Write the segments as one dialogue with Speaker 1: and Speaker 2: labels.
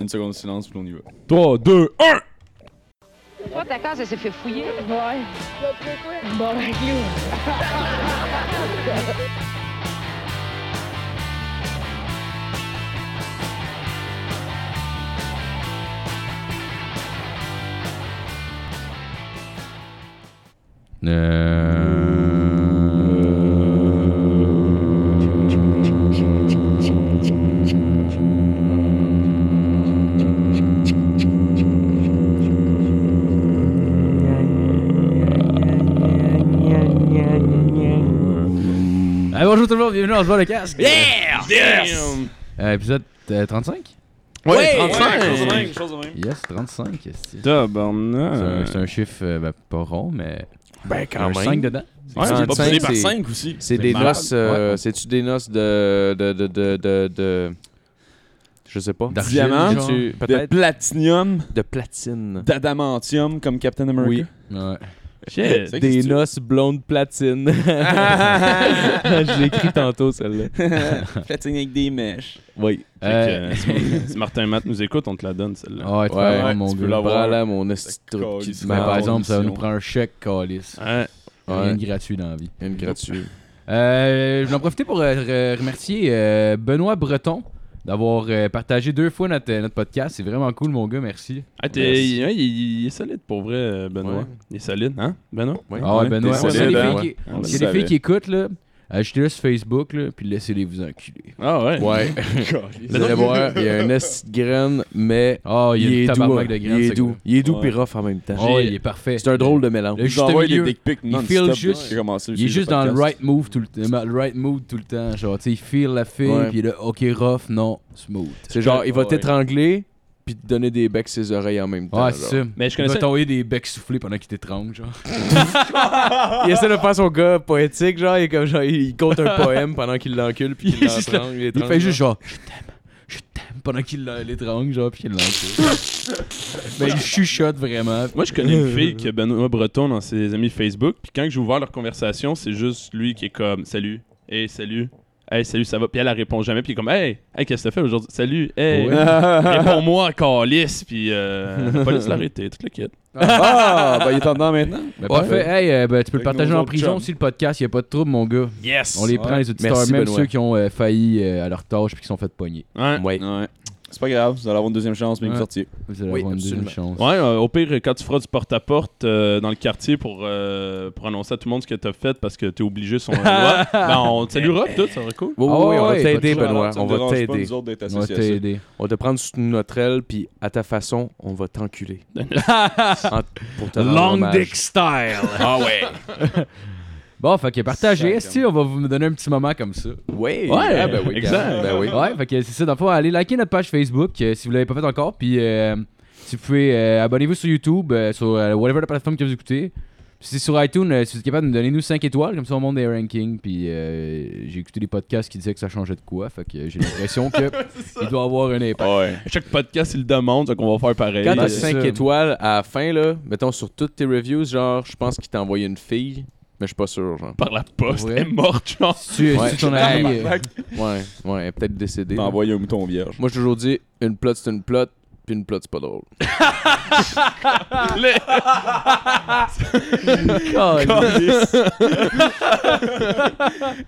Speaker 1: Une seconde de silence, puis on y va.
Speaker 2: 3, 2, 1!
Speaker 3: Toi, ta case, elle s'est fait fouiller.
Speaker 4: Ouais. Bon, ben, clou.
Speaker 5: Ah, bonjour tout le monde, bienvenue dans Joueur le casque.
Speaker 2: Yeah!
Speaker 1: Yes!
Speaker 5: Euh, épisode euh, 35?
Speaker 1: Ouais,
Speaker 2: Ouais,
Speaker 1: 35!
Speaker 2: ouais,
Speaker 1: chose de même, chose de même.
Speaker 5: Yes, 35. esti. C'est un,
Speaker 1: Tabarnak.
Speaker 5: c'est un chiffre euh, ben, pas rond, mais.
Speaker 1: Ben,
Speaker 5: il y a un 5 dedans.
Speaker 1: Ouais, c'est pas
Speaker 6: 35,
Speaker 1: obtenu par
Speaker 6: c'est-
Speaker 1: 5 aussi.
Speaker 6: C'est
Speaker 5: C'est
Speaker 6: des
Speaker 5: malade.
Speaker 6: noces. euh,
Speaker 5: Ouais.
Speaker 6: C'est-tu des noces de. de. de. de. de. de- je sais pas.
Speaker 5: D'argile,
Speaker 1: Diamant,
Speaker 5: genre.
Speaker 6: Tu-
Speaker 1: De
Speaker 6: Peut-être.
Speaker 1: platinium,
Speaker 6: De platine.
Speaker 1: d'adamantium, comme Captain America.
Speaker 6: Oui.
Speaker 5: Ouais.
Speaker 1: Shit.
Speaker 6: Des noces blondes platine. Je l'ai écrit tantôt, celle-là.
Speaker 1: Platine avec des mèches. Oui.
Speaker 5: Euh,
Speaker 1: si Martin Matt nous écoute, on te la donne, celle-là.
Speaker 5: Ah, ouais, tu vois,
Speaker 6: Ouais,
Speaker 5: mon
Speaker 1: tu peux
Speaker 5: gars.
Speaker 1: l'avoir.
Speaker 6: Voilà là, mon
Speaker 1: Colle,
Speaker 6: estro qui
Speaker 1: c'est
Speaker 5: Ben, par
Speaker 1: Ah,
Speaker 5: exemple, ça nous
Speaker 1: mission.
Speaker 5: prend un chèque, Calis.
Speaker 1: Ouais.
Speaker 5: Rien
Speaker 6: Ouais,
Speaker 5: de gratuit dans la vie.
Speaker 6: une gratuite.
Speaker 5: Euh, je vais en profiter pour euh, re- remercier euh, Benoît Breton d'avoir euh, partagé deux fois notre, notre podcast. C'est vraiment cool, mon gars, merci.
Speaker 1: Ah, t'es-
Speaker 6: Yes.
Speaker 1: ouais, il, il est solide pour vrai, euh, Benoît.
Speaker 6: Ouais.
Speaker 1: Il est solide, hein, Benoît?
Speaker 6: Ouais.
Speaker 5: Ah ouais, Benoît,
Speaker 1: t'es
Speaker 5: on
Speaker 1: solide,
Speaker 5: les
Speaker 1: hein?
Speaker 5: filles qui,
Speaker 1: On le
Speaker 5: s'il y a des
Speaker 1: savait.
Speaker 5: filles qui écoutent, là, achetez-le sur Facebook, là, puis laissez-les vous enculer.
Speaker 1: Ah ouais.
Speaker 6: Ouais. Vous allez voir, il y a un esti de graine, mais
Speaker 5: Ah, il,
Speaker 6: il,
Speaker 5: y a du
Speaker 6: est doux.
Speaker 5: tabarnak
Speaker 6: hein.
Speaker 5: de graines,
Speaker 6: il
Speaker 5: ce
Speaker 6: est doux.
Speaker 5: gars-là.
Speaker 6: Il est doux
Speaker 1: Ouais.
Speaker 6: pis rough en même temps.
Speaker 5: Ah, il est parfait.
Speaker 6: C'est un drôle de mélange.
Speaker 5: Le
Speaker 1: Je
Speaker 5: juste
Speaker 1: envoie
Speaker 5: milieu.
Speaker 1: des dick pics
Speaker 5: il
Speaker 1: non-stop.
Speaker 5: feel
Speaker 1: là.
Speaker 5: juste-
Speaker 1: J'ai
Speaker 5: Il
Speaker 1: commencé
Speaker 5: est
Speaker 1: aussi le
Speaker 5: juste dans le
Speaker 1: podcast.
Speaker 5: right move tout le temps. Le right mood tout le temps. Genre, tu sais, il feel la fille,
Speaker 6: Ouais.
Speaker 5: puis il est là, ok, rough, non, smooth.
Speaker 6: C'est genre, il va
Speaker 1: Ouais.
Speaker 6: t'étrangler puis te donner des becs ses oreilles en même temps.
Speaker 5: Ouais,
Speaker 6: genre.
Speaker 5: c'est ça.
Speaker 1: Mais je
Speaker 5: Il va
Speaker 1: connaissais...
Speaker 5: t'envoyer des becs soufflés pendant qu'il t'étrangle, genre.
Speaker 6: Il essaie de faire son gars poétique, genre, il, est comme, genre, il compte un poème pendant qu'il l'encule puis
Speaker 5: Il
Speaker 6: qu'il
Speaker 5: est juste
Speaker 6: l'entrangle.
Speaker 5: Il fait juste genre, je t'aime, je t'aime, pendant qu'il l'a- l'étrangle, genre, puis il l'entoure. ben, il chuchote vraiment.
Speaker 1: Moi, je connais une fille qui a Benoît Breton dans ses amis Facebook. Puis quand j'ai ouvert leur conversation, c'est juste lui qui est comme Salut, hey, salut, hey, salut, ça va. Puis elle, elle répond jamais. Puis il est comme Hey, hey qu'est-ce que t'as fait aujourd'hui Salut, hey,
Speaker 5: Ouais.
Speaker 1: réponds-moi, calice. Puis euh, la police l'a arrêté, toute la quête.
Speaker 6: Ah, ben il est en dedans maintenant.
Speaker 5: Ben, parfait. Hey, euh, ben, tu peux le
Speaker 1: Avec
Speaker 5: partager
Speaker 1: nos
Speaker 5: en
Speaker 1: autres
Speaker 5: prison
Speaker 1: chums.
Speaker 5: aussi, le podcast. Il a pas de trouble, mon gars.
Speaker 1: Yes
Speaker 5: On les prend, les auditeurs,
Speaker 6: Merci,
Speaker 5: même
Speaker 6: Benoît.
Speaker 5: ceux qui ont euh, failli euh, à leur tâche puis qui sont fait pogner.
Speaker 1: Ouais.
Speaker 6: Ouais.
Speaker 1: Ouais,
Speaker 7: C'est pas grave, vous allez avoir une deuxième chance, mais
Speaker 5: Ouais.
Speaker 7: vous sortiez.
Speaker 5: Vous allez
Speaker 6: Oui,
Speaker 5: avoir une deuxième chance.
Speaker 1: Ouais, euh, au pire, quand tu feras du porte-à-porte euh, dans le quartier pour, euh, pour annoncer à tout le monde ce que t'as fait parce que t'es obligé sur la loi, ben on te saluera, pis tout, ça va cool.
Speaker 6: Oui,
Speaker 5: Ah
Speaker 6: oui, on va
Speaker 5: ouais,
Speaker 6: t'aider,
Speaker 5: pas de
Speaker 6: Benoît.
Speaker 7: Ça
Speaker 6: On
Speaker 7: me
Speaker 6: va
Speaker 7: dérange pas,
Speaker 6: t'aider.
Speaker 7: nous autres, d'être
Speaker 5: On va
Speaker 7: associés à ça.
Speaker 5: t'aider.
Speaker 6: On va te prendre sous notre aile, puis à ta façon, on va t'enculer. En- pour te rendre hommage.
Speaker 2: style. Ah ouais.
Speaker 5: Bon, fait que partagez. Si, on va vous donner un petit moment comme ça.
Speaker 6: Ouais,
Speaker 1: Ouais,
Speaker 6: ah, ben oui,
Speaker 1: exact.
Speaker 6: gars, Ben oui.
Speaker 5: Ouais, fait que c'est ça. Dans le fond, allez liker notre page Facebook euh, si vous l'avez pas fait encore. Puis euh, si vous pouvez, euh, abonnez-vous sur YouTube, euh, sur euh, whatever la plateforme que vous écoutez. Puis si c'est sur iTunes, euh, si vous êtes capable de nous donner nous 5 étoiles, comme ça on monte des rankings. Puis euh, j'ai écouté des podcasts qui disaient que ça changeait de quoi. Fait que euh, j'ai l'impression que il doit avoir un impact.
Speaker 7: Ouais.
Speaker 1: À chaque podcast, il le demande, donc on va faire pareil.
Speaker 6: Quand
Speaker 5: Ben,
Speaker 6: t'as
Speaker 5: c'est
Speaker 6: 5
Speaker 5: ça.
Speaker 6: étoiles à la fin, là, mettons sur toutes tes reviews, genre, je pense qu'il t'a envoyé une fille, mais je suis pas sûr, genre.
Speaker 1: par la poste,
Speaker 5: Ouais.
Speaker 1: elle est morte, genre.
Speaker 5: Si tu,
Speaker 6: Ouais.
Speaker 5: si ton ami. euh,
Speaker 6: Ouais, ouais, elle est peut-être décédée.
Speaker 7: T'as
Speaker 6: là.
Speaker 7: envoyé un mouton vierge.
Speaker 6: Moi, j'ai toujours dit, une plot, c'est une plot, puis une plot, c'est pas drôle.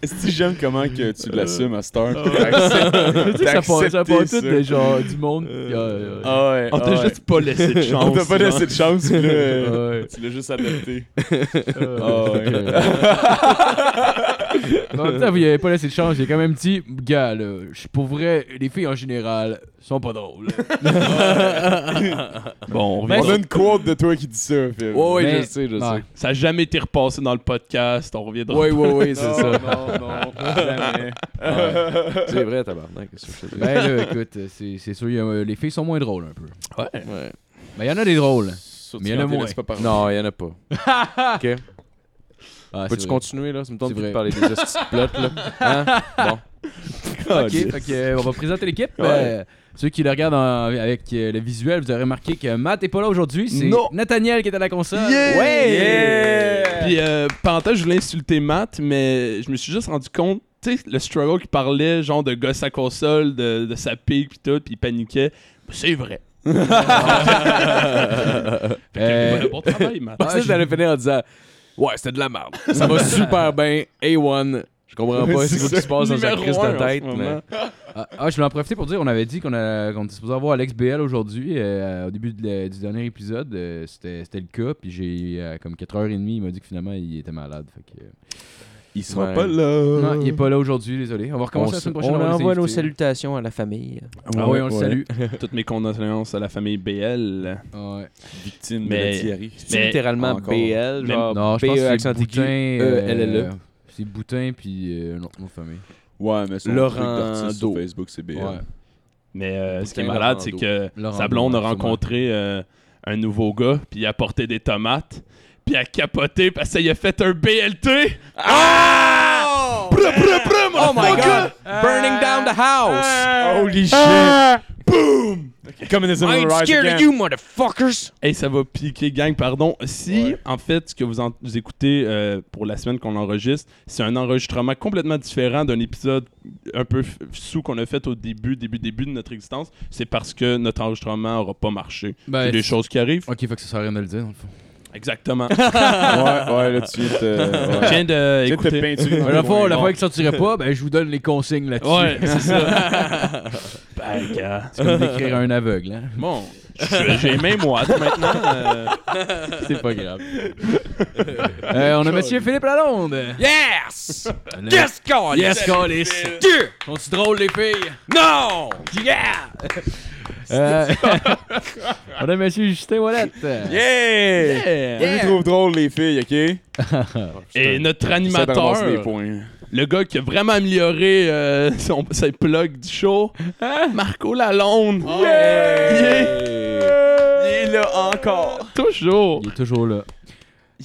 Speaker 7: Est-ce que j'aime comment que tu
Speaker 5: Euh,
Speaker 7: l'assumes à cette heure?
Speaker 5: ah Tu sais, ça part, ça part tout de genre du monde. euh, euh,
Speaker 7: Ah ouais.
Speaker 1: On t'a juste pas laissé de chance.
Speaker 7: On t'a pas laissé de chance, puis là,
Speaker 5: euh,
Speaker 7: tu l'as juste adapté.
Speaker 5: euh,
Speaker 7: Ah ouais.
Speaker 6: Ah,
Speaker 5: euh. En même temps, vous y avez pas laissé de chance. J'ai quand même dit, gars, là, je suis pour vrai, les filles en général sont pas drôles.
Speaker 1: Bon, on
Speaker 8: Ben,
Speaker 1: revient
Speaker 7: On
Speaker 1: sur-
Speaker 7: a une quote de toi qui dit ça, Phil.
Speaker 6: Ouais, ouais,
Speaker 5: Mais-
Speaker 6: je sais, je
Speaker 5: Ben, Ouais.
Speaker 6: sais.
Speaker 1: Ça a jamais été repassé dans le podcast. On reviendra.
Speaker 6: Ouais, ouais, ouais, c'est ça.
Speaker 7: Non, non, jamais.
Speaker 6: C'est vrai, tabarnak, qu'est-ce que je te dis?
Speaker 5: Ben là, écoute, euh, c'est c'est sûr, il y a, euh, les filles sont moins drôles un peu.
Speaker 1: Ouais.
Speaker 6: Ouais.
Speaker 5: Mais il y en a des drôles. Mais il y en a moins.
Speaker 6: Non, il y en a pas. ok.
Speaker 5: Ah,
Speaker 6: Peux-tu continuer là Ça me tente
Speaker 5: C'est
Speaker 6: plus
Speaker 5: vrai.
Speaker 6: de parler des hosties de plots là. Hein?
Speaker 5: Ok, fait que, euh, on va présenter l'équipe. Euh, ceux qui le regardent en- avec euh, le visuel, vous aurez remarqué que Matt est pas là aujourd'hui. C'est
Speaker 1: Non.
Speaker 5: Nathaniel qui est à la console.
Speaker 1: Yeah! Puis, euh, parenthèse, je voulais insulter Matt, mais je me suis juste rendu compte, tu sais, le struggle qu'il parlait, genre de gosse à console, de, de sa pique, puis tout, puis il paniquait. C'est vrai.
Speaker 5: Euh,
Speaker 1: Bon travail, Matt.
Speaker 6: Parce que j'allais finir en disant Ouais, c'était de la merde. Ça va super bien. A1. Je comprends pas ce
Speaker 7: C'est
Speaker 6: qui se passe dans sa
Speaker 1: Numéro
Speaker 6: crise
Speaker 1: un
Speaker 6: de
Speaker 1: en
Speaker 6: tête.
Speaker 1: ce moment.
Speaker 6: mais-
Speaker 5: Ah, ah, je voulais en profiter pour dire on avait dit qu'on a- qu'on était supposé avoir Alex BL aujourd'hui. euh, au début de la- du dernier épisode, euh, c'était c'était le cas. Puis j'ai, euh, comme 4h30, il m'a dit que finalement, il était malade. Fait que, euh,
Speaker 7: Il sera
Speaker 6: Ouais.
Speaker 7: pas là.
Speaker 1: Euh.
Speaker 5: non, il est pas là aujourd'hui, désolé. On va recommencer
Speaker 6: On
Speaker 5: la
Speaker 6: s-
Speaker 5: semaine prochaine.
Speaker 9: On
Speaker 5: va les
Speaker 9: envoie nos
Speaker 5: inviter.
Speaker 9: salutations à la famille.
Speaker 5: Ah oui, on le
Speaker 7: Ouais.
Speaker 5: salue.
Speaker 1: Toutes mes condoléances à la famille BL.
Speaker 5: Ouais.
Speaker 7: Victime
Speaker 1: Mais-
Speaker 7: de Thierry.
Speaker 9: C'est littéralement
Speaker 6: encore.
Speaker 9: BL,
Speaker 6: Ah,
Speaker 9: genre
Speaker 5: Non,
Speaker 6: E
Speaker 5: je pense
Speaker 9: BE
Speaker 5: que
Speaker 9: accent
Speaker 5: c'est
Speaker 9: aigu.
Speaker 5: Boutin. euh,
Speaker 9: E-L-L-E.
Speaker 5: c'est Boutin, puis euh, non, mon famille.
Speaker 7: Ouais, mais son
Speaker 6: Laurent
Speaker 7: truc d'artiste sur
Speaker 6: Do.
Speaker 7: Facebook, c'est
Speaker 1: E.
Speaker 7: BL.
Speaker 5: Ouais.
Speaker 1: Mais euh, ce qui est
Speaker 6: Boutin
Speaker 1: malade,
Speaker 6: Laurando.
Speaker 1: c'est que
Speaker 5: Laurando,
Speaker 1: sa blonde a
Speaker 5: ouais, sûrement.
Speaker 1: rencontré euh, un nouveau gars, puis il a apporté des tomates, puis il a capoté parce qu'il a fait un BLT. Ah! Brr, brr, brr, mon Ah!
Speaker 6: Oh my
Speaker 1: fucker!
Speaker 6: god! Burning down the house!
Speaker 7: Holy shit! Boom! Communism
Speaker 9: I
Speaker 7: will
Speaker 9: ain't
Speaker 7: rise
Speaker 9: scared
Speaker 7: again.
Speaker 9: of you, motherfuckers!
Speaker 1: Hey, ça va piquer, gang, pardon. Si,
Speaker 7: Ouais.
Speaker 1: en fait, ce que vous, en- vous écoutez euh, pour la semaine qu'on enregistre, c'est un enregistrement complètement différent d'un épisode un peu f- sous qu'on a fait au début, début, début de notre existence, c'est parce que notre enregistrement aura pas marché.
Speaker 5: Ben,
Speaker 1: c'est des choses qui arrivent.
Speaker 5: Ok, fait que ça sert à rien de le dire, dans le fond.
Speaker 1: Exactement.
Speaker 7: ouais, ouais, là, tu viens de te-
Speaker 1: Je
Speaker 7: ouais. Tu viens
Speaker 1: viens de
Speaker 7: de te
Speaker 1: écouter.
Speaker 7: peinturer dans le
Speaker 5: la fois,
Speaker 7: coin.
Speaker 5: la fois qu'il sortirait pas, ben, je vous donne les consignes là-dessus.
Speaker 1: Ouais, c'est ça. ben, gars.
Speaker 5: C'est comme d'écrire à un aveugle, hein.
Speaker 1: Bon, je- j'ai mes moites maintenant. euh,
Speaker 5: C'est pas grave. Euh, on a monsieur Philippe Lalonde.
Speaker 9: Yes! yes, God!
Speaker 5: Yes, Callis.
Speaker 9: Yeah!
Speaker 5: Sont-ils drôles, les filles?
Speaker 9: Non! Yeah!
Speaker 5: Euh, on a monsieur Justin Wallet.
Speaker 7: Yeah!
Speaker 1: yeah.
Speaker 7: Lui trouve drôle les filles, ok?
Speaker 1: Et notre
Speaker 7: Ça de ramasser des
Speaker 1: animateur,
Speaker 7: points.
Speaker 1: le gars qui a vraiment amélioré euh, son, ses plugs du show, Marco Lalonde. Yeah! Il est-
Speaker 7: Il est là Euh, encore.
Speaker 1: Toujours.
Speaker 5: Il est toujours là.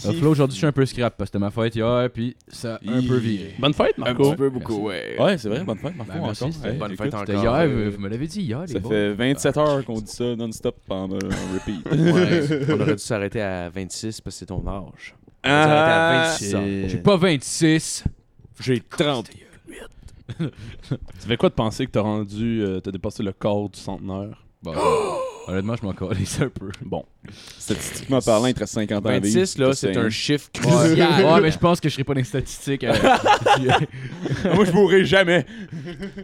Speaker 5: Euh, Flo, aujourd'hui, je suis un peu scrap parce que c'était ma fête hier, puis ça a un peu viré.
Speaker 1: Bonne fête,
Speaker 6: Un
Speaker 1: Marco.
Speaker 6: petit peu beaucoup, ouais.
Speaker 7: Ouais, c'est vrai, bonne fête, Marco.
Speaker 5: Ben, merci,
Speaker 7: encore.
Speaker 5: c'était
Speaker 7: Hey,
Speaker 6: Bonne
Speaker 7: écoute,
Speaker 6: fête
Speaker 5: C'était
Speaker 6: encore.
Speaker 5: hier,
Speaker 6: euh,
Speaker 5: vous vous me l'avez dit hier, les
Speaker 7: Ça
Speaker 5: bons.
Speaker 7: fait 27 heures qu'on dit ça non-stop en euh, en repeat.
Speaker 6: ouais, on aurait dû s'arrêter à 26 parce que c'est ton âge.
Speaker 7: Ah,
Speaker 6: On aurait dû s'arrêter à 26 ans.
Speaker 5: J'ai pas 26.
Speaker 6: J'ai 30.
Speaker 1: Tu fais quoi de penser que t'as rendu, euh, t'as dépassé le corps du centenaire?
Speaker 5: Bon, honnêtement, je m'en calisse un peu.
Speaker 1: Bon.
Speaker 7: Statistiquement parlant, il te reste 50 ans à vivre.
Speaker 6: 26, là, c'est un chiffre crucial.
Speaker 5: ouais, mais je pense que je serai pas dans les statistiques. euh, puis, euh,
Speaker 7: Moi, je mourrai jamais.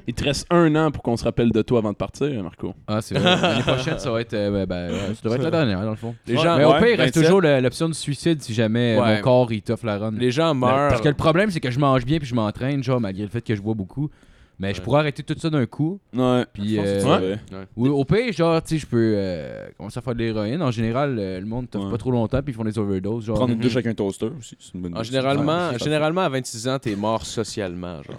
Speaker 1: Il te reste un an pour qu'on se rappelle de toi avant de partir, Marco.
Speaker 5: Ah, c'est vrai. L'année prochaine, ça va être. euh, ben, ben, ouais, ça devrait être la dernière, dans le fond.
Speaker 6: Les gens,
Speaker 5: Mais au pire, il reste
Speaker 7: 27.
Speaker 5: toujours le- l'option de suicide si jamais euh,
Speaker 6: Ah, Ouais.
Speaker 5: mon corps il t'offre la run.
Speaker 6: les gens meurent.
Speaker 5: Parce que le problème, c'est que je mange bien puis je m'entraîne, genre, malgré le fait que je bois beaucoup. Mais je pourrais arrêter tout ça d'un coup.
Speaker 7: Ouais. Je
Speaker 5: Puis,
Speaker 7: pense que tu
Speaker 5: euh,
Speaker 7: devrais.
Speaker 5: Ou au pire, genre, tu sais, je peux euh, commencer à faire de l'héroïne. En général, euh, le monde t'offre
Speaker 7: Ouais.
Speaker 5: pas trop longtemps puis ils font des overdoses. Genre,
Speaker 7: Prendre une douche avec un toaster aussi, c'est une bonne idée.
Speaker 6: En Ah, généralement,
Speaker 7: Ouais,
Speaker 6: généralement, à 26 ans, t'es mort socialement. Genre.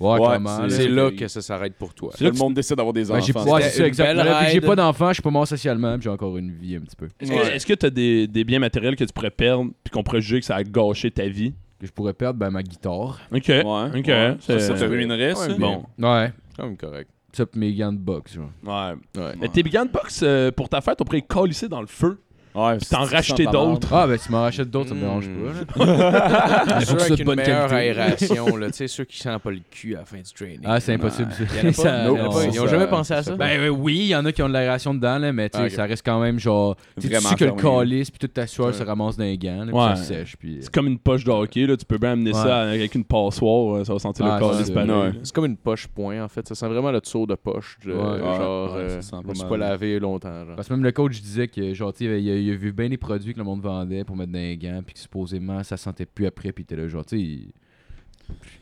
Speaker 5: ouais,
Speaker 7: Ouais,
Speaker 5: clairement,
Speaker 7: c'est-
Speaker 5: Ah, là.
Speaker 6: C'est là
Speaker 7: c'est-
Speaker 6: que ça s'arrête pour toi.
Speaker 7: Tout le monde décide d'avoir des
Speaker 5: Ouais, j'ai
Speaker 7: enfants.
Speaker 5: ouais,
Speaker 6: C'était
Speaker 5: c'est ça,
Speaker 6: une
Speaker 5: exactement.
Speaker 6: belle
Speaker 5: Là, puis j'ai
Speaker 6: ride.
Speaker 5: pas d'enfant, je suis pas mort socialement, puis j'ai encore une vie un petit peu.
Speaker 1: Est-ce
Speaker 7: Ouais.
Speaker 1: que est-ce que t'as des, des biens matériels que tu pourrais perdre puis qu'on pourrait juger que ça a gâché ta vie?
Speaker 5: Que je pourrais perdre ben, ma guitare.
Speaker 1: Ok.
Speaker 7: Ouais,
Speaker 1: Ok.
Speaker 7: ouais. Ça,
Speaker 1: c'est-
Speaker 7: ça te ruinerait, ça.
Speaker 6: Ouais,
Speaker 1: Bon.
Speaker 5: Ouais.
Speaker 6: quand même correct.
Speaker 5: Ça, puis mes gants de boxe, genre.
Speaker 1: Ouais.
Speaker 6: Ouais.
Speaker 1: Mais tes big box euh, pour ta fête, on pourrait les colisser dans le feu.
Speaker 7: Ouais,
Speaker 1: Puis t'en racheter d'autres.
Speaker 5: Ah, ben, tu m'en rachètes d'autres, ça me
Speaker 6: Mm.
Speaker 5: dérange pas. là. ça
Speaker 6: Ceux avec
Speaker 5: de
Speaker 6: une
Speaker 5: bonne
Speaker 6: meilleure
Speaker 5: qualité.
Speaker 6: aération, là, tu sais, ceux qui sentent pas le cul à la fin du training.
Speaker 5: Ah, c'est impossible. ça.
Speaker 6: Y'en a pas?
Speaker 5: Ça-
Speaker 6: Nope.
Speaker 5: non,
Speaker 6: Y'en a pas? Ils ont
Speaker 5: ça-
Speaker 6: jamais pensé à ça?
Speaker 5: Ben euh, oui, il y en a qui ont de l'aération dedans, là, mais tu sais,
Speaker 6: Ah, ok.
Speaker 5: ça reste quand même genre. Tu sais, tu
Speaker 7: Vraiment
Speaker 5: sais que le
Speaker 7: fermé.
Speaker 5: calice, puis toute ta sueur se ramasse dans les gants, là, puis
Speaker 1: Ouais.
Speaker 5: ça sèche. Puis... euh,
Speaker 1: C'est comme une poche de hockey, là. Tu peux bien amener
Speaker 5: Ouais.
Speaker 1: ça avec une passoire, euh, ça va sentir
Speaker 5: Ah,
Speaker 1: le corps
Speaker 5: c'est
Speaker 1: disparaître.
Speaker 7: ça.
Speaker 1: là.
Speaker 6: c'est comme une poche point, en fait. Ça sent vraiment le tour de poche. de-
Speaker 5: Ouais.
Speaker 6: genre,
Speaker 7: Ouais, ouais,
Speaker 6: euh,
Speaker 7: ça sent
Speaker 6: je
Speaker 7: pas
Speaker 6: me suis
Speaker 7: mal.
Speaker 6: pas lavé longtemps. genre.
Speaker 5: Parce que même le coach disait que, genre, tu sais, il, a- il a vu bien les produits que le monde vendait pour mettre dans les gants, puis que supposément, ça sentait plus après, puis il était là, genre, tu sais. Il...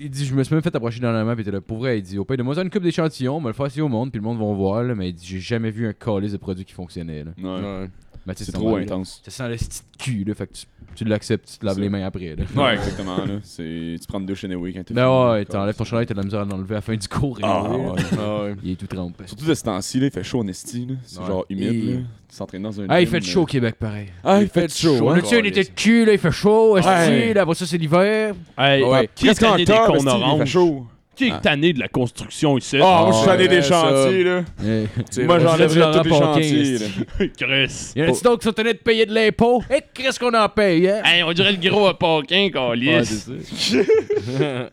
Speaker 5: il dit, je me suis même fait approcher dans la main, puis il était là, pour vrai, il dit, au pire de moi, ça une coupe d'échantillons, mais le faire essayer au monde, puis le monde va voir, là, mais il dit, j'ai jamais vu un calice de produits qui fonctionnait, là.
Speaker 7: Ouais.
Speaker 6: Ouais.
Speaker 5: Mais tu sais,
Speaker 7: C'est trop
Speaker 5: normal, là.
Speaker 7: intense.
Speaker 5: Ça sent le petit cul, là, fait que tu, tu l'acceptes, tu te laves
Speaker 7: C'est-
Speaker 5: les mains après, là.
Speaker 7: Ouais, exactement. là. C'est- Tu prends une douche anyway quand t'es
Speaker 5: Ben ouais,
Speaker 7: fini.
Speaker 5: t'enlèves ton chandail, t'as de la misère à l'enlever à la fin du cours.
Speaker 7: Ah,
Speaker 5: anyway,
Speaker 7: ouais.
Speaker 5: là.
Speaker 6: Ah ouais.
Speaker 5: Il est tout trempé.
Speaker 7: Surtout de ce temps-ci, là, il fait chaud en esti. là. C'est
Speaker 5: Ouais.
Speaker 7: genre humide.
Speaker 5: Et-
Speaker 7: là. Tu t'entraînes dans un
Speaker 5: Ah, il
Speaker 7: gym,
Speaker 5: fait chaud au
Speaker 7: mais-
Speaker 5: Québec, pareil.
Speaker 7: Ah, il fait chaud.
Speaker 5: On
Speaker 7: hein.
Speaker 5: a-tu un été de cul, là, il fait chaud, est-ce
Speaker 7: Ouais.
Speaker 5: là, après ça, c'est l'hiver.
Speaker 1: Hey,
Speaker 6: Ouais.
Speaker 1: qui est
Speaker 7: Presque en
Speaker 1: tanné des
Speaker 7: terre,
Speaker 1: cons
Speaker 7: esti, Il fait
Speaker 1: oranges?
Speaker 7: chaud.
Speaker 1: Qui est tanné de la construction ici?
Speaker 7: Ah, moi, je
Speaker 5: Ah,
Speaker 7: suis tanné
Speaker 6: ouais,
Speaker 7: des
Speaker 6: ça.
Speaker 7: chantiers, là.
Speaker 6: Tu sais,
Speaker 7: Moi,
Speaker 6: on dirait
Speaker 5: j'enlève-
Speaker 7: j'enlèverais tous les
Speaker 5: Laurent Paquin,
Speaker 7: chantiers, là.
Speaker 1: Ah, Chris.
Speaker 5: Il y en a-tu d'autres qui sont tenus de payer de l'impôt? Et qu'est-ce qu'on en paye, hein?
Speaker 1: euh, Hey, on dirait le gros à Paquin,
Speaker 7: Ouais,
Speaker 1: calice.
Speaker 7: c'est ça.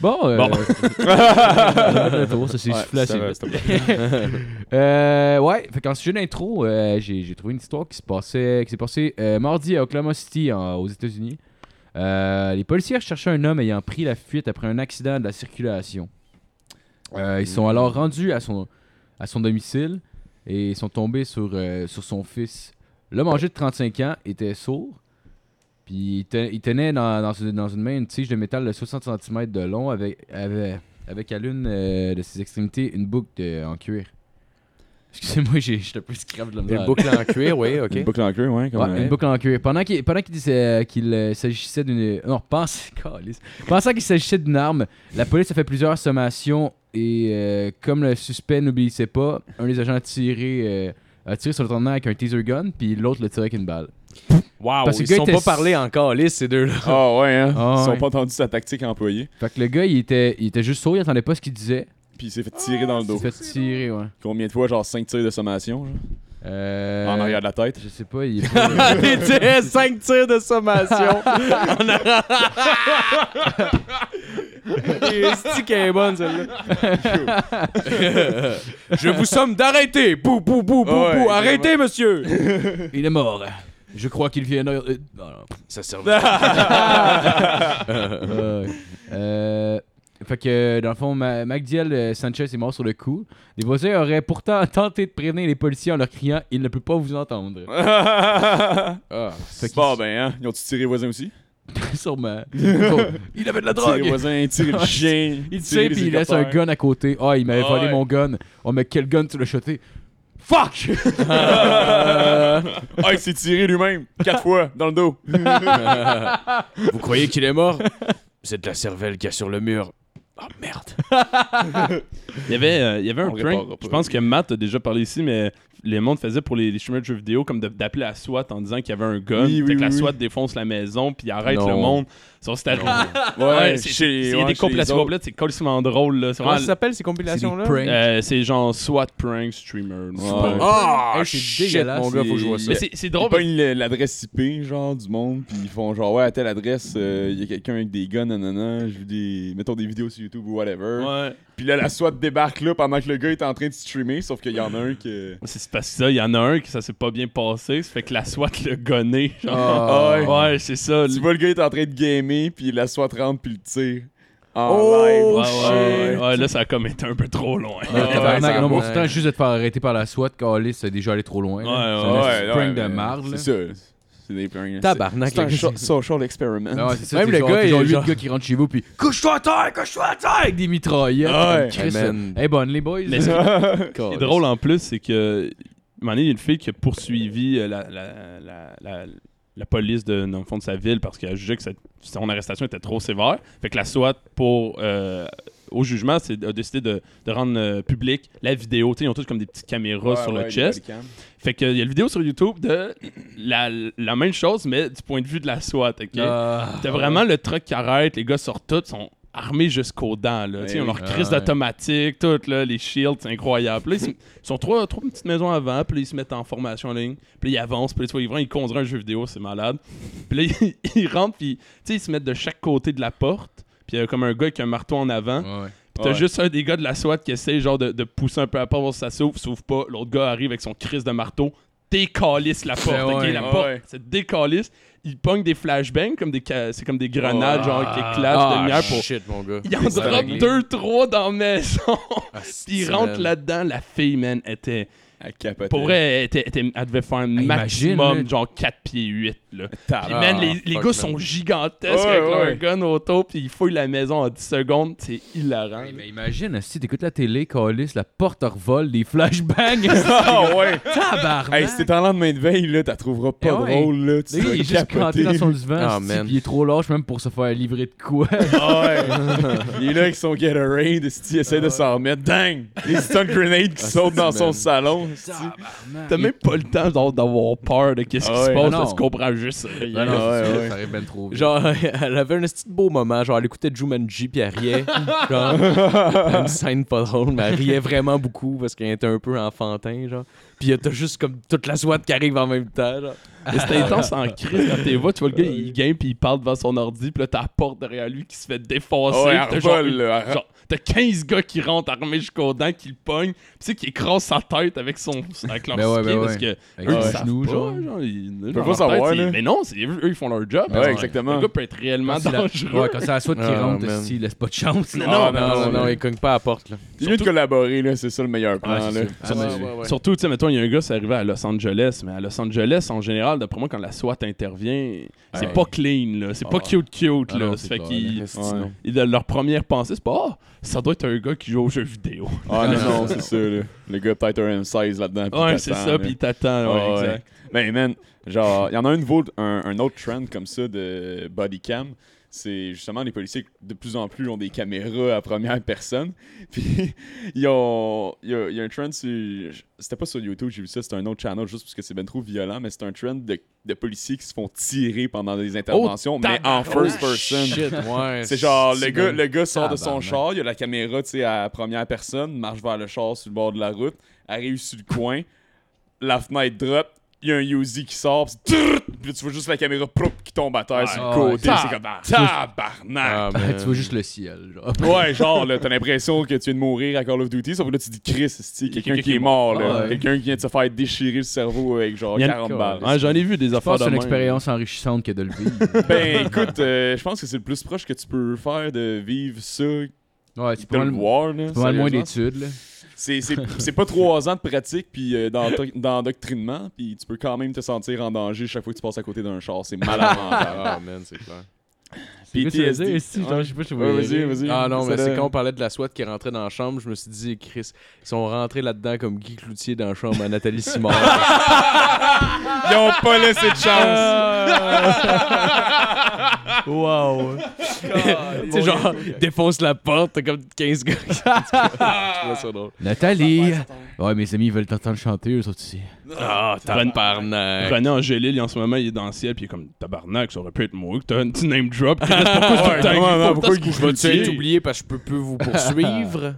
Speaker 5: Bon, euh,
Speaker 1: Bon.
Speaker 5: le tour, ça c'est
Speaker 6: Ouais,
Speaker 5: soufflé
Speaker 6: ça
Speaker 5: assez
Speaker 6: va,
Speaker 5: vite. Euh, ouais, fait qu'en sujet d'intro, euh, j'ai j'ai trouvé une histoire qui se passait, qui s'est passée euh, mardi à Oklahoma City, en- aux États-Unis. Euh, les policiers recherchaient un homme ayant pris la fuite après un accident de la circulation. Euh, ils sont alors rendus à son, à son domicile et ils sont tombés sur, euh, sur son fils. L'homme âgé de 35 ans était sourd. Puis il, te- il tenait dans, dans, une- dans une main une tige de métal de 60 cm de long avec, avec, avec à l'une euh, de ses extrémités une boucle de- en cuir. Excusez-moi, j'ai- j'étais un peu scrap de la
Speaker 6: Une
Speaker 5: misère.
Speaker 6: boucle en cuir, oui, ok.
Speaker 8: Une boucle en cuir, ouais. Comme
Speaker 5: Ouais,
Speaker 8: euh,
Speaker 5: une boucle en cuir. Pendant qu'il pendant qu'il disait qu'il euh, s'agissait d'une non pense calisse. pensant qu'il s'agissait d'une arme, la police a fait plusieurs sommations et euh, comme le suspect n'obéissait pas, un des agents a tiré euh, a tiré sur le tournant avec un taser gun puis l'autre le tiré avec une balle.
Speaker 6: Wow,
Speaker 5: Parce que
Speaker 6: ils
Speaker 5: le gars
Speaker 6: sont
Speaker 5: était-
Speaker 6: pas parlé en calice, ces deux-là.
Speaker 8: Ah ouais, hein.
Speaker 5: Ah
Speaker 8: Ils sont
Speaker 5: ouais.
Speaker 8: pas entendus sa tactique employée.
Speaker 5: Fait que le gars il était il était juste sourd, il entendait pas ce qu'il disait.
Speaker 8: Puis il s'est fait tirer dans le
Speaker 5: Ah, Il
Speaker 8: dos.
Speaker 5: s'est fait tirer ouais.
Speaker 8: Combien de fois, genre 5 tirs de sommation, genre,
Speaker 5: Euh,
Speaker 8: en arrière de la tête.
Speaker 5: Je sais pas, il est pas- euh,
Speaker 6: Il tirait 5 tirs de sommation. C'est qu'elle est bonne, celle-là. Je vous somme d'arrêter. Bou, bou, bou, bou,
Speaker 8: Ouais,
Speaker 6: bou. Arrêtez, monsieur.
Speaker 5: il est mort. Je crois qu'il vient euh, non, non.
Speaker 6: Ça servait.
Speaker 5: Ouais. Ah. Euh, fait que, dans le fond, Ma- MacDiel euh, Sanchez est mort sur le coup. Les voisins auraient pourtant tenté de prévenir les policiers en leur criant « Il ne peut pas vous entendre Ah, Fait qu'il-
Speaker 8: bon, ben, hein. Ils ont-tu tiré les voisins aussi? ».
Speaker 5: Sûrement. il avait de la
Speaker 8: Tirer les
Speaker 5: drogue!
Speaker 8: voisins, tirer le chien.
Speaker 5: Ah,
Speaker 8: tirer
Speaker 5: Il tire
Speaker 8: les
Speaker 5: puis il laisse un
Speaker 8: hélicoptères.
Speaker 5: gun à côté. « Ah, il m'avait
Speaker 1: Ah
Speaker 5: volé
Speaker 1: ouais.
Speaker 5: mon gun. Oh, mais quel gun tu l'as shoté? »« Fuck!
Speaker 8: Ah, il s'est tiré lui-même. 4 fois, dans le dos.
Speaker 6: Vous croyez qu'il est mort C'est de la cervelle qu'il y a sur le mur. Oh merde.
Speaker 1: Il y avait, euh, il y avait un
Speaker 8: On réparera
Speaker 1: prank,
Speaker 8: pas.
Speaker 1: je pense que Matt a déjà parlé ici, mais les mondes faisaient pour les, les streamers de jeux vidéo comme de- d'appeler la SWAT en disant qu'il y avait un gun,
Speaker 8: Oui,
Speaker 1: fait
Speaker 8: oui,
Speaker 1: que la
Speaker 8: oui,
Speaker 1: SWAT défonce la maison, puis arrête
Speaker 6: Non.
Speaker 1: le monde. Ça, c'est arrivé.
Speaker 5: Ah,
Speaker 1: Ouais, c'est- c'est- Il y a des compilations complètes, c'est complètement drôle. là. C'est
Speaker 6: Comment ça
Speaker 1: vraiment-
Speaker 6: s'appelle ces compilations-là
Speaker 5: pranks.
Speaker 1: euh, c'est genre SWAT prank streamer. là.
Speaker 8: Ouais.
Speaker 6: Oh,
Speaker 5: Hey, c'est
Speaker 6: shit,
Speaker 5: dégueulasse.
Speaker 6: mon gars, faut que je vois ça.
Speaker 1: Mais c'est- c'est
Speaker 8: Ils
Speaker 1: drôle. parce-
Speaker 8: pognent le- l'adresse IP, genre, du monde, puis ils font genre, ouais, à telle adresse, euh, il y a quelqu'un avec des guns, nanana, je veux des. Mettons des vidéos sur YouTube ou whatever.
Speaker 1: Ouais.
Speaker 8: Puis là, la SWAT débarque là pendant que le gars est en train de streamer, sauf qu'il y en a un que.
Speaker 1: C'est c'est parce que ça, il y en a un que ça s'est pas bien passé, ça fait que la SWAT l'a gonné. genre.
Speaker 5: Ah.
Speaker 1: Ouais, c'est ça.
Speaker 8: Tu
Speaker 1: le-
Speaker 8: vois, le gars est en train de gamer, puis la SWAT rentre, puis le tire. En
Speaker 6: Oh,
Speaker 8: live.
Speaker 1: Ouais,
Speaker 6: shit.
Speaker 1: ouais, ouais, ouais, là, ça a comme été un peu trop loin.
Speaker 5: Non, tabarnak,
Speaker 6: ça
Speaker 5: non, mais
Speaker 6: va.
Speaker 5: pourtant, juste de te faire arrêter par la SWAT, Calis, c'est déjà allé trop loin. là.
Speaker 1: Ouais,
Speaker 5: C'est un
Speaker 1: ouais,
Speaker 5: petit
Speaker 8: ouais,
Speaker 5: prank
Speaker 8: ouais.
Speaker 5: de marde. là.
Speaker 8: C'est ça. C'est des pranks.
Speaker 6: Tabarnak,
Speaker 8: C'est un
Speaker 6: le gars.
Speaker 8: sho- social experiment.
Speaker 5: Ah ouais, c'est ça,
Speaker 6: Même
Speaker 5: t'es
Speaker 6: le
Speaker 5: genre-
Speaker 6: gars,
Speaker 5: t'es
Speaker 6: il
Speaker 5: genre
Speaker 6: est
Speaker 5: huit
Speaker 6: genre-
Speaker 5: gars qui rentrent chez vous puis couche-toi à terre, couche-toi à terre avec des mitraillettes.
Speaker 8: Ah ouais.
Speaker 5: Chris,
Speaker 6: Hey, man.
Speaker 5: euh, Hey, bonne les boys.
Speaker 1: Mais ce qui est drôle en plus, c'est que à un moment donné, il y a une fille qui a poursuivi euh, la, la, la, la- la police de, dans le fond de sa ville parce qu'elle jugeait que cette- son arrestation était trop sévère. Fait que la SWAT, pour, euh, au jugement, c'est- a décidé de, de rendre euh, public la vidéo. Tu sais, ils ont tous comme des petites caméras
Speaker 8: Ouais,
Speaker 1: sur
Speaker 8: ouais,
Speaker 1: le
Speaker 8: les
Speaker 1: chest.
Speaker 8: bodycams.
Speaker 1: Fait qu'il y a une vidéo sur YouTube de la, la même chose, mais du point de vue de la SWAT. ok?
Speaker 5: Ah.
Speaker 1: T'as vraiment le truck qui arrête, les gars sortent tous, sont armés jusqu'aux dents. Là.
Speaker 8: Ben
Speaker 1: T'sais, Ils ont
Speaker 8: oui.
Speaker 1: leur
Speaker 5: Ah
Speaker 1: crise
Speaker 5: ouais.
Speaker 1: d'automatique, tout, là, les shields, c'est incroyable. Puis là, ils, se- ils sont trois, trois petites maisons avant, puis là, ils se mettent en formation en ligne, puis là, ils avancent, puis là, tu vois, ils vont, ils conduisent un jeu vidéo, c'est malade. Puis là, ils, ils rentrent, puis t'sais, ils se mettent de chaque côté de la porte, puis il y a comme un gars avec un marteau en avant.
Speaker 5: Ouais.
Speaker 1: Puis t'as
Speaker 8: Ouais.
Speaker 1: juste un des gars de la SWAT qui essaie genre de, de pousser un peu à part, voir si ça s'ouvre, s'ouvre pas. L'autre gars arrive avec son crise de marteau, décalisse la porte.
Speaker 5: Ben
Speaker 1: ok?
Speaker 5: ouais,
Speaker 1: la
Speaker 8: ouais.
Speaker 1: porte se décalisse. Il pogne des flashbangs, comme des ca- c'est comme des grenades genre qui éclatent de
Speaker 6: Ah,
Speaker 1: lumière pour.
Speaker 6: shit, mon gars.
Speaker 1: Il en
Speaker 6: C'est
Speaker 1: drop
Speaker 6: réglé.
Speaker 1: deux, trois dans la maison.
Speaker 6: Ah,
Speaker 1: Puis il
Speaker 6: c'est
Speaker 1: rentre
Speaker 6: man.
Speaker 1: là-dedans. La fille, man, était.
Speaker 8: À capoter.
Speaker 1: Pour vrai, elle, était- était- elle devait faire un
Speaker 5: imagine,
Speaker 1: maximum,
Speaker 5: là.
Speaker 1: genre 4 pieds 8. Là.
Speaker 8: Tabarnak.
Speaker 1: Puis, man, les,
Speaker 6: fuck,
Speaker 1: les gars
Speaker 6: man.
Speaker 1: sont gigantesques
Speaker 8: Ouais,
Speaker 1: avec
Speaker 8: ouais.
Speaker 1: leur gun auto, puis ils fouillent la maison en 10 secondes. C'est hilarant.
Speaker 5: Hey, mais imagine, si t'écoutes la télé, Calis, la porte revole, des flashbangs.
Speaker 8: Ah ouais!
Speaker 5: Tabarnak.
Speaker 8: Hey, si t'es en lendemain de veille, là, t'as trouveras pas
Speaker 5: Eh ouais.
Speaker 8: drôle, là. Tu
Speaker 5: Le gars,
Speaker 8: vas
Speaker 5: il est juste
Speaker 8: capoter.
Speaker 5: planté dans son divan,
Speaker 6: Ah,
Speaker 5: esti,
Speaker 6: man.
Speaker 5: puis il est trop large même pour se faire livrer de quoi.
Speaker 8: Ah ouais. il est là avec son Gatorade, esti, il essaie
Speaker 5: Ah,
Speaker 8: de s'en remettre. Dang! Les stun grenades qui sautent dans son salon. esti.
Speaker 1: T'as même pas le temps genre, d'avoir peur de qu'est-ce qui
Speaker 8: Ah
Speaker 1: se
Speaker 8: ouais.
Speaker 1: passe,
Speaker 5: Ah non.
Speaker 1: là, tu comprends juste rien.
Speaker 5: Ah non,
Speaker 8: Ouais,
Speaker 5: c'est-
Speaker 8: ouais.
Speaker 5: ça arrive ben trop vite.
Speaker 6: Genre, elle avait un petit beau moment. Genre, elle écoutait Jumanji puis elle riait. Genre, une scène pas drôle, mais elle riait vraiment beaucoup parce qu'elle était un peu enfantin, genre. Puis t'as juste comme toute la SWAT qui arrive en même temps, genre.
Speaker 1: Mais c'était intense en crise quand t'es vois, tu vois le gars, il game puis il parle devant son ordi, puis là t'as la porte derrière lui qui se fait défoncer.
Speaker 8: Ouais,
Speaker 1: puis t'as
Speaker 8: elle
Speaker 1: genre
Speaker 8: vole,
Speaker 1: une-
Speaker 8: là, elle-
Speaker 1: genre, T'as 15 gars qui rentrent armés jusqu'aux dents, qui le pognent, pis c'est qui écrasent sa tête avec son avec leur
Speaker 5: Ben ouais,
Speaker 1: pied
Speaker 5: ben
Speaker 1: parce
Speaker 5: ouais.
Speaker 1: que eux
Speaker 5: Avec
Speaker 1: ils
Speaker 5: leur
Speaker 1: savent
Speaker 5: genou,
Speaker 1: pas,
Speaker 5: genre.
Speaker 1: genre, ils- dans
Speaker 8: pas
Speaker 1: leur tête,
Speaker 8: savoir,
Speaker 1: c'est-
Speaker 8: là.
Speaker 1: mais non, c'est eux ils font leur job.
Speaker 8: Ouais, exactement.
Speaker 1: Le gars peut être réellement
Speaker 5: Quand c'est la-
Speaker 1: dangereux.
Speaker 5: Ouais, quand c'est la soie qui
Speaker 6: Ah,
Speaker 5: rentre,
Speaker 6: man.
Speaker 5: il laisse pas de chance. là.
Speaker 8: Ah,
Speaker 6: non, non, non,
Speaker 8: non, non.
Speaker 6: il cogne pas à la porte, là.
Speaker 8: C'est mieux de collaborer, là, c'est ça le meilleur
Speaker 5: Ouais,
Speaker 8: plan.
Speaker 5: c'est
Speaker 8: là.
Speaker 5: sûr. Ah, c'est sûr.
Speaker 1: Surtout, tu sais, mettons, il y a un gars, c'est arrivé à Los Angeles, mais à Los Angeles, en général, d'après moi, quand la SWAT intervient, c'est
Speaker 5: Ouais.
Speaker 1: pas clean, là. C'est
Speaker 5: Ah.
Speaker 1: pas cute, cute,
Speaker 5: Ah
Speaker 1: là.
Speaker 5: non,
Speaker 1: Ça
Speaker 5: c'est
Speaker 1: fait
Speaker 5: pas,
Speaker 1: qu'ils.
Speaker 6: Esti, non.
Speaker 8: Ouais.
Speaker 1: ils- Leur première pensée, c'est pas, ah, ça doit être un gars qui joue aux jeux vidéo.
Speaker 8: Ah non,
Speaker 5: Non,
Speaker 8: non,
Speaker 5: non,
Speaker 8: c'est ça. Là. Le gars peut-être un M16 là-dedans. puis
Speaker 1: Ouais,
Speaker 8: il
Speaker 1: c'est
Speaker 8: t'attend,
Speaker 1: ça,
Speaker 8: là.
Speaker 1: puis il t'attend.
Speaker 8: Ah,
Speaker 1: Ouais,
Speaker 8: ouais.
Speaker 1: exact.
Speaker 8: Ben, man, genre, il y en a un nouveau, un, un autre trend comme ça de body cam. C'est justement les policiers qui, de plus en plus ont des caméras à première personne. Puis ils ont. Il y a, il y a un trend sur. C'était pas sur YouTube, j'ai vu ça, c'était un autre channel juste parce que c'est ben trop violent, mais c'est un trend de, de policiers qui se font tirer pendant des interventions, mais en first person.
Speaker 6: Shit, ouais.
Speaker 8: C'est genre, le gars, le gars sort de son
Speaker 5: Tabarnak.
Speaker 8: char, il y a la caméra, tu sais, à première personne, marche vers le char sur le bord de la route, arrive sur le coin, la fenêtre drop, il y a un Uzi qui sort, pis c'est- puis tu vois juste la caméra proup, qui tombe à terre sur
Speaker 5: Ah,
Speaker 8: le côté,
Speaker 5: ouais.
Speaker 8: c'est comme « tabarnak!
Speaker 6: Ah, man.
Speaker 5: Tu vois juste le ciel, genre.
Speaker 8: Ouais, genre, là, t'as l'impression que tu viens de mourir à Call of Duty, sauf que là, tu dis « Chris, c'est quelqu'un qui est mort, là.
Speaker 5: Ah, ouais.
Speaker 8: Quelqu'un qui vient de se faire déchirer le cerveau avec genre
Speaker 1: Il y a une
Speaker 8: 40 balles.
Speaker 1: Ouais, J'en ai vu des
Speaker 5: Je pense
Speaker 1: affaires
Speaker 5: que
Speaker 1: de
Speaker 5: c'est une
Speaker 1: même.
Speaker 5: expérience enrichissante que de le vivre.
Speaker 8: Ben, écoute, euh, je pense que c'est le plus proche que tu peux faire de vivre ça, de
Speaker 5: Ouais, tu prends
Speaker 8: le
Speaker 5: le
Speaker 8: voir, là.
Speaker 5: tu prends le
Speaker 8: sérieusement.
Speaker 5: moins d'études, là.
Speaker 8: C'est- C'est c'est pas trois ans de pratique puis euh, d'ento- d'endoctrinement, puis tu peux quand même te sentir en danger chaque fois que tu passes à côté d'un char. C'est malade mental.
Speaker 6: Ah, man, c'est clair.
Speaker 5: Qu'est-ce que tu veux dire,
Speaker 8: PTSD.
Speaker 5: esti? Genre, je sais pas, je te
Speaker 8: Ouais,
Speaker 5: voyais
Speaker 8: vas-y,
Speaker 5: rire.
Speaker 8: vas-y.
Speaker 6: Ah non, mais
Speaker 8: Ça
Speaker 6: c'est
Speaker 8: donne-
Speaker 6: quand on parlait de la SWAT qui rentrait dans la chambre, je me suis dit, Chris, ils sont rentrés là-dedans comme Guy Cloutier dans la chambre à Nathalie Simard.
Speaker 8: Ils ont pas laissé de chance.
Speaker 5: Wow.
Speaker 6: tu sais, genre, défonce la porte, t'as comme 15 gars. qui- Ouais, c'est drôle.
Speaker 5: Nathalie! Ouais, mes amis, ils veulent t'entendre chanter, eux autres ici.
Speaker 6: Ah, tabarnak.
Speaker 1: René Angélil, en ce moment, il est dans le ciel, puis il est comme tabarnak, ça aurait pu être moi, que t'as un petit name drop. Chris, Pourquoi
Speaker 6: Ah,
Speaker 1: tout le temps- tout le temps
Speaker 6: je
Speaker 1: se
Speaker 6: vais-tu être
Speaker 1: couche-
Speaker 6: oublié parce que je peux plus vous poursuivre?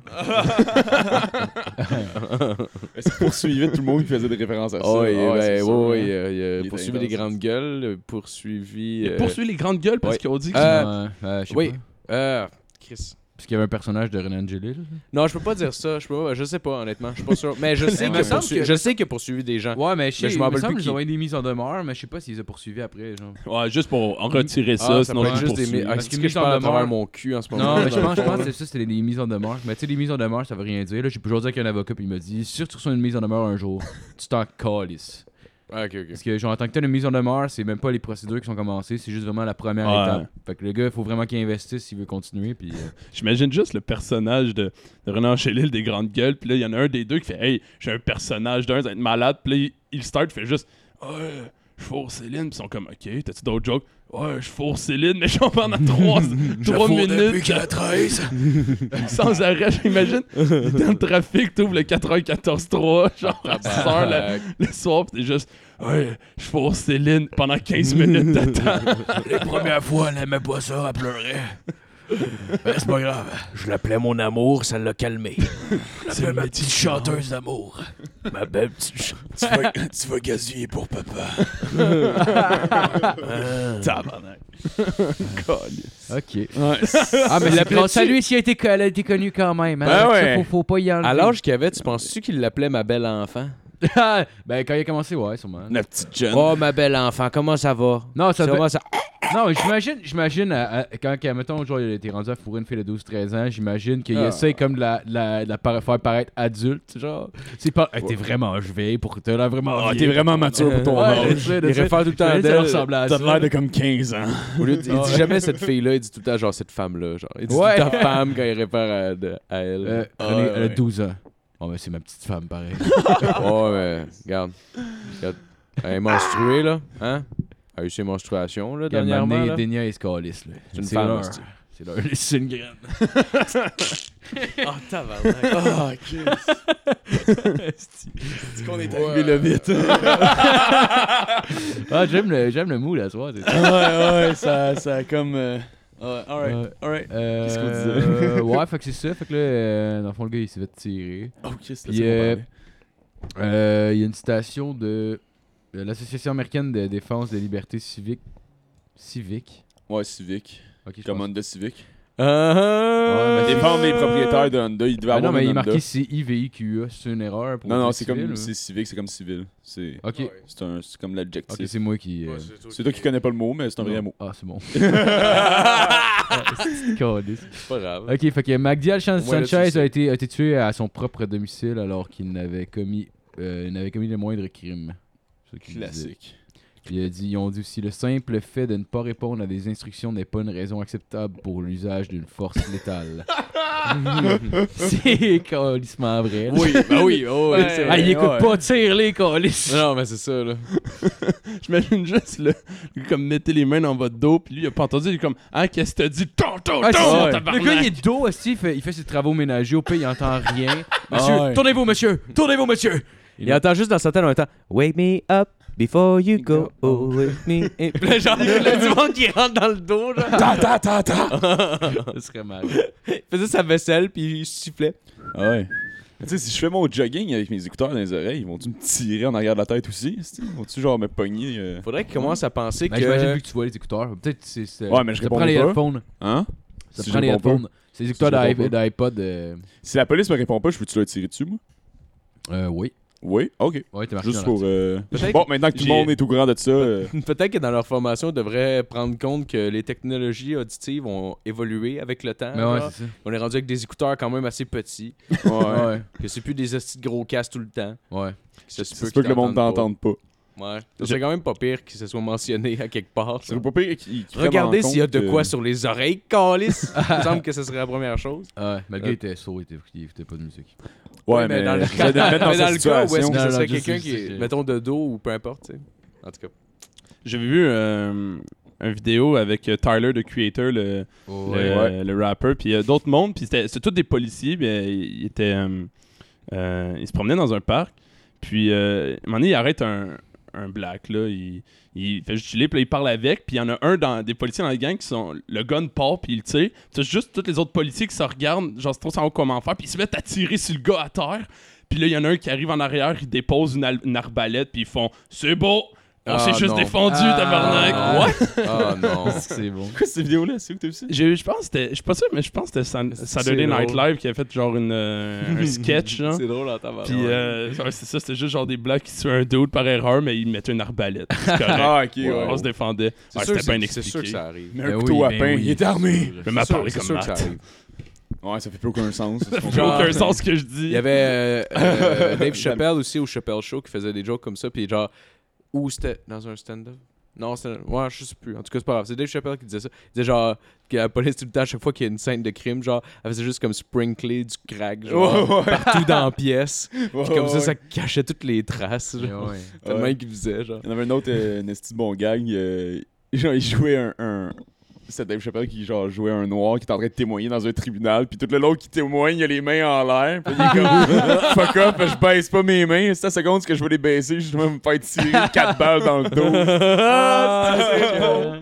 Speaker 8: Est-ce qu'ils poursuivaient tout le monde qui faisait des références à ça?
Speaker 6: Oh, oui,
Speaker 8: Ah, c'est
Speaker 6: ouais, ouais,
Speaker 8: sûr,
Speaker 6: ouais,
Speaker 8: hein.
Speaker 6: il a- il a
Speaker 8: Il est
Speaker 6: poursuivi des
Speaker 8: intense.
Speaker 6: grandes gueules, euh, poursuivi...
Speaker 1: Il
Speaker 6: euh,
Speaker 1: poursuit les grandes gueules parce
Speaker 6: ouais.
Speaker 1: qu'ils ont dit que
Speaker 6: Euh,
Speaker 5: Ouais, ouais, je sais
Speaker 6: oui,
Speaker 5: pas.
Speaker 6: euh, Chris.
Speaker 5: Parce qu'il y avait un personnage de René Angelil.
Speaker 6: Non, je peux pas dire ça, je, peux pas- je sais pas, honnêtement, je suis pas sûr. Mais je sais
Speaker 5: Il
Speaker 6: que
Speaker 5: me semble
Speaker 6: poursuivi-
Speaker 5: que-
Speaker 6: je sais qu'il a poursuivi des gens.
Speaker 5: Ouais, mais Ben, je sais,
Speaker 6: Mais je
Speaker 5: il me
Speaker 6: m'en rappelle
Speaker 5: semble
Speaker 6: plus
Speaker 5: qu'ils
Speaker 6: qui.
Speaker 5: ont eu des mises en demeure, mais je sais pas s'ils les ont poursuivis après, genre.
Speaker 1: Ouais, juste pour en retirer
Speaker 6: Ah,
Speaker 1: ça, sinon
Speaker 6: peut
Speaker 1: je
Speaker 6: être juste des
Speaker 1: poursuis.
Speaker 6: mi- Ah,
Speaker 5: Parce
Speaker 6: c'est
Speaker 5: que
Speaker 6: que
Speaker 5: mise
Speaker 6: je
Speaker 5: en
Speaker 6: parle à
Speaker 5: demeure-
Speaker 6: travers mon cul en ce moment.
Speaker 5: Non, mais je pense, je pense que ça, c'était des mises en demeure. Mais tu sais, les mises en demeure, ça veut rien dire. Là, j'ai toujours dit avec un avocat, puis il m'a dit si tu reçois une mise en demeure un jour, tu t'en calisses.
Speaker 6: Ah, ok, ok.
Speaker 5: Parce que, genre, en tant que tel, une mise en demeure, c'est même pas les procédures qui sont commencées, c'est juste vraiment la première
Speaker 1: Ouais.
Speaker 5: étape. Fait que le gars, il faut vraiment qu'il investisse s'il veut continuer, puis. euh,
Speaker 1: J'imagine juste le personnage de, de Renan Chélil des grandes gueules, puis là, il y en a un des deux qui fait Hey, j'ai un personnage d'un, ça va être malade, puis là, il, il start, fait juste Ouais, je fourre Céline, puis ils sont comme Ok, t'as-tu d'autres jokes Ouais, je fourre Céline, mais j'en pendant trois, trois minutes. sans arrêt, j'imagine. Il était dans le trafic, t'ouvres le 94-3, genre à 6 heures le, le soir, pis t'es juste, ouais, je fourre Céline pendant 15 minutes de temps.
Speaker 2: La première fois, elle aimait pas ça, elle pleurait. Mais c'est pas grave. Je l'appelais mon amour, ça l'a calmé. C'est ma petite chanteuse d'amour. Ma belle petite chanteuse. Tu vas, tu vas gazouiller pour papa. Ah.
Speaker 1: Tabarnak.
Speaker 5: Ok.
Speaker 8: Ouais.
Speaker 5: Ah, mais la grâce à lui, si elle a été, elle a été connue quand même. hein.
Speaker 8: Ben
Speaker 5: Donc ça,
Speaker 8: ouais.
Speaker 5: faut, faut pas y enlever.
Speaker 6: À l'âge qu'il avait, tu penses-tu qu'il l'appelait ma belle enfant?
Speaker 5: Ah, ben, quand il a commencé, ouais, sûrement.
Speaker 8: La petite jeune.
Speaker 6: Oh, ma belle enfant, comment ça va?
Speaker 5: Non, ça
Speaker 6: Comment ça...
Speaker 5: Non, mais j'imagine, j'imagine, à- à- quand, quand, mettons, genre, il était rendu à fourrer une fille de 12-13 ans, j'imagine qu'il
Speaker 8: Ah.
Speaker 5: essaie comme de la, de la, de la para- faire paraître adulte, genre. C'est pas, hey, t'es vraiment vieille pour, t'as l'air vraiment
Speaker 8: Ah,
Speaker 5: vieille.
Speaker 8: t'es vraiment mature pour ton
Speaker 5: Ouais,
Speaker 8: âge.
Speaker 5: je sais,
Speaker 6: Il
Speaker 5: je sais.
Speaker 6: réfère tout le temps
Speaker 5: J'imagine que
Speaker 6: d'elle.
Speaker 5: Ça ressemble à
Speaker 8: T'as
Speaker 5: ça.
Speaker 8: l'air de comme 15 ans.
Speaker 6: Au lieu de- Il dit jamais cette fille-là, il dit tout le temps genre cette femme-là. Genre. Il dit
Speaker 5: Ouais.
Speaker 6: tout le temps femme quand il réfère à, de- à elle.
Speaker 5: Euh,
Speaker 6: Ah,
Speaker 5: René, elle a
Speaker 6: ouais.
Speaker 5: 12 ans. Oh, mais c'est ma petite femme, pareil.
Speaker 6: Ouais, mais regarde. regarde. Elle est menstruée, là. Hein? Elle a eu ses menstruations, là,
Speaker 5: Elle m'a
Speaker 6: dernièrement.
Speaker 5: amené
Speaker 6: là.
Speaker 5: des niais et scalis, là.
Speaker 6: C'est une
Speaker 5: C'est
Speaker 6: femme,
Speaker 5: leur.
Speaker 6: hostie.
Speaker 5: C'est leur. C'est une graine.
Speaker 8: Ah, Chris. C'est qu'on est arrivé là vite.
Speaker 5: Ah, j'aime le, j'aime le mou, la soirée. c'est ça.
Speaker 8: ouais, ouais, ça, ça a comme. Euh... Ouais, alright,
Speaker 5: Ouais.
Speaker 8: alright.
Speaker 5: Euh,
Speaker 8: Qu'est-ce qu'on disait?
Speaker 5: euh, ouais, fait que c'est ça. Fait que là, euh, dans le fond, le gars, il s'est fait tirer. euh,
Speaker 8: Oh, Chris,
Speaker 5: Puis, euh, euh, il y a une citation de euh, l'Association américaine de défense des libertés civiques. Civique.
Speaker 8: Ouais, Civic.
Speaker 5: Ok, je
Speaker 8: Comme
Speaker 5: pense. Ah,
Speaker 8: Honda Civic.
Speaker 5: mais c'est-
Speaker 8: Dépend Euh, des propriétaires de Honda, il devait
Speaker 5: Ah
Speaker 8: avoir
Speaker 5: non, mais
Speaker 8: une
Speaker 5: il est
Speaker 8: Honda.
Speaker 5: marqué CIVIQA. E, C'est une erreur pour
Speaker 8: Non,
Speaker 5: le
Speaker 8: non,
Speaker 5: code
Speaker 8: c'est
Speaker 5: civil,
Speaker 8: comme
Speaker 5: ou-
Speaker 8: c'est civique, c'est comme civil. C'est
Speaker 5: Ok,
Speaker 8: c'est un- c'est comme l'adjectif.
Speaker 5: ok, c'est moi qui. euh,
Speaker 8: c'est toi qui connais pas le mot, mais c'est un vrai mot.
Speaker 5: Ah, c'est bon. Ah, c'est calice.
Speaker 6: C'est pas grave.
Speaker 5: ok, fait que MacDial
Speaker 6: Au moins, là, tu le
Speaker 5: Sanchez
Speaker 6: sais.
Speaker 5: a été, a été tué à son propre domicile alors qu'il n'avait commis, euh, il n'avait commis le moindre crime. C'est ce qu'il disait.
Speaker 8: Classique.
Speaker 5: Puis il a dit, ils ont dit aussi le simple fait de ne pas répondre à des instructions n'est pas une raison acceptable pour l'usage d'une force létale. c'est calissement vrai. là.
Speaker 6: Oui, bah oui, oh, oui, c'est
Speaker 5: Ah,
Speaker 6: vrai.
Speaker 5: il écoute
Speaker 8: ouais.
Speaker 5: pas, tire les calices.
Speaker 6: Non, mais c'est ça, là.
Speaker 1: J'imagine juste le. lui, Comme mettez les mains dans votre dos, puis lui, il a pas entendu, il est comme Ah, qu'est-ce que t'as dit Tonton,
Speaker 5: Ah, c'est ça.
Speaker 1: tonton,
Speaker 5: le gars, il est dos aussi, il fait, il fait ses travaux ménagers, au pire, il entend rien. Monsieur,
Speaker 6: Ah ouais.
Speaker 5: tournez-vous, monsieur, tournez-vous, monsieur.
Speaker 6: Il entend juste dans sa tête en même temps Wake me up before you go away me. in- Puis là, genre, le du monde qui rentre dans le dos, genre.
Speaker 8: Ta ta ta ta!
Speaker 5: Ce serait mal.
Speaker 6: Il faisait sa vaisselle, puis il sifflait.
Speaker 8: Ah ouais. Tu sais, si je fais mon jogging avec mes écouteurs dans les oreilles, ils vont-tu me tirer en arrière de la tête aussi? esti? Vont-tu genre me pogner? euh,
Speaker 6: Faudrait qu'il commence à penser
Speaker 8: Ben,
Speaker 5: Mais j'imagine vu
Speaker 6: que.
Speaker 5: que tu vois les écouteurs. Peut-être que c'est. c'est-
Speaker 8: Ouais, mais je
Speaker 5: ça
Speaker 8: réponds
Speaker 5: prend les
Speaker 8: pas.
Speaker 5: headphones.
Speaker 8: Hein?
Speaker 5: Ça
Speaker 8: Si
Speaker 5: prend
Speaker 8: je
Speaker 5: les
Speaker 8: réponds pas.
Speaker 5: headphones. C'est les écouteurs
Speaker 8: je réponds
Speaker 5: d'i- d'iPod. Euh,
Speaker 8: Si la police me répond pas, je peux-tu leur tirer dessus, moi?
Speaker 5: euh, oui.
Speaker 8: Oui, ok.
Speaker 5: Ouais, t'es marqué.
Speaker 8: Juste
Speaker 5: dans
Speaker 8: pour. euh,
Speaker 6: Peut-être
Speaker 8: Bon, maintenant que tout le
Speaker 6: j'ai-
Speaker 8: monde est au courant de ça. euh,
Speaker 6: Peut-être que dans leur formation, ils devraient prendre compte que les technologies auditives ont évolué avec le temps.
Speaker 5: la- Mais ouais,
Speaker 6: genre.
Speaker 5: c'est ça.
Speaker 6: On est rendu avec des écouteurs quand même assez petits.
Speaker 8: Ben ouais.
Speaker 5: Ouais.
Speaker 6: Que c'est plus des hosties de gros casses tout le temps.
Speaker 5: Ouais.
Speaker 6: Ça
Speaker 8: Ça se peut que le monde t'entende pas.
Speaker 6: Ouais. C'est quand même pas pire que ce soit mentionné à quelque part.
Speaker 8: C'est pas pire qu'ils- qu'ils
Speaker 6: Regardez
Speaker 8: prennent en
Speaker 6: s'il y a de
Speaker 8: compte,
Speaker 6: quoi
Speaker 8: euh,
Speaker 6: sur les oreilles, calice. Il me semble que ce serait la première chose.
Speaker 5: Ah Ouais. Mais le
Speaker 6: Euh,
Speaker 5: gars était sourd, il était- il écoutait pas de musique.
Speaker 8: Ouais,
Speaker 6: Oui,
Speaker 8: mais
Speaker 6: dans le
Speaker 8: j'essaie de me mettre dans
Speaker 6: mais
Speaker 8: sa
Speaker 6: dans le cas où est-ce
Speaker 8: situation.
Speaker 6: que
Speaker 5: Non,
Speaker 6: ce
Speaker 5: non,
Speaker 6: serait
Speaker 5: je
Speaker 6: quelqu'un
Speaker 5: sais,
Speaker 6: qui
Speaker 5: je
Speaker 6: est,
Speaker 5: sais.
Speaker 6: mettons, de dos ou peu importe, tu sais. En tout cas.
Speaker 1: J'avais vu euh, une vidéo avec euh, Tyler, the Creator, le, le,
Speaker 8: Ouais.
Speaker 1: le rapper, puis euh, d'autres mondes, puis c'était c'était tous des policiers, puis euh, ils étaient, euh, euh, ils se promenaient dans un parc, puis euh, à un moment donné, il arrête un, un black, là, il, il fait juste chiller, puis là, il parle avec, puis il y en a un dans, des policiers dans la gang qui sont, le gun part, puis il tire, c'est juste tous les autres policiers qui se regardent, genre, c'est trop sans comment faire, puis ils se mettent à tirer sur le gars à terre, puis là, il y en a un qui arrive en arrière, il dépose une, al- une arbalète, puis ils font « C'est beau, on
Speaker 6: Ah,
Speaker 1: s'est juste
Speaker 6: non.
Speaker 1: défendu, tabarnak!
Speaker 5: Ah.
Speaker 1: What?
Speaker 6: Ah non.
Speaker 5: C'est bon.
Speaker 8: Pourquoi cette vidéo-là? C'est où que t'as vu ça?
Speaker 1: J'ai- Je pense que c'était. Je suis pas sûr, mais je pense que c'était San-
Speaker 6: C'est
Speaker 1: Saturday Night
Speaker 6: drôle.
Speaker 1: Live qui a fait genre une, euh, un sketch. genre.
Speaker 6: C'est drôle en temps
Speaker 1: Puis euh, ouais, c'est ça, c'était juste genre des blagues qui tuaient un dude par erreur, mais ils mettaient une arbalète. C'est correct.
Speaker 8: Ah, ok, ouais.
Speaker 1: On se défendait.
Speaker 6: C'est
Speaker 1: Ouais,
Speaker 6: sûr
Speaker 1: c'était
Speaker 6: que
Speaker 1: bien
Speaker 6: c'est- C'est sûr que
Speaker 1: expliqué.
Speaker 6: ça arrive.
Speaker 8: Mais
Speaker 5: Ben
Speaker 8: un
Speaker 5: oui,
Speaker 8: couteau à
Speaker 5: ben
Speaker 8: pain,
Speaker 5: oui.
Speaker 8: il est armé!
Speaker 1: Je m'a
Speaker 6: C'est
Speaker 1: parlé
Speaker 6: sûr-
Speaker 1: comme
Speaker 6: c'est sûr que
Speaker 1: Matt.
Speaker 6: ça arrive.
Speaker 8: Ouais, ça fait plus aucun sens.
Speaker 1: J'ai
Speaker 6: Genre-
Speaker 1: aucun sens ce que je dis.
Speaker 6: Il y avait euh, euh, Dave Chappelle aussi au Chappelle Show qui faisait des jokes comme ça, puis genre, où c'était dans un stand-up Non, c'était. Ouais, je sais plus. En tout cas, c'est pas grave. C'est Dave Chappelle qui disait ça. Il disait genre que la police, tout le temps, à chaque fois qu'il y a une scène de crime, genre, elle faisait juste comme sprinkler du crack, genre,
Speaker 8: Ouais, ouais.
Speaker 6: partout dans la pièce.
Speaker 8: Ouais,
Speaker 6: Puis comme ça,
Speaker 8: ouais.
Speaker 6: ça cachait toutes les traces,
Speaker 5: Mais
Speaker 6: genre.
Speaker 5: ouais.
Speaker 6: Tellement
Speaker 8: Ouais.
Speaker 6: qu'il faisait, genre.
Speaker 8: Il y en avait un autre, euh, un esti de bon gang. euh, genre, il jouait un. un... C'était Dave Chappelle qui genre, jouait un noir qui était en train de témoigner dans un tribunal. Puis tout le long qui témoigne, il a les mains en l'air. Puis il est comme Fuck up, je baisse pas mes mains. C'est à seconde que je veux les baisser. Je vais me faire tirer 4 balles dans le dos. Ah, c'est bon.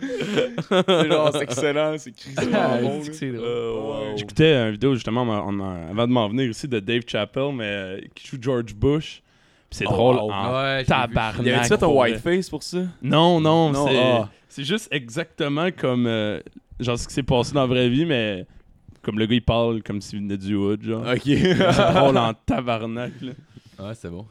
Speaker 8: C'est genre, c'est excellent. C'est crissement
Speaker 5: Ah,
Speaker 8: bon. là.
Speaker 2: Oh,
Speaker 8: Euh, ouais.
Speaker 1: J'écoutais une vidéo justement en- en- en- avant de m'en venir ici de Dave Chappelle, mais euh, qui joue George Bush.
Speaker 6: Oh,
Speaker 1: Puis c'est drôle en
Speaker 5: Ouais, je l'ai vu.
Speaker 1: tabarnak.
Speaker 8: Il avait fait un
Speaker 1: pour euh, vrai.
Speaker 8: whiteface pour ça?
Speaker 1: Non, non,
Speaker 8: Non,
Speaker 1: c'est
Speaker 8: ah.
Speaker 1: c'est juste exactement comme euh, genre ce qui s'est passé dans la vraie vie, mais comme le gars il parle comme s'il venait du hood, genre.
Speaker 8: Ok.
Speaker 1: C'est drôle en tabarnak, là.
Speaker 5: Ouais, c'est Ah, bon.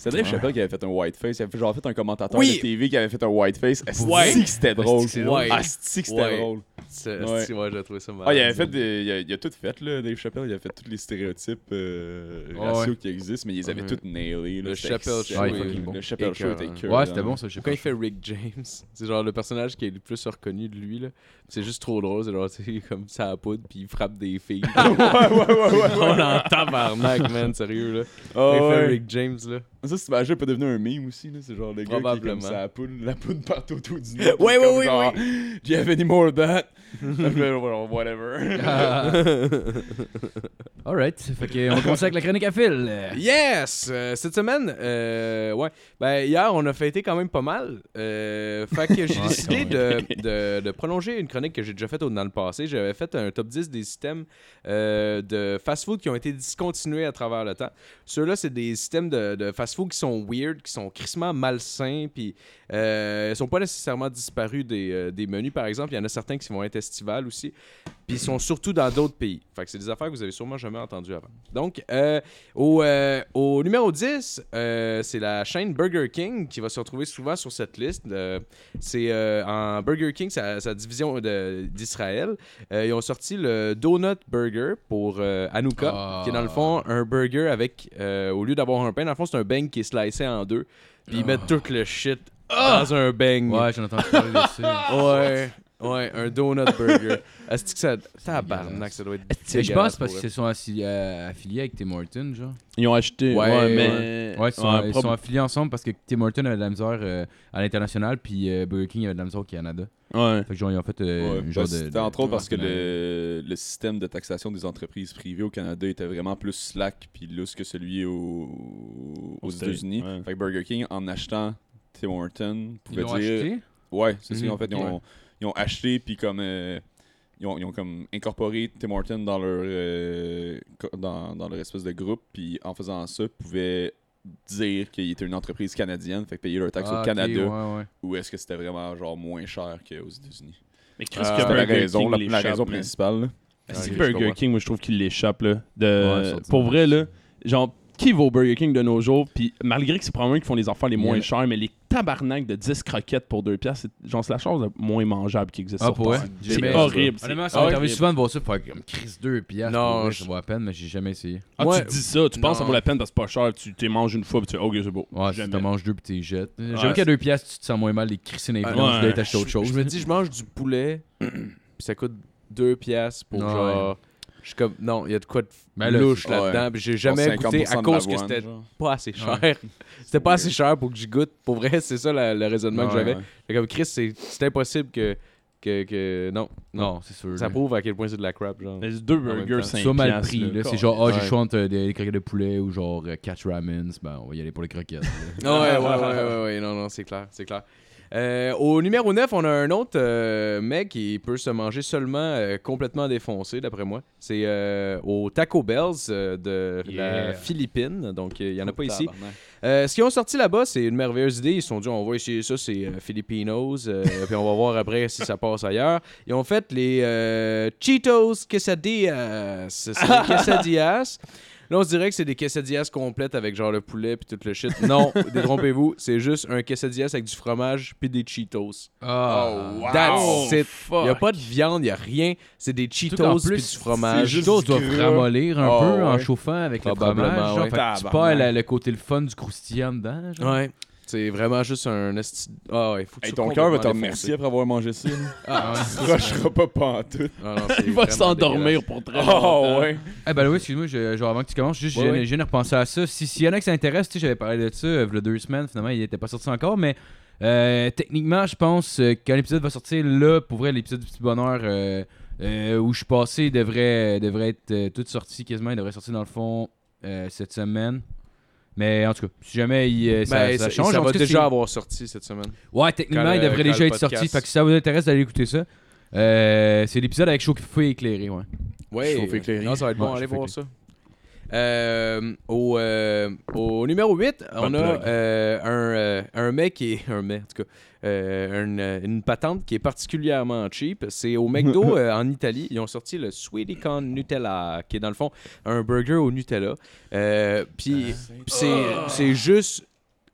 Speaker 8: C'est Dave Chappelle qui avait fait un whiteface. Il avait fait- genre fait un commentateur
Speaker 6: Oui.
Speaker 8: de TV qui avait fait un whiteface. Asti
Speaker 6: Ouais.
Speaker 8: que c'était drôle.
Speaker 5: Asti que c'est
Speaker 6: drôle.
Speaker 8: Asti que c'était
Speaker 6: Ouais.
Speaker 8: drôle.
Speaker 6: C'est-
Speaker 8: Ouais.
Speaker 6: c'est- Ouais, j'ai trouvé ça mal.
Speaker 8: Ah, il avait fait des, il, a, il a tout fait, là, Dave Chappelle. Il a fait tous les stéréotypes euh, raciaux qui existent, mais ils les avaient
Speaker 6: Ouais.
Speaker 8: tous nailés. Là,
Speaker 6: Le
Speaker 8: C'était
Speaker 6: Chappelle
Speaker 8: excellent.
Speaker 6: Show
Speaker 5: est fucking bon.
Speaker 8: Le Chappelle Show était
Speaker 6: Écœurant.
Speaker 8: cœur.
Speaker 5: Ouais, c'était bon ça, je sais
Speaker 6: Quand
Speaker 5: pas.
Speaker 6: il fait Rick James, c'est genre le personnage qui est le plus reconnu de lui, là. C'est juste trop drôle, c'est genre, tu sais, comme ça à poudre, puis il frappe des filles. Ah, ouais, ouais, ouais, Ah, ouais. On en tabarnak, man, sérieux, là. Quand il fait Rick James, là.
Speaker 8: Ah, Ça, cette image-là peut devenir un meme aussi. là. C'est genre le gars qui est comme
Speaker 6: Probablement.
Speaker 8: ça, la poudre, la poudre partout autour du nez.
Speaker 6: Ouais, ouais,
Speaker 8: Comme
Speaker 6: ouais,
Speaker 8: genre, Do you have any more of that?
Speaker 7: Whatever.
Speaker 5: Alright, fait que on commence avec la chronique à fil.
Speaker 6: Yes! Euh, cette semaine, euh, ouais. Ben, hier, on a fêté quand même pas mal. Euh, fait que j'ai
Speaker 5: Ouais,
Speaker 6: décidé
Speaker 5: quand
Speaker 6: de, de- de prolonger une chronique que j'ai déjà faite au- dans le passé. J'avais fait un top 10 des systèmes euh, de fast-food qui ont été discontinués à travers le temps. Ceux-là, c'est des systèmes de, de fast-food qui sont weird, qui sont crissement malsains, puis euh, ils sont pas nécessairement disparus des, euh, des menus, par exemple. Il y en a certains qui vont être estivales aussi. Puis ils sont surtout dans d'autres pays. Fait que c'est des affaires que vous avez sûrement jamais entendues avant. Donc, euh, au, euh, au numéro 10, euh, c'est la chaîne Burger King qui va se retrouver souvent sur cette liste. Euh, c'est euh, en Burger King, sa, sa division de- d'Israël. Euh, ils ont sorti le Donut Burger pour euh, Hanouka,
Speaker 5: Ah.
Speaker 6: qui est dans le fond un burger avec, euh, au lieu d'avoir un pain, dans le fond, c'est un bang qui est slicé en deux. Puis ils mettent tout le shit dans un bang.
Speaker 5: Ah. Ouais, j'en entends parler de ça.
Speaker 6: Ouais, ouais, un donut burger. Est-ce que ça. Tabarnak, ça doit être.
Speaker 5: Mais Je pense
Speaker 6: dégueulasse
Speaker 5: parce
Speaker 6: pour
Speaker 5: qu'ils sont assi- euh, affiliés avec Tim Hortons, genre.
Speaker 1: Ils ont acheté.
Speaker 6: Ouais,
Speaker 1: Ouais,
Speaker 6: ouais.
Speaker 1: mais.
Speaker 5: Ouais, ils sont,
Speaker 1: Ouais,
Speaker 5: ils
Speaker 1: prob-
Speaker 5: sont affiliés ensemble parce que Tim Hortons avait de la misère euh, à l'international, puis euh, Burger King avait de la misère au Canada.
Speaker 1: ouais.
Speaker 5: Fait que genre, ils ont fait euh,
Speaker 7: Ouais,
Speaker 8: ben,
Speaker 5: un
Speaker 7: bah,
Speaker 5: genre de.
Speaker 7: C'était
Speaker 5: de-
Speaker 7: entre autres parce que
Speaker 5: de-
Speaker 7: le, le système de taxation des entreprises privées au Canada était vraiment plus slack puis lousse que celui au- aux
Speaker 1: Aux
Speaker 7: États-Unis.
Speaker 1: States, ouais.
Speaker 7: Fait que Burger King, en achetant Tim Horton,
Speaker 5: Ils
Speaker 7: pouvait
Speaker 5: l'ont
Speaker 7: dire.
Speaker 5: acheté.
Speaker 7: Ouais, c'est ça.
Speaker 1: Mhm,
Speaker 7: En fait, ils
Speaker 1: ok.
Speaker 7: ont, ils ont acheté puis comme. euh, ils ont, ils ont comme incorporé Tim Horton dans leur euh, co- dans, dans leur espèce de groupe puis en faisant ça ils pouvaient dire qu'il était une entreprise canadienne fait que payer leur taxe
Speaker 5: Ah,
Speaker 7: au
Speaker 5: ok,
Speaker 7: Canada
Speaker 5: ouais, ouais.
Speaker 7: ou est-ce que c'était vraiment genre moins cher qu'aux États-Unis
Speaker 1: Mais Chris,
Speaker 7: c'est
Speaker 1: que
Speaker 7: la
Speaker 1: Burger
Speaker 7: raison,
Speaker 1: King
Speaker 7: la, la
Speaker 1: l'échappe,
Speaker 7: raison
Speaker 1: là.
Speaker 7: principale. là.
Speaker 1: C'est
Speaker 7: Ok, je
Speaker 1: Burger
Speaker 7: comprends.
Speaker 1: King, moi je trouve qu'il l'échappe là.
Speaker 5: Ouais,
Speaker 1: De...
Speaker 5: ça, ça
Speaker 1: pour
Speaker 5: marche.
Speaker 1: vrai là, genre qui va au Burger King de nos jours, puis malgré que c'est probablement qu'ils font les enfants les moins
Speaker 5: Yeah.
Speaker 1: chers, mais les tabarnak de 10 croquettes pour 2 piastres, c'est genre c'est la chose la moins mangeable qui existe
Speaker 5: Ah,
Speaker 1: sur
Speaker 5: pour
Speaker 1: Terre.
Speaker 5: vrai?
Speaker 1: C'est
Speaker 5: Jamais-
Speaker 1: horrible. c'est
Speaker 6: Ah
Speaker 5: Honnêtement, ça m'est arrivé
Speaker 1: horrible.
Speaker 5: souvent de voir ça, faire comme Chris 2 piastres.
Speaker 6: Non,
Speaker 5: pour vrai,
Speaker 6: je-
Speaker 5: je vois à peine, mais j'ai jamais essayé.
Speaker 1: Ah,
Speaker 6: Ouais.
Speaker 1: tu dis ça, tu penses que ça
Speaker 6: Non.
Speaker 1: vaut la peine parce que c'est pas cher, tu t'es manges une fois, puis tu fais, oh, ok, c'est beau.
Speaker 5: Ouais, si
Speaker 1: Jamais.
Speaker 5: t'en manges deux puis t'es jettes.
Speaker 1: Ouais.
Speaker 5: J'avoue qu'à deux piastres, tu te sens moins mal les crissines
Speaker 6: Ah,
Speaker 5: influences,
Speaker 1: ouais.
Speaker 5: tu dois t'acheter autre
Speaker 6: Je-
Speaker 5: chose.
Speaker 6: Je me dis, je mange du poulet, puis ça coûte 2 piastres pour
Speaker 5: Ouais.
Speaker 6: genre. Je suis comme, non, il y a de quoi de
Speaker 5: Ben là,
Speaker 6: louche
Speaker 7: c'est-
Speaker 6: là-dedans,
Speaker 7: ouais.
Speaker 6: puis j'ai
Speaker 7: Genre
Speaker 6: jamais goûté
Speaker 7: 50%
Speaker 6: à
Speaker 7: de
Speaker 6: cause que
Speaker 7: l'avoine,
Speaker 6: c'était
Speaker 7: genre.
Speaker 6: pas assez cher. c'était pas assez cher pour que j'y goûte. Pour vrai, c'est ça la- le raisonnement que
Speaker 5: Ouais,
Speaker 6: j'avais.
Speaker 7: ouais.
Speaker 6: Fait comme, Chris, c'est c'est impossible que, que, que- Non, non.
Speaker 5: Non, c'est sûr.
Speaker 6: Ça
Speaker 5: là.
Speaker 6: prouve à quel point c'est de la crap, genre.
Speaker 1: Mais c'est deux
Speaker 6: même
Speaker 1: burgers,
Speaker 6: temps.
Speaker 1: 5
Speaker 5: Soit mal
Speaker 1: piastres,
Speaker 5: pris, là. C'est
Speaker 1: Car-
Speaker 5: genre, ah, j'ai
Speaker 6: Ouais.
Speaker 5: le choix entre des des croquettes de poulet ou genre euh, quatre ramens. Ben, on va y aller pour les croquettes. là.
Speaker 6: Ouais, ouais, ouais, ouais, ouais, non, non, c'est clair, c'est clair. Euh, au numéro 9, on a un autre euh, mec qui peut se manger seulement euh, complètement défoncé, d'après moi. C'est euh, au Taco Bells euh, de la
Speaker 5: Yeah.
Speaker 6: Philippine, donc euh, il y en a pas ici. Euh, ce qu'ils ont sorti là-bas, c'est une merveilleuse idée. Ils se sont dit, on va essayer ça, c'est euh, Filipinos, euh, puis on va voir après si ça passe ailleurs. Ils ont fait les euh, Cheetos Quesadillas. C'est des quesadillas. Là, on se dirait que c'est des quesadillas complètes avec genre le poulet puis tout le shit. Non, détrompez-vous, c'est juste un quesadillas avec du fromage puis des Cheetos.
Speaker 5: Ah, wow.
Speaker 2: Oh,
Speaker 6: That's it. Il n'y a pas de viande, il n'y a rien. C'est des Cheetos puis du
Speaker 5: Les
Speaker 6: fromage.
Speaker 5: Cheetos doivent ramollir un
Speaker 7: Ah,
Speaker 5: peu en
Speaker 7: ouais.
Speaker 5: chauffant avec le
Speaker 6: Probablement,
Speaker 5: fromage. Genre,
Speaker 6: ouais.
Speaker 5: fait que tu
Speaker 7: Tabarnak.
Speaker 5: perds la- le côté le fun du croustillant dedans. genre.
Speaker 6: Ouais. C'est vraiment juste un... esti- Ah ouais, faut que
Speaker 7: Hey,
Speaker 6: tu
Speaker 7: ton
Speaker 6: sois
Speaker 7: cœur va te
Speaker 6: complètement
Speaker 7: remercier après avoir mangé ça. là.
Speaker 5: Ah, ouais.
Speaker 7: Tu rusheras pas pantoute.
Speaker 6: Ah non, c'est
Speaker 1: Il va
Speaker 6: vraiment
Speaker 1: s'endormir pour très longtemps.
Speaker 7: Oh ouais.
Speaker 5: Eh ben oui, excuse-moi, je- genre avant que tu commences, juste
Speaker 6: Ouais,
Speaker 5: j'ai
Speaker 6: ouais.
Speaker 5: j'ai repensé à ça. Si- S'il y en a qui s'intéressent, tu sais, j'avais parlé de ça euh, v'là deux semaines, finalement, il était pas sorti encore, mais euh, techniquement, je pense euh, quand l'épisode va sortir, là, pour vrai, l'épisode du petit bonheur euh, euh, où je suis passé il devrait, euh, devrait être euh, tout sorti quasiment, il devrait sortir dans le fond euh, cette semaine. Mais en tout cas, si jamais il, euh, ça,
Speaker 6: Ben,
Speaker 5: ça change,
Speaker 6: ça
Speaker 5: en
Speaker 6: va
Speaker 5: tout cas,
Speaker 6: déjà
Speaker 5: c'est-
Speaker 6: avoir sorti cette semaine.
Speaker 5: Ouais, techniquement,
Speaker 6: Quand
Speaker 5: il
Speaker 6: le-
Speaker 5: devrait
Speaker 6: quand
Speaker 5: déjà
Speaker 6: le
Speaker 5: être sorti.
Speaker 6: podcast-
Speaker 5: Fait que si ça vous intéresse d'aller écouter ça, euh, c'est l'épisode avec Chauffé éclairé, ouais.
Speaker 6: Ouais.
Speaker 7: Chauffe éclairé.
Speaker 6: Non, ça va être bon,
Speaker 5: Ouais,
Speaker 6: allez
Speaker 5: chauffe
Speaker 6: voir ça. Euh, au, euh, au numéro 8, on a
Speaker 7: plug.
Speaker 6: euh, un, euh, un mec qui est. Un mec, en tout cas. euh, une, euh, une patente qui est particulièrement cheap. C'est au McDo euh, en Italie. Ils ont sorti le Sweetie Con Nutella, qui est dans le fond un burger au Nutella. Euh, Puis puis c'est c'est juste.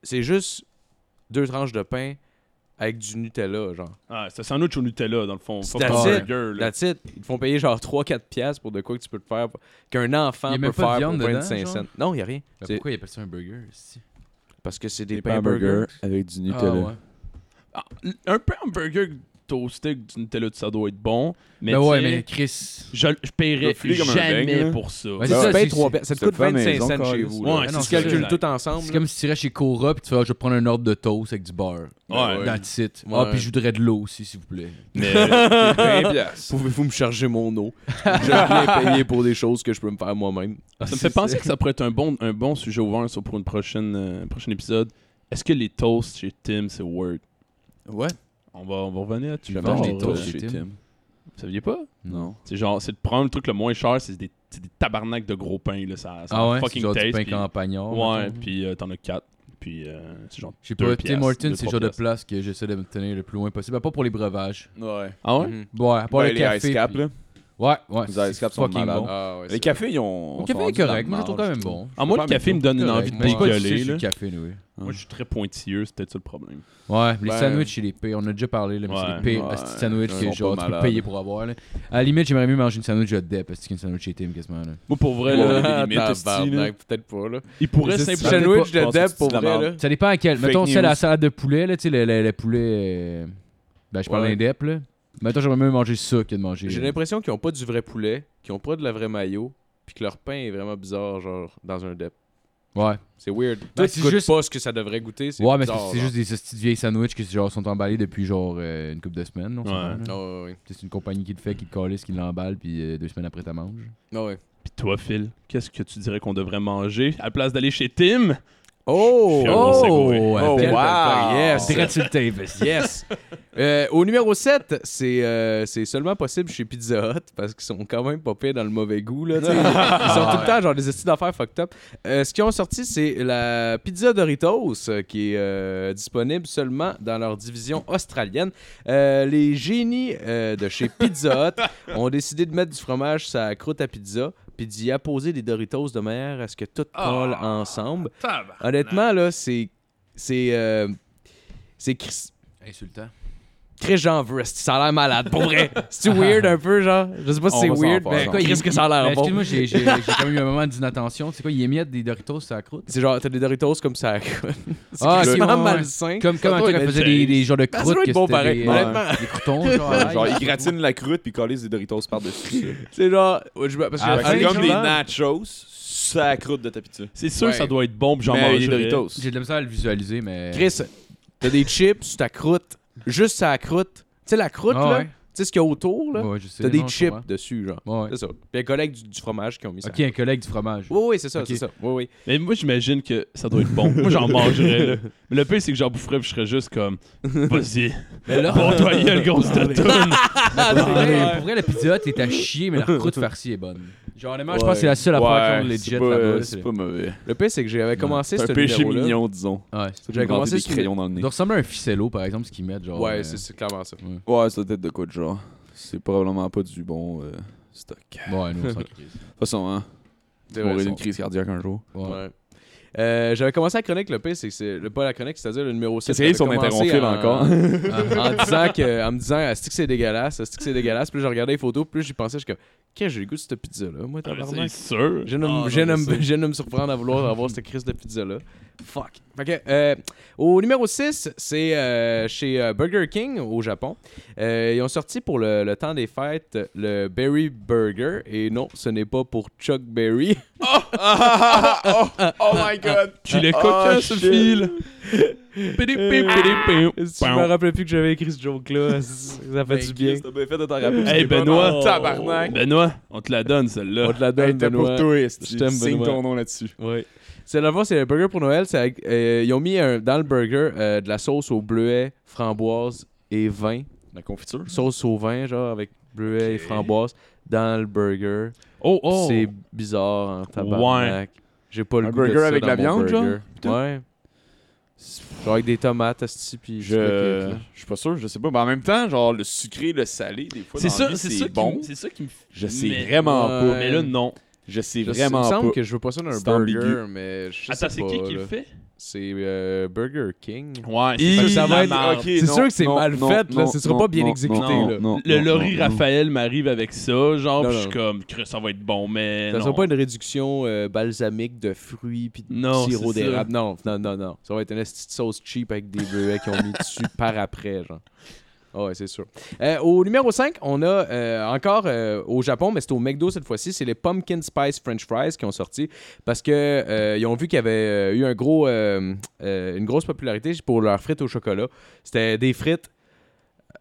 Speaker 6: C'est juste deux tranches de pain avec du Nutella, genre.
Speaker 1: Ah, c'est un sandwich au Nutella, dans le fond.
Speaker 6: C'est
Speaker 1: Pas
Speaker 6: la
Speaker 1: un
Speaker 6: zip.
Speaker 1: burger, là.
Speaker 6: That's it. Ils te font payer genre 3-4 piastres pour de quoi que tu peux te faire, qu'un
Speaker 5: Y
Speaker 6: enfant
Speaker 5: a
Speaker 6: peut
Speaker 5: même pas de
Speaker 6: faire
Speaker 5: viande
Speaker 6: pour
Speaker 5: dedans,
Speaker 6: 25
Speaker 5: genre?
Speaker 6: cents. Non, il n'y a rien.
Speaker 5: Ben,
Speaker 6: C'est-
Speaker 5: pourquoi il appelle ça un burger ici?
Speaker 6: Parce que c'est des, pains burgers.
Speaker 7: avec du
Speaker 5: Ah, ouais.
Speaker 1: Ah, Un peu un burger au steak du Nutella, ça doit être bon. Mais,
Speaker 5: Ben ouais,
Speaker 1: tu sais,
Speaker 5: mais Chris.
Speaker 1: je le paierais
Speaker 7: Reculé comme un
Speaker 1: jamais
Speaker 7: dingue, là.
Speaker 1: pour ça. Ben
Speaker 5: Ouais,
Speaker 6: C'est ça,
Speaker 5: c'est-
Speaker 6: paye
Speaker 5: c'est-
Speaker 6: trois pièces. Ça te
Speaker 8: c'est
Speaker 6: coûte
Speaker 8: pas
Speaker 6: 25
Speaker 8: maison,
Speaker 6: cents chez
Speaker 8: Carlis.
Speaker 6: vous.
Speaker 1: Ouais,
Speaker 6: là. Si
Speaker 1: c'est
Speaker 6: tu
Speaker 1: ça,
Speaker 6: calcules
Speaker 1: exact.
Speaker 6: tout ensemble.
Speaker 5: C'est comme si tu irais chez Cora puis tu fais ah, je vais prendre un ordre de toast avec du beurre.
Speaker 1: Ouais, ouais.
Speaker 5: Dans le titre. Ah,
Speaker 6: Ouais.
Speaker 5: puis je voudrais de l'eau aussi, s'il vous plaît.
Speaker 6: Pouvez-vous me charger mon eau? Je viens payer pour des choses que je peux me faire moi-même.
Speaker 5: Ah,
Speaker 1: Ça me fait penser que ça pourrait être un bon, un bon sujet ouvert ça, pour une prochaine, euh, prochain épisode. Est-ce que les toasts chez Tim, c'est worth?
Speaker 8: Ouais.
Speaker 1: On va, on va revenir là-dessus.
Speaker 5: Je
Speaker 1: plus tard,
Speaker 5: mange des
Speaker 1: euh,
Speaker 5: toasts chez
Speaker 1: Tim.
Speaker 5: Tim.
Speaker 1: Vous saviez pas?
Speaker 5: Non.
Speaker 1: C'est genre, c'est de prendre le truc le moins cher, c'est des, c'est des tabarnaks de gros pains, là. Ça, ça
Speaker 5: Ah ouais, c'est
Speaker 1: fucking
Speaker 5: genre du
Speaker 1: taste.
Speaker 5: pain
Speaker 1: puis-
Speaker 5: campagnon.
Speaker 1: ouais,
Speaker 5: mettons.
Speaker 1: puis euh, t'en as quatre. Puis euh, c'est genre.
Speaker 5: Je sais
Speaker 1: deux
Speaker 5: pas,
Speaker 1: piastres,
Speaker 5: Tim Hortons,
Speaker 1: deux,
Speaker 5: c'est le
Speaker 1: trois
Speaker 5: genre de
Speaker 1: piastres.
Speaker 5: place que j'essaie de me tenir le plus loin possible. Ah, Pas pour les breuvages.
Speaker 8: Ouais.
Speaker 1: Ah ouais?
Speaker 6: Mhm.
Speaker 5: Ouais, à part
Speaker 8: Ouais,
Speaker 5: le
Speaker 8: les
Speaker 5: café.
Speaker 8: ice caps,
Speaker 5: puis-
Speaker 8: là.
Speaker 5: Ouais, ouais.
Speaker 8: Les ice caps sont
Speaker 5: fucking
Speaker 8: malades.
Speaker 5: bon.
Speaker 6: Ah ouais,
Speaker 8: Les cafés, ils ont.
Speaker 5: Le
Speaker 8: sont
Speaker 5: café est
Speaker 8: rendus dans
Speaker 5: correct.
Speaker 8: le
Speaker 5: Moi, je le trouve quand
Speaker 8: marge.
Speaker 5: même bon.
Speaker 1: En moi,
Speaker 8: pas
Speaker 1: le café me donne une
Speaker 5: Correct.
Speaker 1: envie de
Speaker 5: Moi, je suis pas
Speaker 1: dégueuler,
Speaker 5: difficile sur
Speaker 1: là.
Speaker 5: le café, nous.
Speaker 1: Moi, je suis très pointilleux, c'est peut-être ça le problème.
Speaker 5: Ouais, les
Speaker 6: Ben-
Speaker 5: sandwichs, c'est les pires. On a déjà parlé, là, mais
Speaker 1: Ouais.
Speaker 5: c'est les pires
Speaker 8: Ouais,
Speaker 5: hosties de sandwich
Speaker 8: ils
Speaker 5: que
Speaker 8: sont
Speaker 5: genre,
Speaker 8: pas
Speaker 5: tu peux
Speaker 8: malades.
Speaker 5: payer pour avoir. Là. À la limite, j'aimerais mieux manger une sandwich à Dep, parce qu'une sandwich chez Tim, quasiment. Là.
Speaker 1: Moi, pour vrai,
Speaker 6: Ah,
Speaker 1: là,
Speaker 6: tabarnak,
Speaker 1: esti, là.
Speaker 6: peut-être pas, là.
Speaker 1: il pourrait
Speaker 6: C'est
Speaker 1: simplement.
Speaker 6: sandwich de
Speaker 5: oh,
Speaker 8: pas-
Speaker 6: Deb
Speaker 8: c'est
Speaker 6: pour
Speaker 8: de la
Speaker 6: vrai,
Speaker 8: merde.
Speaker 6: là.
Speaker 5: Ça dépend à quel.
Speaker 8: Fake
Speaker 5: Mettons, celle à
Speaker 8: news.
Speaker 5: la salade de poulet, là, tu sais, le, le- le poulet. euh, Ben, je parle
Speaker 6: Ouais.
Speaker 5: d'un Dep, là. Mettons, j'aimerais mieux manger ça que de manger.
Speaker 6: J'ai
Speaker 5: euh,
Speaker 6: l'impression qu'ils ont pas du vrai poulet, qu'ils ont pas de la vraie mayo, puis que leur pain est vraiment bizarre, genre, dans un dep.
Speaker 5: Ouais.
Speaker 6: C'est weird. Tout
Speaker 5: Ben,
Speaker 6: ne
Speaker 5: c'est
Speaker 6: goûte
Speaker 5: juste-
Speaker 6: pas ce que ça devrait goûter. C'est
Speaker 5: Ouais, mais c'est
Speaker 6: bizarre,
Speaker 5: c'est
Speaker 6: genre.
Speaker 5: juste des hosties de vieilles sandwichs qui genre, sont emballés depuis genre euh, une couple de semaines. non,
Speaker 1: Ouais.
Speaker 5: sûrement, là.
Speaker 6: Ah ouais, ouais, ouais.
Speaker 5: C'est une compagnie qui le fait, qui le calisse, qui l'emballe, puis euh, deux semaines après, t'as manges.
Speaker 6: Ah ouais.
Speaker 1: Puis toi, Phil, qu'est-ce que tu dirais qu'on devrait manger à la place d'aller chez Tim?
Speaker 6: Oh!
Speaker 1: Je suis un bon segway.
Speaker 8: Oh,
Speaker 6: Quel
Speaker 8: wow.
Speaker 6: bel- Yes!
Speaker 5: Direct sur le tape,
Speaker 6: Yes! Euh, au numéro 7, c'est euh, c'est seulement possible chez Pizza Hut parce qu'ils sont quand même pas pires dans le mauvais goût. Là, tu sais. ils sortent tout le temps genre des styles d'affaires fucked up. Euh, ce qu'ils ont sorti, c'est la pizza Doritos euh, qui est euh, disponible seulement dans leur division australienne. Euh, les génies euh, de chez Pizza Hut ont décidé de mettre du fromage sur la croûte à pizza puis d'y apposer des Doritos de manière à ce que tout
Speaker 1: Ah.
Speaker 6: colle
Speaker 2: Oh,
Speaker 6: ensemble. Honnêtement, là, c'est. C'est. euh, c'est cris-
Speaker 5: Insultant.
Speaker 6: Chris, j'en veux. esti, Ça a l'air malade, pour vrai. C'est weird un peu, genre. Je sais pas si
Speaker 8: On
Speaker 6: c'est
Speaker 8: va s'en
Speaker 6: weird,
Speaker 8: faire,
Speaker 6: mais
Speaker 8: genre.
Speaker 6: Chris, que ça a l'air
Speaker 5: Ben,
Speaker 6: bon.
Speaker 5: Excuse-moi, j'ai j'ai- j'ai quand même eu un moment d'inattention. C'est quoi, il émiette des Doritos sur la croûte?
Speaker 6: C'est genre, t'as des Doritos comme ça. c'est
Speaker 5: Ah,
Speaker 6: quasiment
Speaker 5: ok, ouais, ouais.
Speaker 6: malsain.
Speaker 5: Comme, comme un
Speaker 1: doit
Speaker 5: truc,
Speaker 1: être
Speaker 5: elle faisait
Speaker 1: une
Speaker 5: des,
Speaker 1: taste.
Speaker 5: des genres de
Speaker 6: ça
Speaker 5: croûtes
Speaker 6: doit être
Speaker 5: que
Speaker 6: bon
Speaker 5: c'était
Speaker 6: pareil,
Speaker 5: des, euh,
Speaker 6: honnêtement.
Speaker 5: des croutons, genre. à l'ail.
Speaker 8: Genre, ils gratinent la croûte puis collent des Doritos par-dessus. ça.
Speaker 6: C'est genre, ouais, je me- parce que
Speaker 5: Ah,
Speaker 8: Fait que
Speaker 5: ouais,
Speaker 8: C'est comme des
Speaker 5: clairement.
Speaker 8: nachos, ça la croûte de ta pizza.
Speaker 1: C'est sûr
Speaker 6: Ouais.
Speaker 1: que ça doit être bon, puis j'en
Speaker 8: Mais
Speaker 1: mange
Speaker 8: Ben, les Doritos.
Speaker 5: J'ai de la misère à le visualiser, mais...
Speaker 6: Chris, t'as des chips sur ta croûte. Juste sur la croûte. Tu sais, la croûte,
Speaker 5: Ah
Speaker 6: là.
Speaker 5: ouais.
Speaker 6: Tu sais ce qu'il y a autour, là.
Speaker 5: Ouais, je sais,
Speaker 6: T'as des
Speaker 5: non, je
Speaker 6: chips
Speaker 5: comprends.
Speaker 6: dessus, genre.
Speaker 5: hein. Ouais, ouais.
Speaker 6: C'est ça. Puis un collègue du, du fromage qui ont mis ça.
Speaker 5: Ok, un collègue du fromage.
Speaker 6: Oui, oui, c'est ça,
Speaker 5: Ok.
Speaker 6: c'est ça. Oui, oui.
Speaker 1: Mais moi, j'imagine que ça doit être bon. moi, j'en mangerais, là. Mais le pire, c'est que j'en boufferais, puis je serais juste comme, vas-y, bon, toi, gueule, grosse tatoune.
Speaker 5: Ah, non, mais pour vrai, la pizza Hut est à chier, mais la croûte farcie est bonne. Genre, honnêtement, je pense que c'est la seule affaire qui ont
Speaker 8: Ouais,
Speaker 5: legit
Speaker 8: c'est pas-
Speaker 5: là-bas.
Speaker 8: C'est
Speaker 5: c'est-
Speaker 8: pas mauvais.
Speaker 6: Le pire, c'est que j'avais commencé
Speaker 8: C'est
Speaker 6: ce
Speaker 8: un péché
Speaker 6: numéro-là.
Speaker 8: mignon, disons.
Speaker 5: Ouais.
Speaker 8: J'ai
Speaker 6: J'avais commencé
Speaker 8: commencé des
Speaker 6: ce numéro-
Speaker 8: crayons dans le
Speaker 5: Ça
Speaker 8: nez.
Speaker 5: doit ressembler à un ficello, par exemple, ce qu'ils mettent, genre...
Speaker 6: Ouais,
Speaker 5: euh,
Speaker 6: c'est- c'est clairement ça.
Speaker 8: Ouais, ça doit être de quoi de genre. C'est probablement pas du bon euh, stock. De
Speaker 5: Bon, ouais, nous, on s'en crise.
Speaker 8: toute façon, hein,
Speaker 6: C'est
Speaker 8: on
Speaker 6: vrai,
Speaker 8: aurait
Speaker 6: ça.
Speaker 8: une crise cardiaque un jour.
Speaker 5: Ouais.
Speaker 6: Ouais. Euh, J'avais commencé la chronique, le pire, c'est que c'est le pas la chronique, c'est-à-dire le numéro 6.
Speaker 8: C'est vrai, ils sont interrompus encore.
Speaker 6: en disant que, en me disant, est-ce que c'est dégueulasse, est-ce que c'est dégueulasse. Plus je regardais les photos, plus j'y pensais, je suis comme, qu'est-ce que j'ai le goût de cette pizza-là, moi,
Speaker 1: Ah, C'est
Speaker 6: tabarnak.
Speaker 1: sûr.
Speaker 6: Je viens de me- je viens de me- je viens de me surprendre à vouloir avoir cette crise de pizza-là. Fuck. Fait que, euh, au numéro 6, c'est euh, chez euh, Burger King au Japon. Euh, ils ont sorti pour le, le temps des fêtes le Berry Burger. Et non, ce n'est pas pour Chuck Berry.
Speaker 8: oh my god!
Speaker 1: Tu l'es hein, coquin, ce
Speaker 8: shit.
Speaker 1: fil. Pidi, pidi, pidi,
Speaker 6: Euh, Si je
Speaker 1: Pow.
Speaker 6: me rappelle plus que j'avais écrit ce joke-là, ça fait du bien.
Speaker 8: T'as bien fait de t'en rappeler.
Speaker 1: Hey,
Speaker 8: C'était
Speaker 1: Benoît.
Speaker 8: bon. Tabarnak!
Speaker 1: Benoît, on te la donne, celle-là.
Speaker 6: On te la donne,
Speaker 8: Hey, t'es pour
Speaker 6: Benoît.
Speaker 8: toi,
Speaker 6: Je
Speaker 8: esti.
Speaker 6: t'aime,
Speaker 8: Signe
Speaker 6: Benoît.
Speaker 8: ton nom là-dessus.
Speaker 6: Ouais. C'est dans le fond, c'est le burger pour Noël. c'est avec- euh, ils ont mis un- dans le burger euh, de la sauce au bleuet, framboise et vin.
Speaker 8: La confiture?
Speaker 6: Sauce au vin, genre avec bleuet et framboise dans le burger.
Speaker 1: Oh, oh.
Speaker 6: C'est bizarre en tabarnak. J'ai pas le
Speaker 8: Un
Speaker 6: goût de
Speaker 8: burger
Speaker 6: ça
Speaker 8: avec
Speaker 6: dans
Speaker 8: la
Speaker 6: mon
Speaker 8: viande,
Speaker 6: burger.
Speaker 8: genre?
Speaker 6: Ouais. Genre avec des tomates, asti, puis du truc,
Speaker 8: Je
Speaker 6: là.
Speaker 8: je suis pas sûr, je sais pas. Mais en même temps, genre le sucré, le salé, des fois,
Speaker 1: C'est
Speaker 8: dans la
Speaker 1: ça,
Speaker 8: vie,
Speaker 1: c'est ça qui
Speaker 8: bon.
Speaker 1: me- c'est ça qui me fait.
Speaker 8: Je sais
Speaker 1: Mais-
Speaker 8: vraiment pas.
Speaker 1: Mais là, non.
Speaker 8: Je sais
Speaker 6: Je sais-
Speaker 8: vraiment
Speaker 6: Il me semble
Speaker 8: pas.
Speaker 6: que je veux pas ça dans un
Speaker 8: C'est
Speaker 6: burger,
Speaker 8: ambigu.
Speaker 6: mais je sais
Speaker 1: Attends, c'est
Speaker 6: pas,
Speaker 1: qui qui
Speaker 6: là.
Speaker 1: le fait?
Speaker 6: C'est euh, Burger King.
Speaker 1: Ouais,
Speaker 6: Ça,
Speaker 1: c'est
Speaker 6: ça
Speaker 1: ça
Speaker 6: va
Speaker 1: va
Speaker 6: être- C'est sûr que c'est mal fait, là. Ce sera pas bien exécuté, là.
Speaker 1: Le Laurie Raphaël m'arrive avec ça, genre,
Speaker 6: Non,
Speaker 1: pis je suis
Speaker 6: non.
Speaker 1: comme, Chris, ça va être bon, mais.
Speaker 6: Ça
Speaker 1: non.
Speaker 6: sera pas une réduction euh, balsamique de fruits puis de
Speaker 1: Non,
Speaker 6: sirop
Speaker 1: c'est
Speaker 6: d'érable. Non, non, non, non. Ça va être une petite sauce cheap avec des bœufs qui ont mis dessus par après, genre. Ah ouais, c'est sûr. Euh, au numéro 5, on a euh, encore euh, au Japon, mais c'est au McDo cette fois-ci, c'est les Pumpkin Spice French Fries qui ont sorti parce que euh, ils ont vu qu'il y avait euh, eu un gros, euh, euh, une grosse popularité pour leurs frites au chocolat. C'était des frites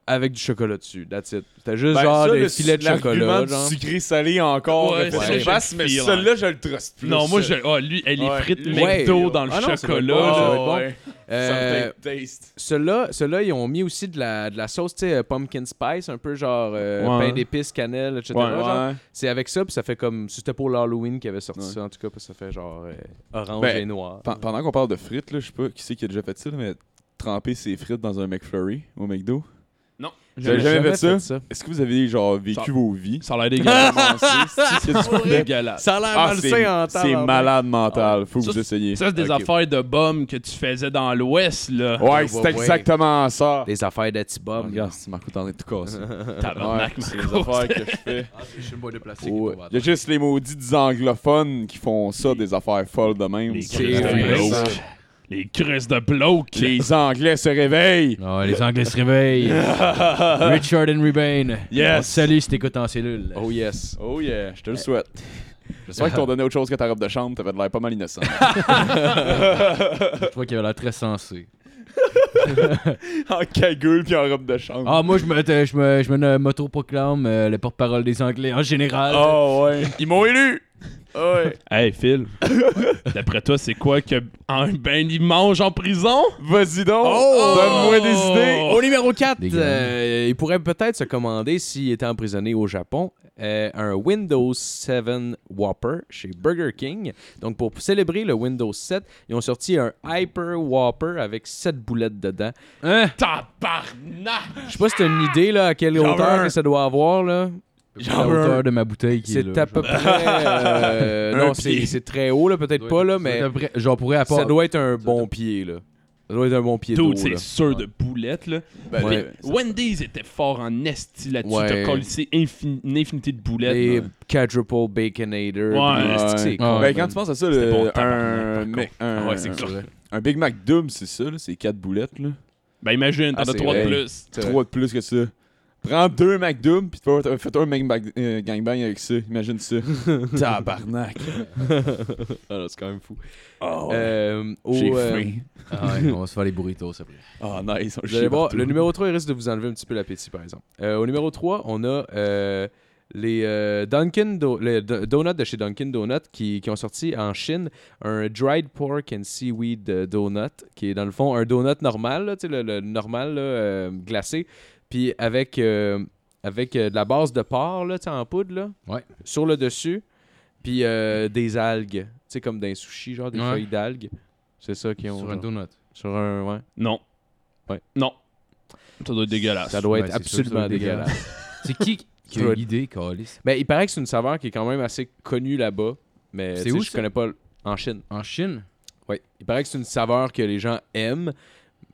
Speaker 6: avec du chocolat dessus. That's it. C'était juste
Speaker 7: Ben,
Speaker 6: genre
Speaker 7: ça, le-
Speaker 6: des filets de
Speaker 7: l'argument
Speaker 6: chocolat.
Speaker 7: du
Speaker 6: genre.
Speaker 7: sucré salé encore.
Speaker 1: Ouais,
Speaker 7: fait
Speaker 1: ouais.
Speaker 7: que je passe,
Speaker 1: J'ai
Speaker 7: mais
Speaker 1: le feel,
Speaker 7: celui-là, je le trust plus.
Speaker 1: Non, moi, je. Ah, lui, elle est
Speaker 7: Ouais.
Speaker 1: frites
Speaker 6: Ouais.
Speaker 1: McDo dans le
Speaker 6: Ah non, ça doit être
Speaker 1: chocolat.
Speaker 6: bon,
Speaker 1: là.
Speaker 6: ça doit être
Speaker 7: Ah,
Speaker 6: bon.
Speaker 7: ouais.
Speaker 6: Euh,
Speaker 7: Something taste.
Speaker 6: Ceux-là, ceux-là, ils ont mis aussi de la, de la sauce, tu sais, euh, pumpkin spice, un peu genre euh,
Speaker 1: Ouais.
Speaker 6: pain d'épices, cannelle, etc.
Speaker 1: Ouais,
Speaker 6: genre.
Speaker 7: Ouais.
Speaker 6: C'est avec ça, puis ça fait comme. C'était pour l'Halloween qui avait sorti
Speaker 8: Ouais.
Speaker 6: ça, en tout cas, puis ça fait genre euh, orange
Speaker 8: Ben,
Speaker 6: et noir.
Speaker 8: Pe- Pendant qu'on parle de frites, là, je sais pas qui c'est qui a déjà fait ça, là, mais tremper ses frites dans un McFlurry au McDo. Vous avez jamais fait ça? Est-ce que vous avez genre vécu
Speaker 1: Ça-
Speaker 8: vos vies?
Speaker 1: Ça a l'air dégueulasse.
Speaker 8: C'est du poulet.
Speaker 1: dégueulasse.
Speaker 6: Ça a l'air
Speaker 8: Ah,
Speaker 6: malsain en
Speaker 8: c'est Ah,
Speaker 6: temps.
Speaker 8: c'est
Speaker 6: en
Speaker 8: malade mental. Faut que
Speaker 1: Ça,
Speaker 8: vous essayiez.
Speaker 1: Ça, c'est des
Speaker 6: Ok.
Speaker 1: affaires de bombes que tu faisais dans l'Ouest, là.
Speaker 6: Ouais,
Speaker 8: Ouais, c'est
Speaker 6: ouais,
Speaker 8: exactement ça.
Speaker 6: fait. Les affaires
Speaker 8: Ah,
Speaker 6: d'Atibom.
Speaker 8: Regarde, c'est Marco t'en es tout cassé. Ouais,
Speaker 1: Tabarnak,
Speaker 8: c'est les
Speaker 1: Marco.
Speaker 8: affaires que je fais.
Speaker 5: Je suis une boîte de plastique.
Speaker 8: Ouais. Il y a juste les maudits des anglophones qui font ça, des affaires folles de même.
Speaker 1: Les
Speaker 8: C'est
Speaker 1: crises de
Speaker 8: vrai.
Speaker 1: bloke. Les crises de bloke.
Speaker 8: Les Anglais se réveillent.
Speaker 5: Ah, les Anglais se réveillent. Richard Henry Bain.
Speaker 7: Yes.
Speaker 5: Salut si t'écoutes en cellule.
Speaker 6: Oh yes.
Speaker 8: Oh yeah, je te le souhaite. J'espère qu'ils t'ont donné autre chose que ta robe de chambre, t'avais de l'air pas mal innocent.
Speaker 5: Je crois qu'il avait l'air très sensé.
Speaker 8: en cagoule puis en robe de chambre.
Speaker 5: Ah, moi, je me, euh, je me, je me euh, m'auto-proclame euh, le porte-parole des Anglais en général.
Speaker 8: Oh ouais. Ils m'ont élu. Ah Ouais.
Speaker 1: Hey, Phil. D'après toi, c'est quoi que un ben il mange en prison?
Speaker 8: Vas-y donc.
Speaker 6: Oh!
Speaker 8: Donne-moi des idées.
Speaker 6: Au numéro 4,
Speaker 5: Des graines.
Speaker 6: il pourrait peut-être se commander, s'il était emprisonné au Japon, euh, un Windows 7 Whopper chez Burger King. Donc, pour célébrer le Windows 7, ils ont sorti un Hyper Whopper avec 7 boulettes dedans.
Speaker 5: Hein?
Speaker 1: Tabarnak!
Speaker 6: Je sais pas si t'as une idée là, à quelle
Speaker 1: J'en veux
Speaker 6: hauteur
Speaker 1: un.
Speaker 6: que ça doit avoir. là.
Speaker 5: La hauteur de ma bouteille qui est
Speaker 6: C'est
Speaker 5: là,
Speaker 6: à
Speaker 5: genre.
Speaker 6: peu près. euh, non, c'est c'est très haut, là, peut-être
Speaker 5: Ça doit
Speaker 6: pas,
Speaker 5: être-
Speaker 6: là,
Speaker 5: ça
Speaker 6: mais
Speaker 5: doit être à peu près- J'en pourrais à part.
Speaker 6: ça doit être un bon pied. là. Ça doit être un bon pied d'eau.
Speaker 1: Dude, c'est
Speaker 6: là.
Speaker 1: sûr de boulettes, là.
Speaker 8: Ben,
Speaker 6: Ouais.
Speaker 1: Puis Wendy's était fort en esti là-dessus.
Speaker 6: Ouais.
Speaker 1: T'as collé infin- une infinité de boulettes.
Speaker 6: Les quadruple baconator.
Speaker 1: Ouais,
Speaker 6: puis c'est- c'est
Speaker 8: ouais.
Speaker 6: con,
Speaker 8: Ben,
Speaker 6: man.
Speaker 8: quand tu penses à ça,
Speaker 1: C'était
Speaker 8: le-
Speaker 1: bon, tabarnak,
Speaker 8: un,
Speaker 1: par
Speaker 8: mec-
Speaker 1: Ah
Speaker 8: un,
Speaker 1: ouais, c'est clair.
Speaker 8: un Big Mac double, c'est ça, là, c'est 4 boulettes. Là.
Speaker 1: Ben imagine, t'en
Speaker 6: Ah,
Speaker 1: as
Speaker 6: c'est
Speaker 1: trois de
Speaker 6: vrai.
Speaker 1: plus.
Speaker 6: C'est
Speaker 8: 3 de plus que ça. Prends deux Mac double, puis fais- fais-toi un Mac Mac- euh, gangbang avec ça. Imagine ça. Tabarnak.
Speaker 6: Ah non, c'est quand même fou.
Speaker 8: Oh,
Speaker 6: Euh, au,
Speaker 8: j'ai
Speaker 6: euh,
Speaker 8: faim.
Speaker 5: Ah ouais, on va se faire les burritos, ça plaît.
Speaker 8: Oh, nice.
Speaker 6: vous allez voir, le numéro 3 il risque de vous enlever un petit peu l'appétit, par exemple. Euh, au numéro 3, on a euh, les euh, Dunkin' Do- les Do- Donuts de chez Dunkin' Donuts qui, qui ont sorti en Chine un Dried Pork and Seaweed euh, Donut, qui est dans le fond un donut normal, là, tu sais, le, le normal là, euh, glacé, puis avec, euh, avec euh, de la base de porc là, tu sais, en poudre là,
Speaker 5: Ouais.
Speaker 6: sur le dessus, puis euh, des algues, tu sais, comme d'un sushi, genre des
Speaker 5: Ouais.
Speaker 6: feuilles d'algues. C'est ça qu'ils ont.
Speaker 5: Sur
Speaker 6: genre.
Speaker 5: un donut.
Speaker 6: Sur un, ouais.
Speaker 1: Non.
Speaker 6: Ouais.
Speaker 1: Non. Ça doit être dégueulasse.
Speaker 6: Ça doit être
Speaker 5: Ouais, c'est sûr que ça
Speaker 6: absolument
Speaker 5: doit être
Speaker 6: dégueulasse.
Speaker 5: C'est qui qui
Speaker 6: Ça doit
Speaker 5: a
Speaker 6: être-
Speaker 5: l'idée, Calis
Speaker 6: Mais il paraît que c'est une saveur qui est quand même assez connue là-bas. Mais
Speaker 5: C'est
Speaker 6: tu sais,
Speaker 5: où,
Speaker 6: je
Speaker 5: ça?
Speaker 6: connais pas l- en Chine.
Speaker 5: En Chine
Speaker 6: Oui. Il paraît que c'est une saveur que les gens aiment,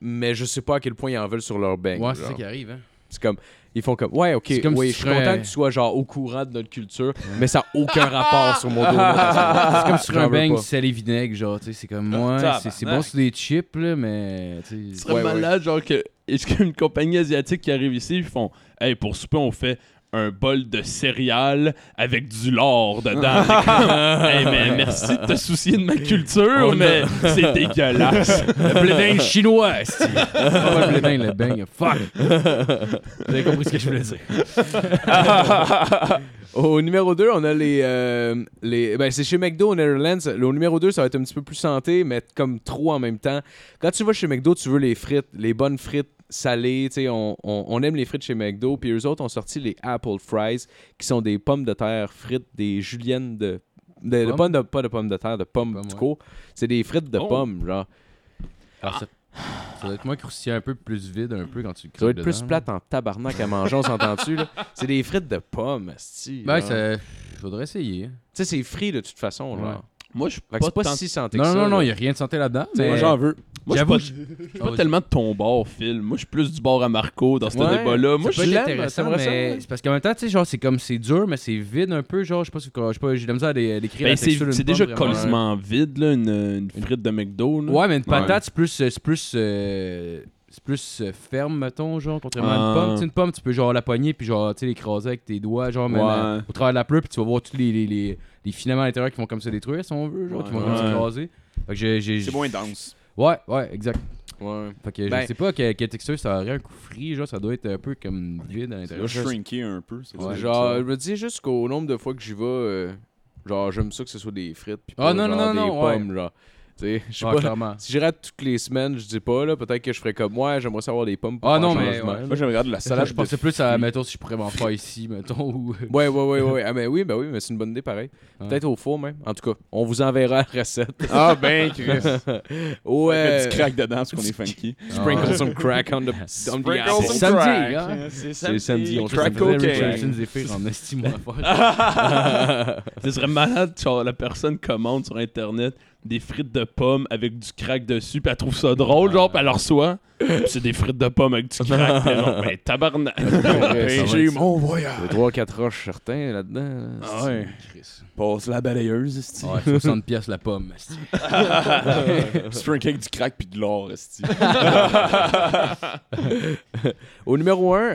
Speaker 6: mais je sais pas à quel point ils en veulent sur leur bain.
Speaker 5: Ouais, c'est ça qui arrive, hein.
Speaker 6: C'est comme ils font comme ouais, OK,
Speaker 5: C'est comme
Speaker 6: oui,
Speaker 5: si
Speaker 6: je
Speaker 5: tu
Speaker 6: suis
Speaker 5: ferais-
Speaker 6: content que tu sois genre au courant de notre culture, mais ça a aucun rapport sur mon dos. C'est
Speaker 5: C'est comme sur un bang salé vinaigre, genre, tu sais, c'est comme moi,
Speaker 6: Ah,
Speaker 5: c'est c'est bon sur des chips, là, mais, tu
Speaker 1: Ce
Speaker 5: sais.
Speaker 1: serait
Speaker 6: Ouais, ouais.
Speaker 1: malade, genre que. Est-ce qu'une compagnie asiatique qui arrive ici, ils font Hey, pour souper, on fait un bol de céréales avec du lard dedans. C'est comme, hey, mais merci de te soucier de ma culture,
Speaker 5: On a-
Speaker 1: mais c'est dégueulasse.
Speaker 5: Le blé d'Inde chinois, c'est pas le blé d'Inde, le bang, fuck. Vous avez compris ce que je voulais dire.
Speaker 6: Au numéro 2, on a les. euh, les ben, c'est chez McDo aux Netherlands. Le au numéro 2, ça va être un petit peu plus santé, mais comme trop en même temps. Quand tu vas chez McDo, tu veux les frites, les bonnes frites salées. tu sais, On, on, on aime les frites chez McDo. Puis eux autres ont sorti les Apple Fries, qui sont des pommes de terre frites, des juliennes de. de- de
Speaker 5: Pommes?
Speaker 6: pommes de- pas de pommes de terre, de pommes,
Speaker 5: Pommes,
Speaker 6: tout
Speaker 5: ouais.
Speaker 6: court. C'est des frites de
Speaker 1: Oh.
Speaker 6: pommes, genre.
Speaker 5: Alors, ça, ça doit être moins croustillant, un peu plus vide, un peu quand tu
Speaker 6: Ça doit
Speaker 5: croques
Speaker 6: être plus
Speaker 5: dedans,
Speaker 6: plate en tabarnak à manger, on s'entend-tu? là? C'est des frites de pommes, asti,
Speaker 5: là. Ouais,
Speaker 6: genre.
Speaker 5: Ben, ça. Faudrait essayer.
Speaker 6: Tu sais, c'est frit de toute façon, genre.
Speaker 5: Ouais.
Speaker 1: Moi, je suis
Speaker 6: Fait
Speaker 1: pas,
Speaker 6: que c'est pas
Speaker 1: tant-
Speaker 6: si santé que
Speaker 5: Non,
Speaker 6: ça.
Speaker 5: non, non,
Speaker 6: là.
Speaker 5: il a rien de santé là-dedans.
Speaker 6: Moi,
Speaker 5: mais-
Speaker 6: j'en
Speaker 8: veux.
Speaker 1: moi, je suis
Speaker 5: J'avoue,
Speaker 1: pas-
Speaker 5: je-
Speaker 1: pas
Speaker 5: Ah,
Speaker 1: tellement de ton bord, Phil. Moi, je suis plus du bord à Marco dans ce
Speaker 6: Ouais,
Speaker 1: débat-là.
Speaker 5: Ça
Speaker 1: Moi, je
Speaker 5: peut être
Speaker 1: l'aime.
Speaker 5: intéressant,
Speaker 1: t'aimerais ça,
Speaker 5: mais
Speaker 1: ouais.
Speaker 5: c'est parce qu'en même temps, tu sais, genre, c'est comme c'est dur, mais c'est vide un peu, genre, je sais pas, si- je sais pas, j'ai de la misère à dé- à décrire.
Speaker 1: Ben,
Speaker 5: la
Speaker 1: c'est
Speaker 5: texture d'une
Speaker 1: c'est déjà
Speaker 5: pomme, vraiment.
Speaker 1: colissement vide, là, une, une frite de McDo. là.
Speaker 5: Ouais, mais une patate, c'est plus, euh, c'est plus euh, c'est plus euh, ferme, mettons, genre, contrairement à
Speaker 8: Ah.
Speaker 5: une pomme. Tu sais, une pomme, tu peux genre la poigner, puis genre, tu sais, l'écraser avec tes doigts, genre, même
Speaker 8: Ouais.
Speaker 5: à- au travers de la pleure, puis tu vas voir tous les, les, les, les filaments à l'intérieur qui vont comme se détruire, si on veut, genre, qui vont comme
Speaker 8: Ouais.
Speaker 5: s'écraser. Fait que j'ai. j'ai-
Speaker 7: C'est moins dense.
Speaker 5: Ouais, ouais, exact.
Speaker 6: Ouais.
Speaker 5: Fait que je
Speaker 6: Ben-
Speaker 5: sais pas quelle, quelle texture ça aurait, un coup frit, genre, ça doit être un peu comme vide à
Speaker 7: Ça
Speaker 5: l'intérieur.
Speaker 7: va shrinker un peu. ça,
Speaker 5: Ouais.
Speaker 7: c'est
Speaker 6: Genre,
Speaker 7: ça.
Speaker 6: je me dis juste qu'au nombre de fois que j'y vais, euh, genre, j'aime ça que ce soit des frites. Pis
Speaker 5: Ah,
Speaker 6: pas
Speaker 5: non, non,
Speaker 6: genre
Speaker 5: non,
Speaker 6: des
Speaker 5: non, ouais.
Speaker 6: pommes, genre. Tu sais, je sais
Speaker 5: Ouais,
Speaker 6: pas.
Speaker 5: Ah, clairement.
Speaker 6: Si j'irais toutes les semaines, je dis pas, là, peut-être que je ferais comme moi, j'aimerais savoir des pommes. pour
Speaker 5: Ah
Speaker 6: faire
Speaker 5: non,
Speaker 6: un
Speaker 5: mais.
Speaker 6: changement.
Speaker 5: ouais.
Speaker 8: Moi, j'aimerais de la
Speaker 5: Ça, là,
Speaker 8: salade.
Speaker 5: je pensais plus à, mettons, si je pourrais m'en faire ici, mettons, ou. euh,
Speaker 6: Ouais, ouais, ouais, ouais. Ah, ben oui, ben oui, mais c'est une bonne idée pareil. Peut-être au four, même. En tout cas, on vous enverra la recette.
Speaker 7: Ah ben, Chris.
Speaker 6: ouais. Ah.
Speaker 7: Fais
Speaker 6: euh,
Speaker 7: du crack dedans parce qu'on est funky.
Speaker 6: Sprinkle some crack on the, on the
Speaker 5: C'est
Speaker 6: apple.
Speaker 7: some
Speaker 5: samedi, hein?
Speaker 6: C'est samedi, on
Speaker 7: Crack
Speaker 5: Ça me faisait
Speaker 7: cocaine.
Speaker 5: Richard Nixon Zephyr en estime à faire.
Speaker 1: Ce serait malade, genre, la personne commande sur Internet des frites de pommes avec du crack dessus, puis elle trouve ça drôle, genre, puis elle leur reçoit. Puis c'est des frites de pommes avec du crack. mais non, mais tabarnak.
Speaker 6: J'ai eu
Speaker 8: mon voyage.
Speaker 6: 3-4 roches certains là-dedans.
Speaker 8: Ah ouais.
Speaker 5: Chris.
Speaker 8: Passe la balayeuse, esti.
Speaker 5: Ouais, 60 pièces la pomme. esti.
Speaker 8: Sprinkle avec du crack puis de l'or, esti.
Speaker 6: Au numéro 1,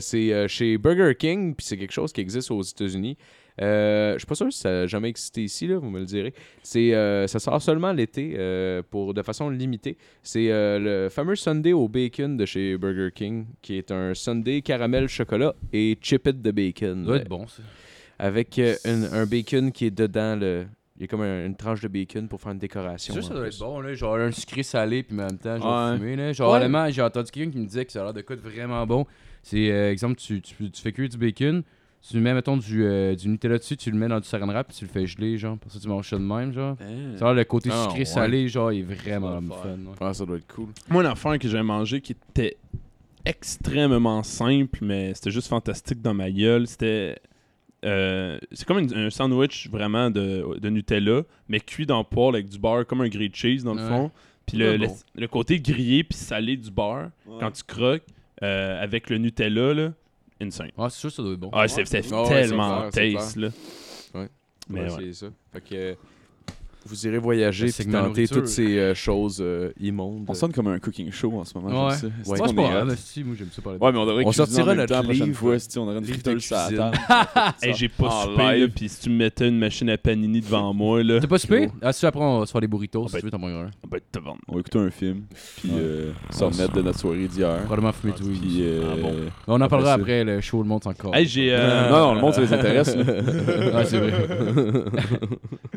Speaker 6: c'est euh, chez Burger King, puis c'est quelque chose qui existe aux États-Unis. Euh, je suis pas sûr si ça a jamais existé ici, là, vous me le direz. C'est, euh, ça sort seulement l'été euh, pour, de façon limitée. C'est euh, le fameux Sunday au bacon de chez Burger King, qui est un Sunday caramel chocolat et chippet de bacon.
Speaker 5: Ça doit être bon, ça.
Speaker 6: Avec euh, une- un bacon qui est dedans. Le... Il y a comme un- une tranche de bacon pour faire une
Speaker 5: C'est
Speaker 6: décoration.
Speaker 5: sûr que ça
Speaker 6: en
Speaker 5: doit
Speaker 6: plus.
Speaker 5: être bon, là. Genre un sucré salé, puis en même temps, genre
Speaker 8: Ouais.
Speaker 5: fumé, là. Genre,
Speaker 6: Ouais.
Speaker 5: honnêtement, j'ai entendu quelqu'un qui me disait que ça a l'air de quoi de vraiment bon. C'est, euh, exemple, tu, tu, tu fais cuire du bacon, tu mets, mettons, du, euh, du Nutella dessus, tu le mets dans du saran wrap, puis tu le fais geler, genre. Pour ça, tu manges ça de même, genre. Ça a l'air, le côté
Speaker 6: Ah,
Speaker 5: sucré
Speaker 6: ouais.
Speaker 5: salé, genre, est vraiment fun. ouais.
Speaker 6: Ah, ça doit être cool.
Speaker 1: Moi, une affaire que j'ai mangé qui était extrêmement simple, mais c'était juste fantastique dans ma gueule, c'était. euh, c'est comme une- un sandwich vraiment de, de Nutella, mais cuit dans le poêle avec du beurre, comme un grilled cheese dans le
Speaker 5: Ouais.
Speaker 1: fond. Puis le,
Speaker 6: Ouais,
Speaker 1: le-
Speaker 6: bon.
Speaker 1: le côté grillé puis salé du beurre, quand tu croques euh, avec le Nutella, là, insane.
Speaker 5: Ah, c'est sûr que ça doit être bon.
Speaker 1: Ah, c'est c'était
Speaker 6: Ouais,
Speaker 1: tellement
Speaker 6: c'est clair, c'est
Speaker 1: taste, là.
Speaker 6: Ouais.
Speaker 1: Mais
Speaker 6: Ouais,
Speaker 1: ouais.
Speaker 6: c'est ça. Fait que euh, vous irez voyager
Speaker 5: Le
Speaker 6: et
Speaker 5: segment
Speaker 6: tenter
Speaker 5: nourriture.
Speaker 6: toutes ces euh, choses euh, immondes.
Speaker 8: On sonne comme un cooking show en ce moment.
Speaker 5: Ouais.
Speaker 8: j'aime ça. Est-ce
Speaker 5: Ouais,
Speaker 8: qu'on
Speaker 5: c'est
Speaker 8: est
Speaker 5: pas
Speaker 8: hot?
Speaker 5: grave, si, moi, j'aime ça parler de
Speaker 8: euh, Ouais, mais on devrait
Speaker 6: On
Speaker 8: cuisiner en
Speaker 6: sortira
Speaker 8: même
Speaker 6: notre
Speaker 8: temps la prochaine
Speaker 6: livre.
Speaker 8: fois, si on aurait une
Speaker 6: Livre de
Speaker 8: friteuse sur la
Speaker 6: cuisine.
Speaker 8: table.
Speaker 1: Hey, j'ai pas
Speaker 8: En
Speaker 1: soupé, là,
Speaker 8: live.
Speaker 1: puis si tu me mettais une machine à panini devant moi, là,
Speaker 5: T'as pas super? Ah, si après, on va se faire des burritos
Speaker 1: Ah,
Speaker 5: si
Speaker 1: ben-
Speaker 5: tu veux, t'en mangeres un.
Speaker 1: ben, t'as vendu.
Speaker 8: On va écouter un film, puis euh, s'en remettre de notre soirée d'hier.
Speaker 5: Probablement fumer tout. oui.
Speaker 8: Puis, euh,
Speaker 1: Ah bon.
Speaker 5: On en parlera
Speaker 8: ça.
Speaker 5: après le show, le monde c'est encore.
Speaker 1: Hey, j'ai... euh,
Speaker 8: Non, non, le monde, ça les intéresse. là.
Speaker 5: ah, c'est vrai.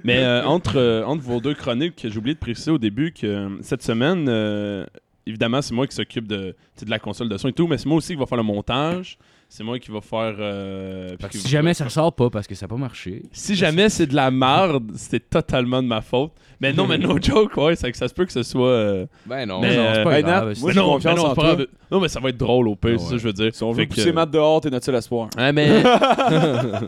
Speaker 1: Mais euh, entre, euh, entre vos deux chroniques, j'ai oublié de préciser au début que euh, cette semaine, euh, évidemment, c'est moi qui s'occupe de, tu sais, de la console de son et tout, mais c'est moi aussi qui va faire le montage. C'est moi qui va faire. euh,
Speaker 5: Parce que
Speaker 1: puis
Speaker 5: si
Speaker 1: qui-
Speaker 5: jamais ça sort pas parce que ça a pas marché.
Speaker 1: Si jamais c'est de la marde, c'était totalement de ma faute. Mais non, mais no joke, ouais, c'est que ça se peut que ce soit. euh,
Speaker 6: Ben non.
Speaker 1: Mais-
Speaker 5: non,
Speaker 1: euh,
Speaker 5: c'est pas
Speaker 8: hey,
Speaker 5: grave.
Speaker 8: Nat,
Speaker 5: c'est-
Speaker 8: moi,
Speaker 1: mais
Speaker 8: j'ai
Speaker 1: non, mais
Speaker 8: confiance
Speaker 1: non,
Speaker 8: en
Speaker 1: c'est pas
Speaker 8: toi.
Speaker 1: grave. Non, mais ça va être drôle au pire,
Speaker 5: Ah
Speaker 1: c'est ça
Speaker 5: ouais.
Speaker 1: que je veux dire.
Speaker 8: Si on
Speaker 1: Fait
Speaker 8: veut
Speaker 1: que- euh,
Speaker 8: pousser Matt dehors, t'es notre seul espoir.
Speaker 1: Ouais, mais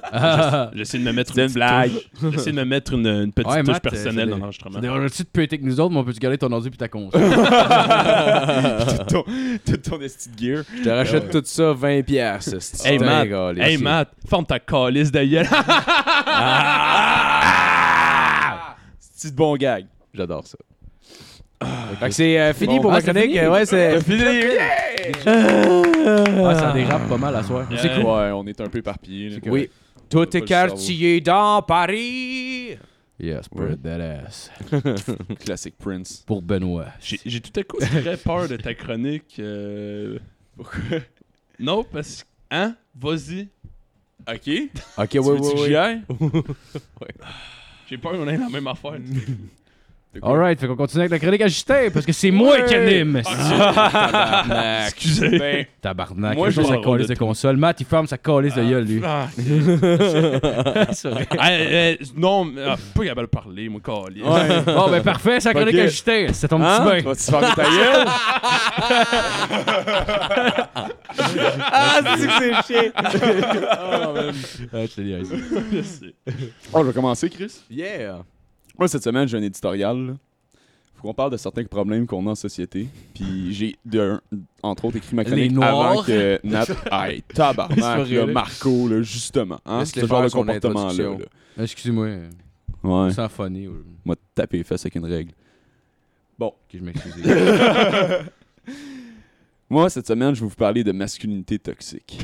Speaker 5: Ah,
Speaker 1: j'essaie de me mettre une blague. J'essaie de me mettre une, une petite
Speaker 5: Ouais,
Speaker 1: touche
Speaker 5: Matt, euh, c'est
Speaker 1: personnelle dans
Speaker 5: des-
Speaker 1: l'enregistrement.
Speaker 5: ça dérange-tu de péter que nous autres, mais on peut-tu garder ton ordi puis ta console?
Speaker 8: Tout ton- tout ton esti de gear.
Speaker 6: Je te rachète tout ça 20$. piastres, c'est-
Speaker 1: Hey, Matt.
Speaker 6: Dingue, les
Speaker 1: Hey
Speaker 6: filles.
Speaker 1: Matt, forme ta calice de gueule.
Speaker 8: Petit bon gag.
Speaker 6: J'adore ça. Fait que c'est euh, fini
Speaker 8: Bon.
Speaker 6: pour
Speaker 5: Ah,
Speaker 6: ma
Speaker 5: c'est
Speaker 6: chronique.
Speaker 5: fini?
Speaker 6: Ouais, c'est.
Speaker 5: ah, ça dérape pas mal à soir.
Speaker 1: Yeah.
Speaker 5: C'est
Speaker 1: Euh,
Speaker 5: cool.
Speaker 8: Ouais, on est un peu éparpillés. là.
Speaker 6: Oui. Tout
Speaker 8: pas le
Speaker 6: écartillé dans Paris.
Speaker 5: Yeah, spread that ass.
Speaker 8: Classic Prince.
Speaker 5: Pour Benoît.
Speaker 1: J'ai j'ai tout à coup très peur de ta chronique. euh,
Speaker 8: Pourquoi?
Speaker 1: Non, parce que. Hein? Vas-y.
Speaker 8: Ok. Tu
Speaker 6: Ok, ouais,
Speaker 8: veux-tu
Speaker 6: ouais,
Speaker 8: que j'y
Speaker 6: ouais.
Speaker 8: aille?
Speaker 1: J'ai peur qu'on ait la même affaire.
Speaker 5: Alright, fait qu'on continue avec la chronique à Justin parce que c'est moi qui anime.
Speaker 1: Ah. Excusez.
Speaker 8: Ben,
Speaker 5: Tabarnak,
Speaker 1: Moi,
Speaker 5: moi
Speaker 1: je
Speaker 5: je sa
Speaker 1: m'en rends
Speaker 5: calice
Speaker 1: de
Speaker 5: de console. Matt, il ferme sa calice de gueule, lui.
Speaker 1: Ah, eh, eh, non, mais, ah, pas capable de parler, mon calice.
Speaker 5: Oh, ben parfait, sa chronique à Justin. Ça tombe
Speaker 8: hein?
Speaker 5: petit
Speaker 8: Tu
Speaker 5: bain.
Speaker 8: vas-tu fermer ta gueule?
Speaker 6: Ah, c'est que c'est chier.
Speaker 5: Ah, je te dis, vas-y.
Speaker 1: Je sais.
Speaker 8: Oh, je vais commencer, Chris.
Speaker 6: Yeah.
Speaker 8: Moi, cette semaine, j'ai un éditorial. là. Faut qu'on parle de certains problèmes qu'on a en société. Puis j'ai, d'un- entre autres, écrit ma chronique
Speaker 5: Noirs.
Speaker 8: avant que Nat... Hey, tabarnak, là, Marco, là, justement. Hein,
Speaker 6: Laisse-les
Speaker 8: ce genre
Speaker 6: faire
Speaker 8: de
Speaker 6: son
Speaker 8: comportement-là.
Speaker 6: introduction.
Speaker 8: là.
Speaker 5: Excusez-moi,
Speaker 8: Ouais.
Speaker 5: sans phonie, ou-
Speaker 8: Moi, taper les fesses avec une règle.
Speaker 5: que je m'excuse.
Speaker 8: Moi, cette semaine, je vais vous parler de masculinité toxique.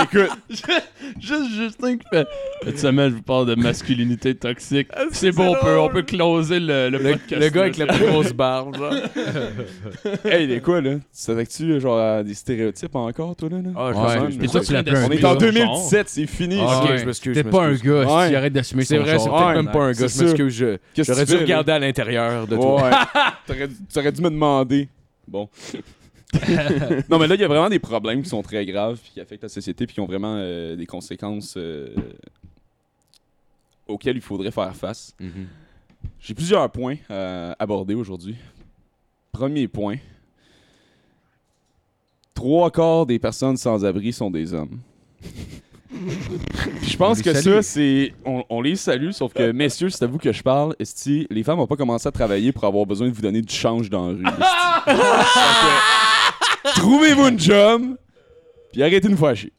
Speaker 1: Écoute, juste Justin qui fait. Cette semaine, je vous parle de masculinité toxique. C'est bon, on peut, on peut closer le, le, podcast.
Speaker 6: Le gars avec
Speaker 1: là.
Speaker 6: la plus grosse barbe, genre.
Speaker 8: hey, il est quoi, là? Tu savais-tu, genre, à des stéréotypes encore, toi, là? là?
Speaker 6: Ah,
Speaker 5: Ouais.
Speaker 6: je
Speaker 5: Et
Speaker 6: me
Speaker 5: toi,
Speaker 6: sens.
Speaker 5: tu l'appelles un
Speaker 8: On est
Speaker 5: gars.
Speaker 8: en 2017, c'est fini.
Speaker 6: Ah,
Speaker 8: ça.
Speaker 6: ok, je m'excuse,
Speaker 5: T'es
Speaker 6: je
Speaker 5: pas un
Speaker 6: m'excuse.
Speaker 5: gars,
Speaker 8: Ouais.
Speaker 5: si tu arrêtes d'assumer
Speaker 6: C'est
Speaker 5: son
Speaker 6: vrai, c'est
Speaker 5: genre.
Speaker 8: Ouais.
Speaker 6: peut-être même pas un gars.
Speaker 8: C'est
Speaker 6: Je m'excuse. je-
Speaker 8: Qu'est-ce que
Speaker 6: J'aurais dû
Speaker 8: fais, là?
Speaker 6: regarder à l'intérieur de toi.
Speaker 8: Ouais. T'aurais- T'aurais dû me demander. Bon. non, mais là, il y a vraiment des problèmes qui sont très graves, puis qui affectent la société, puis qui ont vraiment euh, des conséquences euh, auxquelles il faudrait faire face.
Speaker 5: Mm-hmm.
Speaker 8: J'ai plusieurs points à aborder aujourd'hui. Premier point. Trois quarts des personnes sans abri sont des hommes. Je pense
Speaker 5: On
Speaker 8: que
Speaker 5: les salue.
Speaker 8: ça, c'est. On, on les salue, sauf que, messieurs, c'est à vous que je parle. Esti, les femmes n'ont pas commencé à travailler pour avoir besoin de vous donner du change dans la rue. esti. Fait que, Trouvez-vous une job, puis arrêtez de nous faire chier.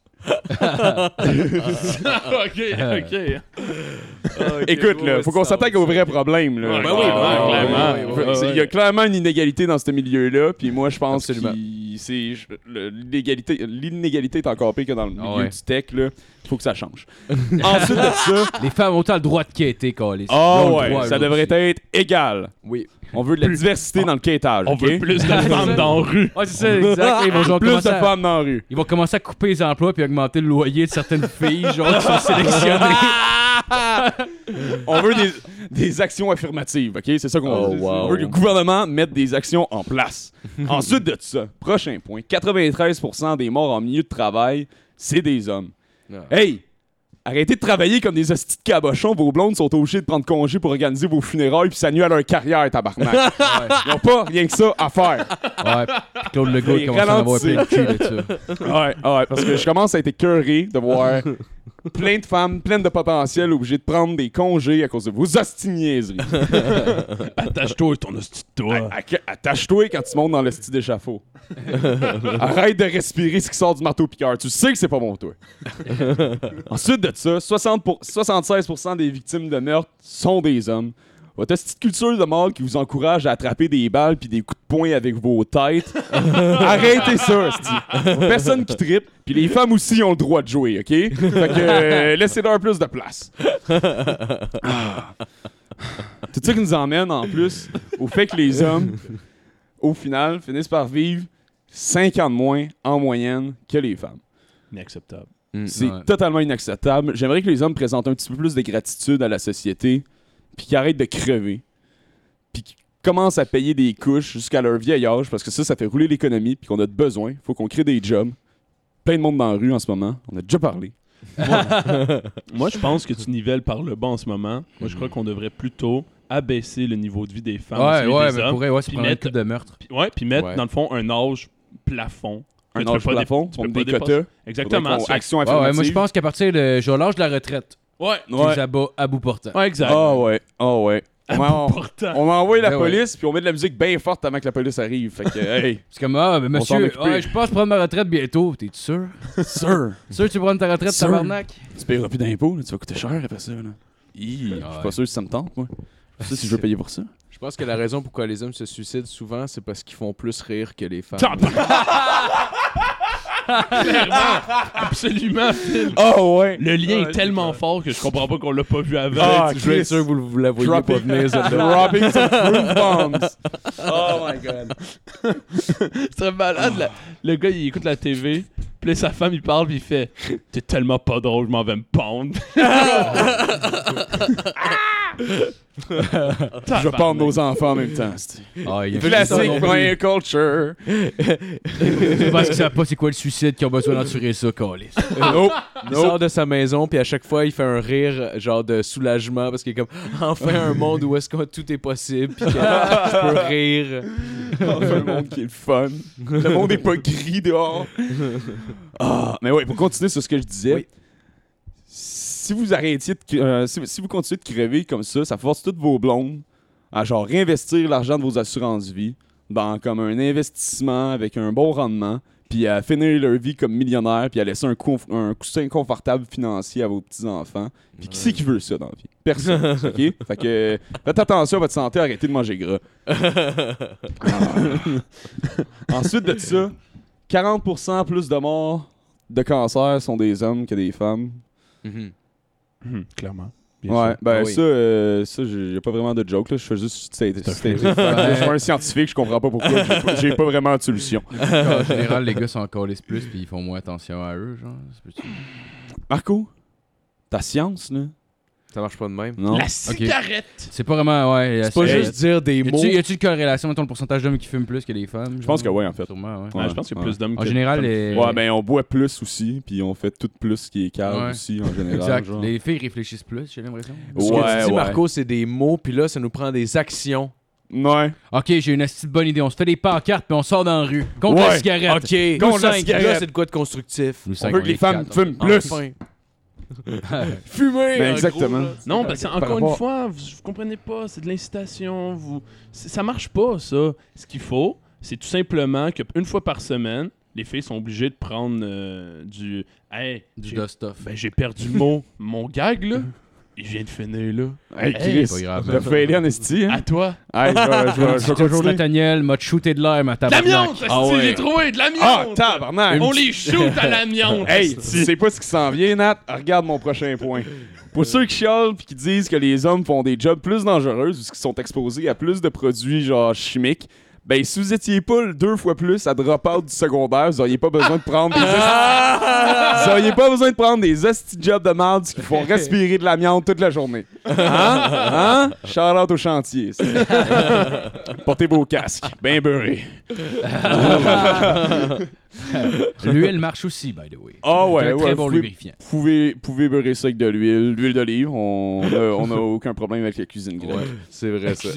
Speaker 1: ok, ok.
Speaker 8: Écoute, là, faut qu'on s'attaque aux vrais problèmes. Là.
Speaker 1: Ouais, ben oui, ben,
Speaker 8: Ah,
Speaker 1: clairement.
Speaker 8: ouais, ouais,
Speaker 1: Ouais,
Speaker 8: ouais.
Speaker 1: ouais.
Speaker 8: Il y a clairement une inégalité dans ce milieu-là, puis moi, je pense que
Speaker 6: Absolument.
Speaker 8: c'est je- le- l'égalité- l'inégalité est encore pire que dans le milieu
Speaker 5: Ah ouais.
Speaker 8: du tech. Là. Faut que ça change. Ensuite de ça,
Speaker 5: Les femmes ont autant le droit de quêter, Calis.
Speaker 8: ah ouais, ça devrait être égal.
Speaker 6: Oui.
Speaker 8: On veut de la diversité dans le quêtage.
Speaker 1: On
Speaker 8: ok?
Speaker 1: veut plus de femmes dans la rue.
Speaker 5: Ouais, c'est ça, exact. Ils vont, genre
Speaker 8: Plus de
Speaker 5: commencer à-
Speaker 8: femmes dans la rue.
Speaker 5: ils vont commencer à couper les emplois puis augmenter le loyer de certaines filles, genre, qui sont sélectionnées.
Speaker 8: On veut des, des actions affirmatives, ok? C'est ça qu'on
Speaker 6: Oh,
Speaker 8: veut.
Speaker 6: wow.
Speaker 8: On veut que le gouvernement mette des actions en place. Ensuite de ça, prochain point, 93% des morts en milieu de travail, c'est des hommes.
Speaker 6: Ah.
Speaker 8: Hey! Arrêtez de travailler comme des hosties de cabochons. Vos blondes sont obligées de prendre congé pour organiser vos funérailles puis s'annuler à leur carrière, tabarnak. Ils n'ont pas rien que ça à faire.
Speaker 5: Ouais, puis Claude Legault il
Speaker 8: Et
Speaker 5: commence à en avoir plein le
Speaker 8: ralentir.
Speaker 5: cul là-dessus.
Speaker 8: Ouais, Ah ouais, parce que je commence à être écœuré de voir plein de femmes pleines de potentiel obligées de prendre des congés à cause de vos hosties de niaiseries.
Speaker 1: Attache-toi ton hostie de toi.
Speaker 8: À- à- Attache-toi quand tu montes dans le style d'échafaud. Arrête de respirer ce qui sort du marteau piqueur. Tu sais que c'est pas bon, toi. Ensuite de ça, 60 pour- 76% des victimes de meurtre sont des hommes. Votre petite culture de mort qui vous encourage à attraper des balles puis des coups de poing avec vos têtes. Arrêtez ça, esti. Personne qui tripe. Puis les femmes aussi ont le droit de jouer, OK? Fait que euh, laissez-leur plus de place. Ah. Tout ça qui nous emmène, en plus, au fait que les hommes, au final, finissent par vivre 5 ans de moins en moyenne que les femmes.
Speaker 1: Inacceptable.
Speaker 8: C'est
Speaker 5: ouais.
Speaker 8: totalement inacceptable. J'aimerais que les hommes présentent un petit peu plus de gratitude à la société, puis qu'ils arrêtent de crever, puis qu'ils commencent à payer des couches jusqu'à leur vieil âge, parce que ça, ça fait rouler l'économie, puis qu'on a de besoin. faut qu'on crée des jobs. Plein de monde dans la rue en ce moment. On a déjà parlé.
Speaker 1: Moi, je pense que tu nivelles par le bas en ce moment. Moi, je crois qu'on devrait plutôt abaisser le niveau de vie des femmes
Speaker 5: Ouais,
Speaker 1: et
Speaker 5: ouais,
Speaker 1: des
Speaker 5: mais
Speaker 1: hommes.
Speaker 5: pour vrai, ouais, c'est
Speaker 1: puis
Speaker 5: prendre une
Speaker 1: mettre-
Speaker 5: coupe de meurtre.
Speaker 1: Puis- ouais, puis mettre,
Speaker 6: Ouais.
Speaker 1: dans le fond, un âge plafond. Que
Speaker 8: Un
Speaker 1: tu peux
Speaker 8: âge
Speaker 1: pas dé-
Speaker 8: plafond,
Speaker 1: tu
Speaker 8: on
Speaker 1: peux
Speaker 8: met
Speaker 1: pas
Speaker 8: des
Speaker 1: dépasser.
Speaker 8: quotas.
Speaker 1: Exactement.
Speaker 8: Faudrait qu'on-
Speaker 1: c'est-
Speaker 8: Action
Speaker 5: Ouais, ouais, moi je
Speaker 8: affirmative.
Speaker 5: pense qu'à partir de genre l'âge de la retraite,
Speaker 1: Ouais,
Speaker 5: tu
Speaker 8: Ouais.
Speaker 5: les abats à bout portant.
Speaker 1: ouais, exact.
Speaker 8: Ah ouais, ah ouais. On, en-
Speaker 1: Important.
Speaker 8: on envoie la
Speaker 5: Ben ouais.
Speaker 8: police, puis on met de la musique bien forte avant que la police arrive. Fait que, hey,
Speaker 5: C'est comme ah ben,
Speaker 8: s'en
Speaker 5: monsieur,
Speaker 8: occuper.
Speaker 5: ouais, je pense prendre ma retraite bientôt, t'es sûr
Speaker 8: sir,
Speaker 5: Sûr que tu vas prendre ta retraite
Speaker 8: Sûr.
Speaker 5: tabarnak
Speaker 8: tu paieras plus d'impôts, là, tu vas coûter cher après ça. Là. Hi, Je suis pas sûr si ça me tente, moi.
Speaker 6: Ah,
Speaker 8: Je sais si je veux payer pour ça.
Speaker 6: Je pense que la raison pourquoi les hommes se suicident souvent, c'est parce qu'ils font plus rire que les femmes.
Speaker 1: Absolument. Phil.
Speaker 8: Ah ouais!
Speaker 1: Le lien est tellement fort que je comprends pas qu'on l'a pas vu avant.
Speaker 8: Ah,
Speaker 6: Je suis
Speaker 8: Chris.
Speaker 6: sûr que vous, vous la voyez pas
Speaker 8: Dropping,
Speaker 6: venir, celle-là.
Speaker 8: dropping some truth bombs. Oh my god.
Speaker 1: C'est très malade. la- Le gars, il écoute la TV. Puis là, sa femme, il parle, puis il fait T'es tellement pas drôle, je m'en vais me pendre.
Speaker 8: Ah! Je vais pendre nos enfants en même temps. c'est-
Speaker 5: Ah, il y a
Speaker 8: Classic brain culture.
Speaker 5: C'est parce qu'ils savent pas c'est quoi le suicide qu'ils ont besoin d'endurer ça, Calis.
Speaker 8: Nope.
Speaker 6: Il
Speaker 8: Nope.
Speaker 6: sort de sa maison, puis à chaque fois, il fait un rire, genre de soulagement, parce qu'il est comme enfin un monde où est-ce que tout est possible, puis que je peux rire.
Speaker 8: Enfin, le monde qui est le fun. Le monde est pas gris dehors. Ah, mais ouais, pour continuer sur ce que je disais.
Speaker 6: Oui.
Speaker 8: Si vous arrêtiez de cre- euh, si, si vous continuez de crever comme ça, ça force toutes vos blondes à genre réinvestir l'argent de vos assurances vie dans comme un investissement avec un bon rendement, puis puis à finir leur vie comme millionnaire, puis à laisser un, conf- un coussin confortable financier à vos petits-enfants. Puis qui c'est qui veut ça dans la vie? Personne, OK? Fait que faites attention à votre santé, arrêtez de manger gras. Ensuite de ça, 40% plus de morts de cancer sont des hommes que des femmes.
Speaker 6: Mhm.
Speaker 1: Clairement.
Speaker 8: ouais, ben
Speaker 6: oui.
Speaker 8: ça, euh, ça j'ai j'ai pas vraiment de joke, là. Je fais juste... c'est- c'est- c'est- Je suis un scientifique, je comprends pas pourquoi. J'ai pas- J'ai pas vraiment de solution.
Speaker 5: En général, les gars sont encore les plus puis ils font moins attention à eux, genre. Ça peut-tu-
Speaker 8: Marco, ta science, là?
Speaker 6: Ça marche pas de même.
Speaker 8: Non?
Speaker 5: Ok. C'est pas vraiment, ouais.
Speaker 6: C'est pas juste dire des mots.
Speaker 5: Y a-tu une corrélation entre le pourcentage d'hommes qui fument plus que des femmes
Speaker 8: Je pense que
Speaker 5: genre?
Speaker 8: oui, en fait.
Speaker 5: Sûrement, ouais.
Speaker 1: Ouais, je pense qu'il y a plus d'hommes
Speaker 5: En
Speaker 1: que-
Speaker 5: général,
Speaker 1: comme-
Speaker 5: les.
Speaker 8: Ouais, ben on boit plus aussi, puis on fait tout plus qui est calme
Speaker 5: Ouais.
Speaker 8: aussi, en général.
Speaker 5: Exact.
Speaker 8: genre.
Speaker 5: Les filles réfléchissent plus, j'ai l'impression.
Speaker 6: Ce que
Speaker 8: Ouais,
Speaker 6: tu dis,
Speaker 8: ouais.
Speaker 6: Marco, c'est des mots, puis là, ça nous prend des actions.
Speaker 8: Ouais.
Speaker 5: Ok, j'ai une petite bonne idée. On se fait des pancartes puis on sort dans la rue. Contre la
Speaker 8: Ouais.
Speaker 5: cigarette.
Speaker 6: OK.
Speaker 8: Contre
Speaker 6: Contre
Speaker 8: la
Speaker 6: la
Speaker 8: cigarette.
Speaker 6: Là, c'est de quoi de constructif?
Speaker 5: Nous
Speaker 8: On
Speaker 5: cinq,
Speaker 8: veut que
Speaker 5: est
Speaker 8: les femmes
Speaker 5: quatre,
Speaker 8: fument
Speaker 5: on-
Speaker 8: plus.
Speaker 6: Enfin.
Speaker 8: Fumer! exactement.
Speaker 1: Non, parce que
Speaker 8: Par
Speaker 1: encore une
Speaker 8: rapport-
Speaker 1: fois, vous, vous comprenez pas, c'est de l'incitation. Vous, c'est- ça marche pas, ça. Ce qu'il faut, c'est tout simplement que une fois par semaine, les filles sont obligées de prendre euh, du. Hey,
Speaker 5: Du
Speaker 1: j'ai-
Speaker 5: dust-off.
Speaker 1: ben, j'ai perdu mon, mon gag là. Il vient de finir là.
Speaker 8: Hey,
Speaker 5: Hey, pas
Speaker 8: Chris,
Speaker 5: grave.
Speaker 8: t'as failli en esti, hein?
Speaker 1: À toi.
Speaker 8: Hey, je vais- je vais- ben, je vais
Speaker 5: Toujours
Speaker 8: continuer.
Speaker 5: Nathaniel m'a shooté de l'air, ma
Speaker 1: De
Speaker 5: tabarnak.
Speaker 1: L'amiante! esti,
Speaker 8: Ah ouais.
Speaker 1: J'ai trouvé de
Speaker 8: Ah,
Speaker 1: l'amiante!
Speaker 8: tabarnak!
Speaker 1: On les shoot à l'amiante!
Speaker 8: Hey, tu
Speaker 1: esti.
Speaker 8: sais pas ce qui s'en vient, Nat? Regarde mon prochain point. Pour ceux qui chialent puis qui disent que les hommes font des jobs plus dangereux ou qui sont exposés à plus de produits genre chimiques, ben si vous étiez pas le deux fois plus à drop out du secondaire, vous auriez pas besoin de prendre des Ah! esti- vous auriez pas besoin de prendre des hosties de jobs de merde qui font respirer de l'amiante toute la journée. Hein? Hein? Shout out au chantier. esti. Portez vos casques, bien beurrés.
Speaker 5: L'huile marche aussi, by the way.
Speaker 8: Ah
Speaker 5: C'est
Speaker 8: ouais,
Speaker 5: un très
Speaker 8: ouais,
Speaker 5: bon
Speaker 8: vous-
Speaker 5: lubrifiant.
Speaker 8: pouvez, pouvez beurrer ça avec de l'huile. L'huile d'olive, on n'a on a aucun problème avec la cuisine grecque.
Speaker 6: C'est vrai, ça.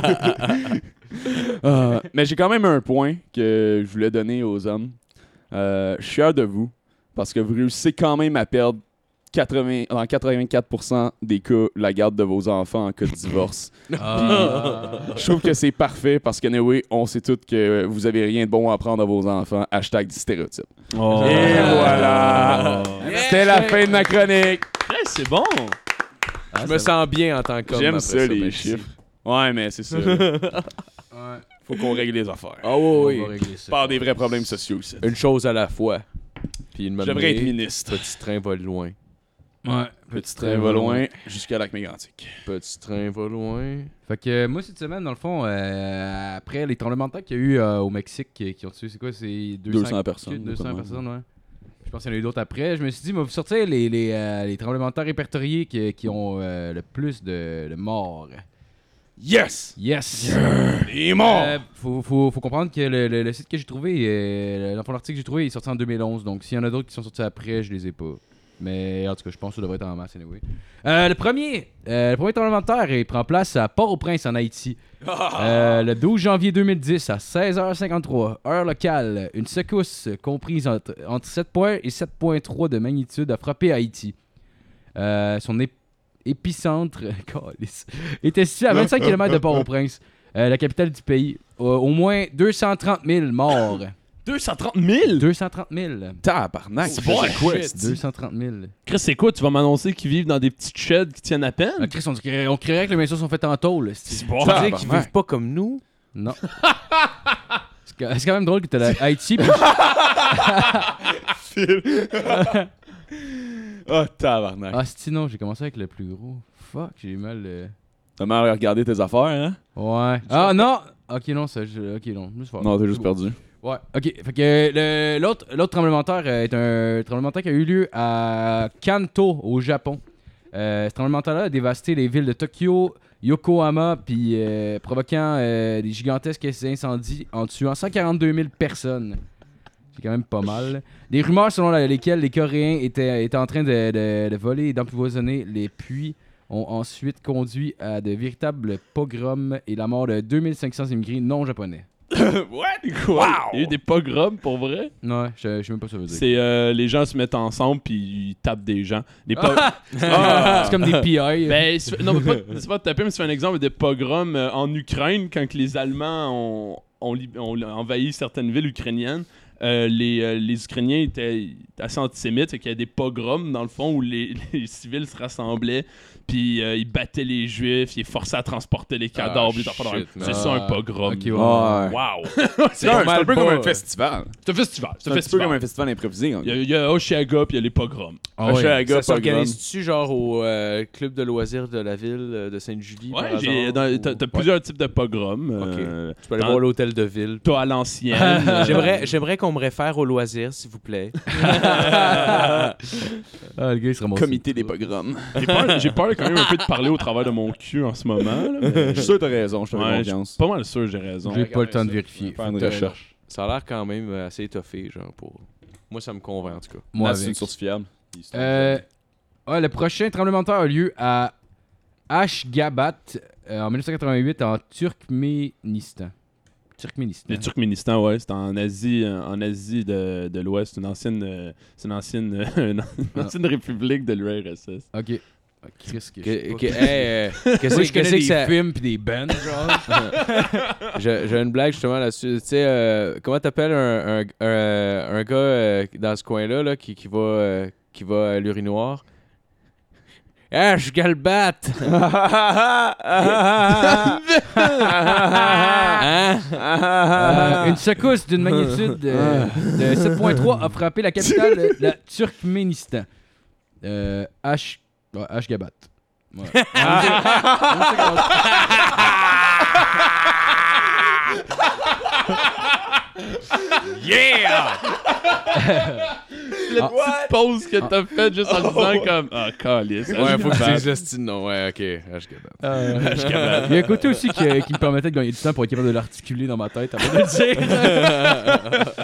Speaker 8: Euh, mais j'ai quand même un point que je voulais donner aux hommes. Euh, je suis fier de vous parce que vous réussissez quand même à perdre 80, dans 84% des cas la garde de vos enfants en cas de divorce.
Speaker 5: Ah.
Speaker 8: je trouve que c'est parfait parce que, anyway, on sait tous que vous avez rien de bon à apprendre à vos enfants. Hashtag du stéréotype. Et voilà! C'était la fin de ma chronique.
Speaker 1: Hey, c'est bon!
Speaker 6: Je me sens bien en tant qu'homme.
Speaker 8: Ah, J'aime
Speaker 6: après
Speaker 8: ça,
Speaker 6: ben,
Speaker 8: les
Speaker 6: merci.
Speaker 8: chiffres. Ouais, mais c'est ça. là. Faut qu'on règle les affaires.
Speaker 6: Ah oui,
Speaker 5: On va
Speaker 6: oui.
Speaker 5: régler ça.
Speaker 8: Par des vrais problèmes sociaux, ça.
Speaker 6: Une chose à la fois. Puis une
Speaker 8: J'aimerais être
Speaker 6: matinée,
Speaker 8: ministre.
Speaker 6: Petit train va loin.
Speaker 5: Ouais.
Speaker 8: Petit train va loin jusqu'à lac mégantic.
Speaker 6: Petit train va loin.
Speaker 5: Fait que euh, moi, cette semaine, dans le fond, euh, après les tremblements de terre qu'il y a eu euh, au Mexique qui, qui ont tué, c'est quoi C'est 200,
Speaker 8: 200 personnes,
Speaker 5: 200
Speaker 8: notamment.
Speaker 5: personnes, ouais. Je pense qu'il y en a eu d'autres après. Je me suis dit, moi, vous sortir les, les, euh, les tremblements de terre répertoriés qui, qui ont euh, le plus de, de morts.
Speaker 8: Yes!
Speaker 5: Yes!
Speaker 8: Il est mort!
Speaker 5: Euh, faut, faut, faut comprendre que le, le- le site que j'ai trouvé, euh, l'enfant l'article que j'ai trouvé, il est sorti en 2011. Donc, s'il y en a d'autres qui sont sortis après, je les ai pas. Mais en tout cas, je pense que ça devrait être en masse anyway. Euh, le premier, euh, le premier tremblement de terre, il prend place à Port-au-Prince en Haïti. Euh, le 12 janvier 2010 à 16h53, heure locale, une secousse comprise entre, entre 7.1 et 7.3 de magnitude a frappé Haïti. Euh, son ép- épicentre câlisse, était situé à 25 km de Port-au-Prince, euh, la capitale du pays. Au- au moins 230 000 morts.
Speaker 8: Ah!
Speaker 1: 230 000!
Speaker 5: 230 000.
Speaker 8: Tabarnak!
Speaker 1: C'est bon,
Speaker 8: C'est quoi,
Speaker 1: shit.
Speaker 8: c'est-tu?
Speaker 5: 230 000.
Speaker 8: Ah.
Speaker 1: Chris, c'est quoi? Tu vas m'annoncer qu'ils vivent dans des petites sheds qui tiennent à
Speaker 5: Ah,
Speaker 1: peine?
Speaker 5: Chris, on, dirait- on créerait que les messieurs sont faits en tôle. c'est-
Speaker 1: C'est bon!
Speaker 6: Tu
Speaker 8: Tabarnak.
Speaker 6: dire qu'ils vivent pas comme nous?
Speaker 5: Non. C'est quand- c'est quand même drôle que t'as la Haïti. puis-
Speaker 8: Ah, tabarnak!
Speaker 5: Ah, si, non, j'ai commencé avec le plus gros. Fuck, j'ai eu mal. euh.
Speaker 8: T'as mal regardé tes affaires, hein?
Speaker 5: Ouais. Ah non! Ok, non, ça. je- Ok, non. Juste fort.
Speaker 8: Non, t'as
Speaker 5: C'est
Speaker 8: juste
Speaker 5: bon.
Speaker 8: perdu.
Speaker 5: Ouais. Ok, fait que le- l'autre l'autre tremblement de terre euh, est un tremblement de terre qui a eu lieu à Kanto, au Japon. Euh, ce tremblement de terre-là a dévasté les villes de Tokyo, Yokohama, puis euh, provoquant euh, des gigantesques incendies en tuant 142 000 personnes. C'est quand même pas mal. Des rumeurs selon la- lesquelles les Coréens étaient, étaient en train de, de- de voler et d'empoisonner les puits ont ensuite conduit à de véritables pogroms et la mort de 2500 immigrés non japonais.
Speaker 1: Quoi? Il y a eu des pogroms pour vrai?
Speaker 5: Ouais, je je sais même pas ce que ça veut dire.
Speaker 1: C'est euh, les gens se mettent ensemble puis ils tapent des gens. Des po-
Speaker 5: Ah. C'est comme des PI.
Speaker 1: Ben, c'est- non, mais pas, c'est pas de taper, mais c'est un exemple de pogrom euh, en Ukraine quand que les Allemands ont, ont, lib- ont envahi certaines villes ukrainiennes. euh, les, euh, les Ukrainiens étaient assez antisémites, et qu'il y a des pogroms, dans le fond, où les, les civils se rassemblaient, puis euh, ils battaient les Juifs, ils forçaient à transporter les cadavres. des affaires de même.
Speaker 6: shit, man.
Speaker 1: c'est ça un pogrom.
Speaker 5: Ah, Ok, ouais.
Speaker 8: Ah, ouais.
Speaker 1: Wow!
Speaker 8: C'est un, c'est un peu
Speaker 5: pas,
Speaker 8: comme
Speaker 5: euh,
Speaker 8: un festival.
Speaker 1: c'est un festival. C'est
Speaker 8: C'est
Speaker 1: un
Speaker 8: un petit peu
Speaker 1: festival.
Speaker 8: comme un festival improvisé.
Speaker 1: Il y a- il y a Oshiaga, puis il y a les pogroms.
Speaker 5: Ah ouais.
Speaker 6: Ça s'organise-tu genre au euh, club de loisirs de la ville euh, de Sainte-Julie? par
Speaker 1: Ouais,
Speaker 6: hasard,
Speaker 1: j'ai- dans-
Speaker 6: ou-
Speaker 1: t'as t'as
Speaker 6: Ouais.
Speaker 1: plusieurs types de pogroms. euh,
Speaker 6: Tu peux aller
Speaker 1: dans-
Speaker 6: voir l'hôtel de ville.
Speaker 1: Toi à l'ancienne. euh,
Speaker 6: J'aimerais, j'aimerais qu'on me réfère aux loisirs, s'il vous plaît.
Speaker 5: Ah, le gars, il se ramasse.
Speaker 8: Comité des pogroms.
Speaker 1: J'ai peur, j'ai peur quand même un peu de parler au travers de mon cul en ce moment. là, mais-
Speaker 8: Je suis sûr que t'as raison, je te
Speaker 1: Ouais,
Speaker 8: fais
Speaker 1: je suis
Speaker 8: confiance.
Speaker 1: pas mal sûr que j'ai raison.
Speaker 5: J'ai pas le temps de vérifier.
Speaker 8: Faire une recherche.
Speaker 6: Ça a l'air quand même euh, assez étoffé, genre pour. Moi, ça me convainc en tout cas.
Speaker 5: Moi,
Speaker 8: Là, c'est une
Speaker 5: avec.
Speaker 8: source fiable.
Speaker 5: Euh, ouais, le prochain tremblement de terre a lieu à Ashgabat euh, en 1988 en Turkménistan. Turkménistan.
Speaker 1: Le Turkménistan, ouais, c'est en Asie, euh, en Asie de, de l'Ouest, une ancienne, euh, c'est une ancienne, euh, une,
Speaker 5: Ah.
Speaker 1: ancienne république de l'URSS.
Speaker 5: Ok. Ah, Chris, que je sais
Speaker 6: Que-
Speaker 5: pas.
Speaker 6: que- hey, euh, Qu'est-ce
Speaker 5: Moi, je
Speaker 6: que qu'est-ce
Speaker 5: connais
Speaker 6: que
Speaker 5: des
Speaker 6: ça-
Speaker 5: films puis des bands, genre.
Speaker 6: J'ai j'ai une blague justement là-dessus. Tu sais, euh, comment t'appelles un, un, un, un gars euh, dans ce coin-là là, qui, qui va, euh, qui va à l'urinoir? Ah, je galbate! Hein? Ah.
Speaker 5: Euh, une secousse d'une magnitude euh, de 7.3 a frappé la capitale de la Turkménistan. Euh, H. ouais, Ashgabat. Ouais.
Speaker 1: La petite pause que t'as faite juste en disant comme ah calice.
Speaker 6: Ouais, faut que tu dises le style non. Ouais, ok. Ah, je galbate.
Speaker 5: Il y a un côté aussi que- qui me permettait de gagner du temps pour être capable de l'articuler dans ma tête avant de le dire.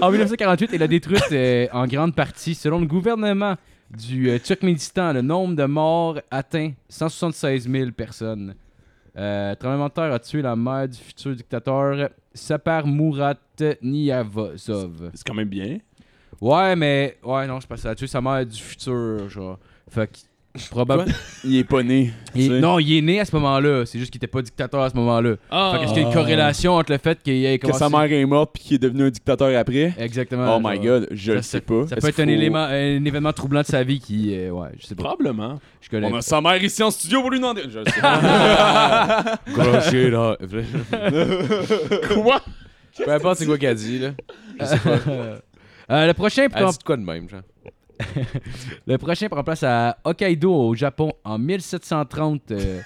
Speaker 5: en 1948, elle a détruit euh, en grande partie, selon le gouvernement du euh, Turkménistan, le nombre de morts atteint 176 000 personnes. Euh, tremblement de terre a tué la mère du futur dictateur Sapar Murat Niyazov.
Speaker 1: C'est quand même bien.
Speaker 5: Ouais, mais ouais, non, je pense que ça a tué sa mère du futur, genre. Fait que probablement.
Speaker 8: Il est pas né. Tu
Speaker 5: Il-
Speaker 8: sais.
Speaker 5: non, il est né à ce moment-là. C'est juste qu'il était pas dictateur à ce moment-là.
Speaker 1: Ah.
Speaker 5: Fait qu'est-ce qu'il y a une corrélation entre le fait qu'il ait
Speaker 8: Ah. Que
Speaker 5: commencé...
Speaker 8: sa mère est morte puis qu'il est devenu un dictateur après.
Speaker 5: Exactement.
Speaker 8: Oh my
Speaker 5: genre.
Speaker 8: god, je
Speaker 5: ça-
Speaker 8: le sais pas.
Speaker 5: Ça
Speaker 8: Est-ce
Speaker 5: peut être un,
Speaker 8: qu'il faut-
Speaker 5: élément, un événement troublant de sa vie qui... euh, ouais, je sais pas.
Speaker 1: Probablement.
Speaker 5: Je connais.
Speaker 8: On a sa mère ici en studio pour lui demander. Je le sais pas.
Speaker 6: Crochet là. quoi? Peu importe c'est quoi qu'elle dit là.
Speaker 5: Euh, le, prochain
Speaker 6: Elle
Speaker 5: prend,
Speaker 6: dit de quoi de même, genre?
Speaker 5: le prochain prend place à Hokkaido, au Japon, en 1730. euh,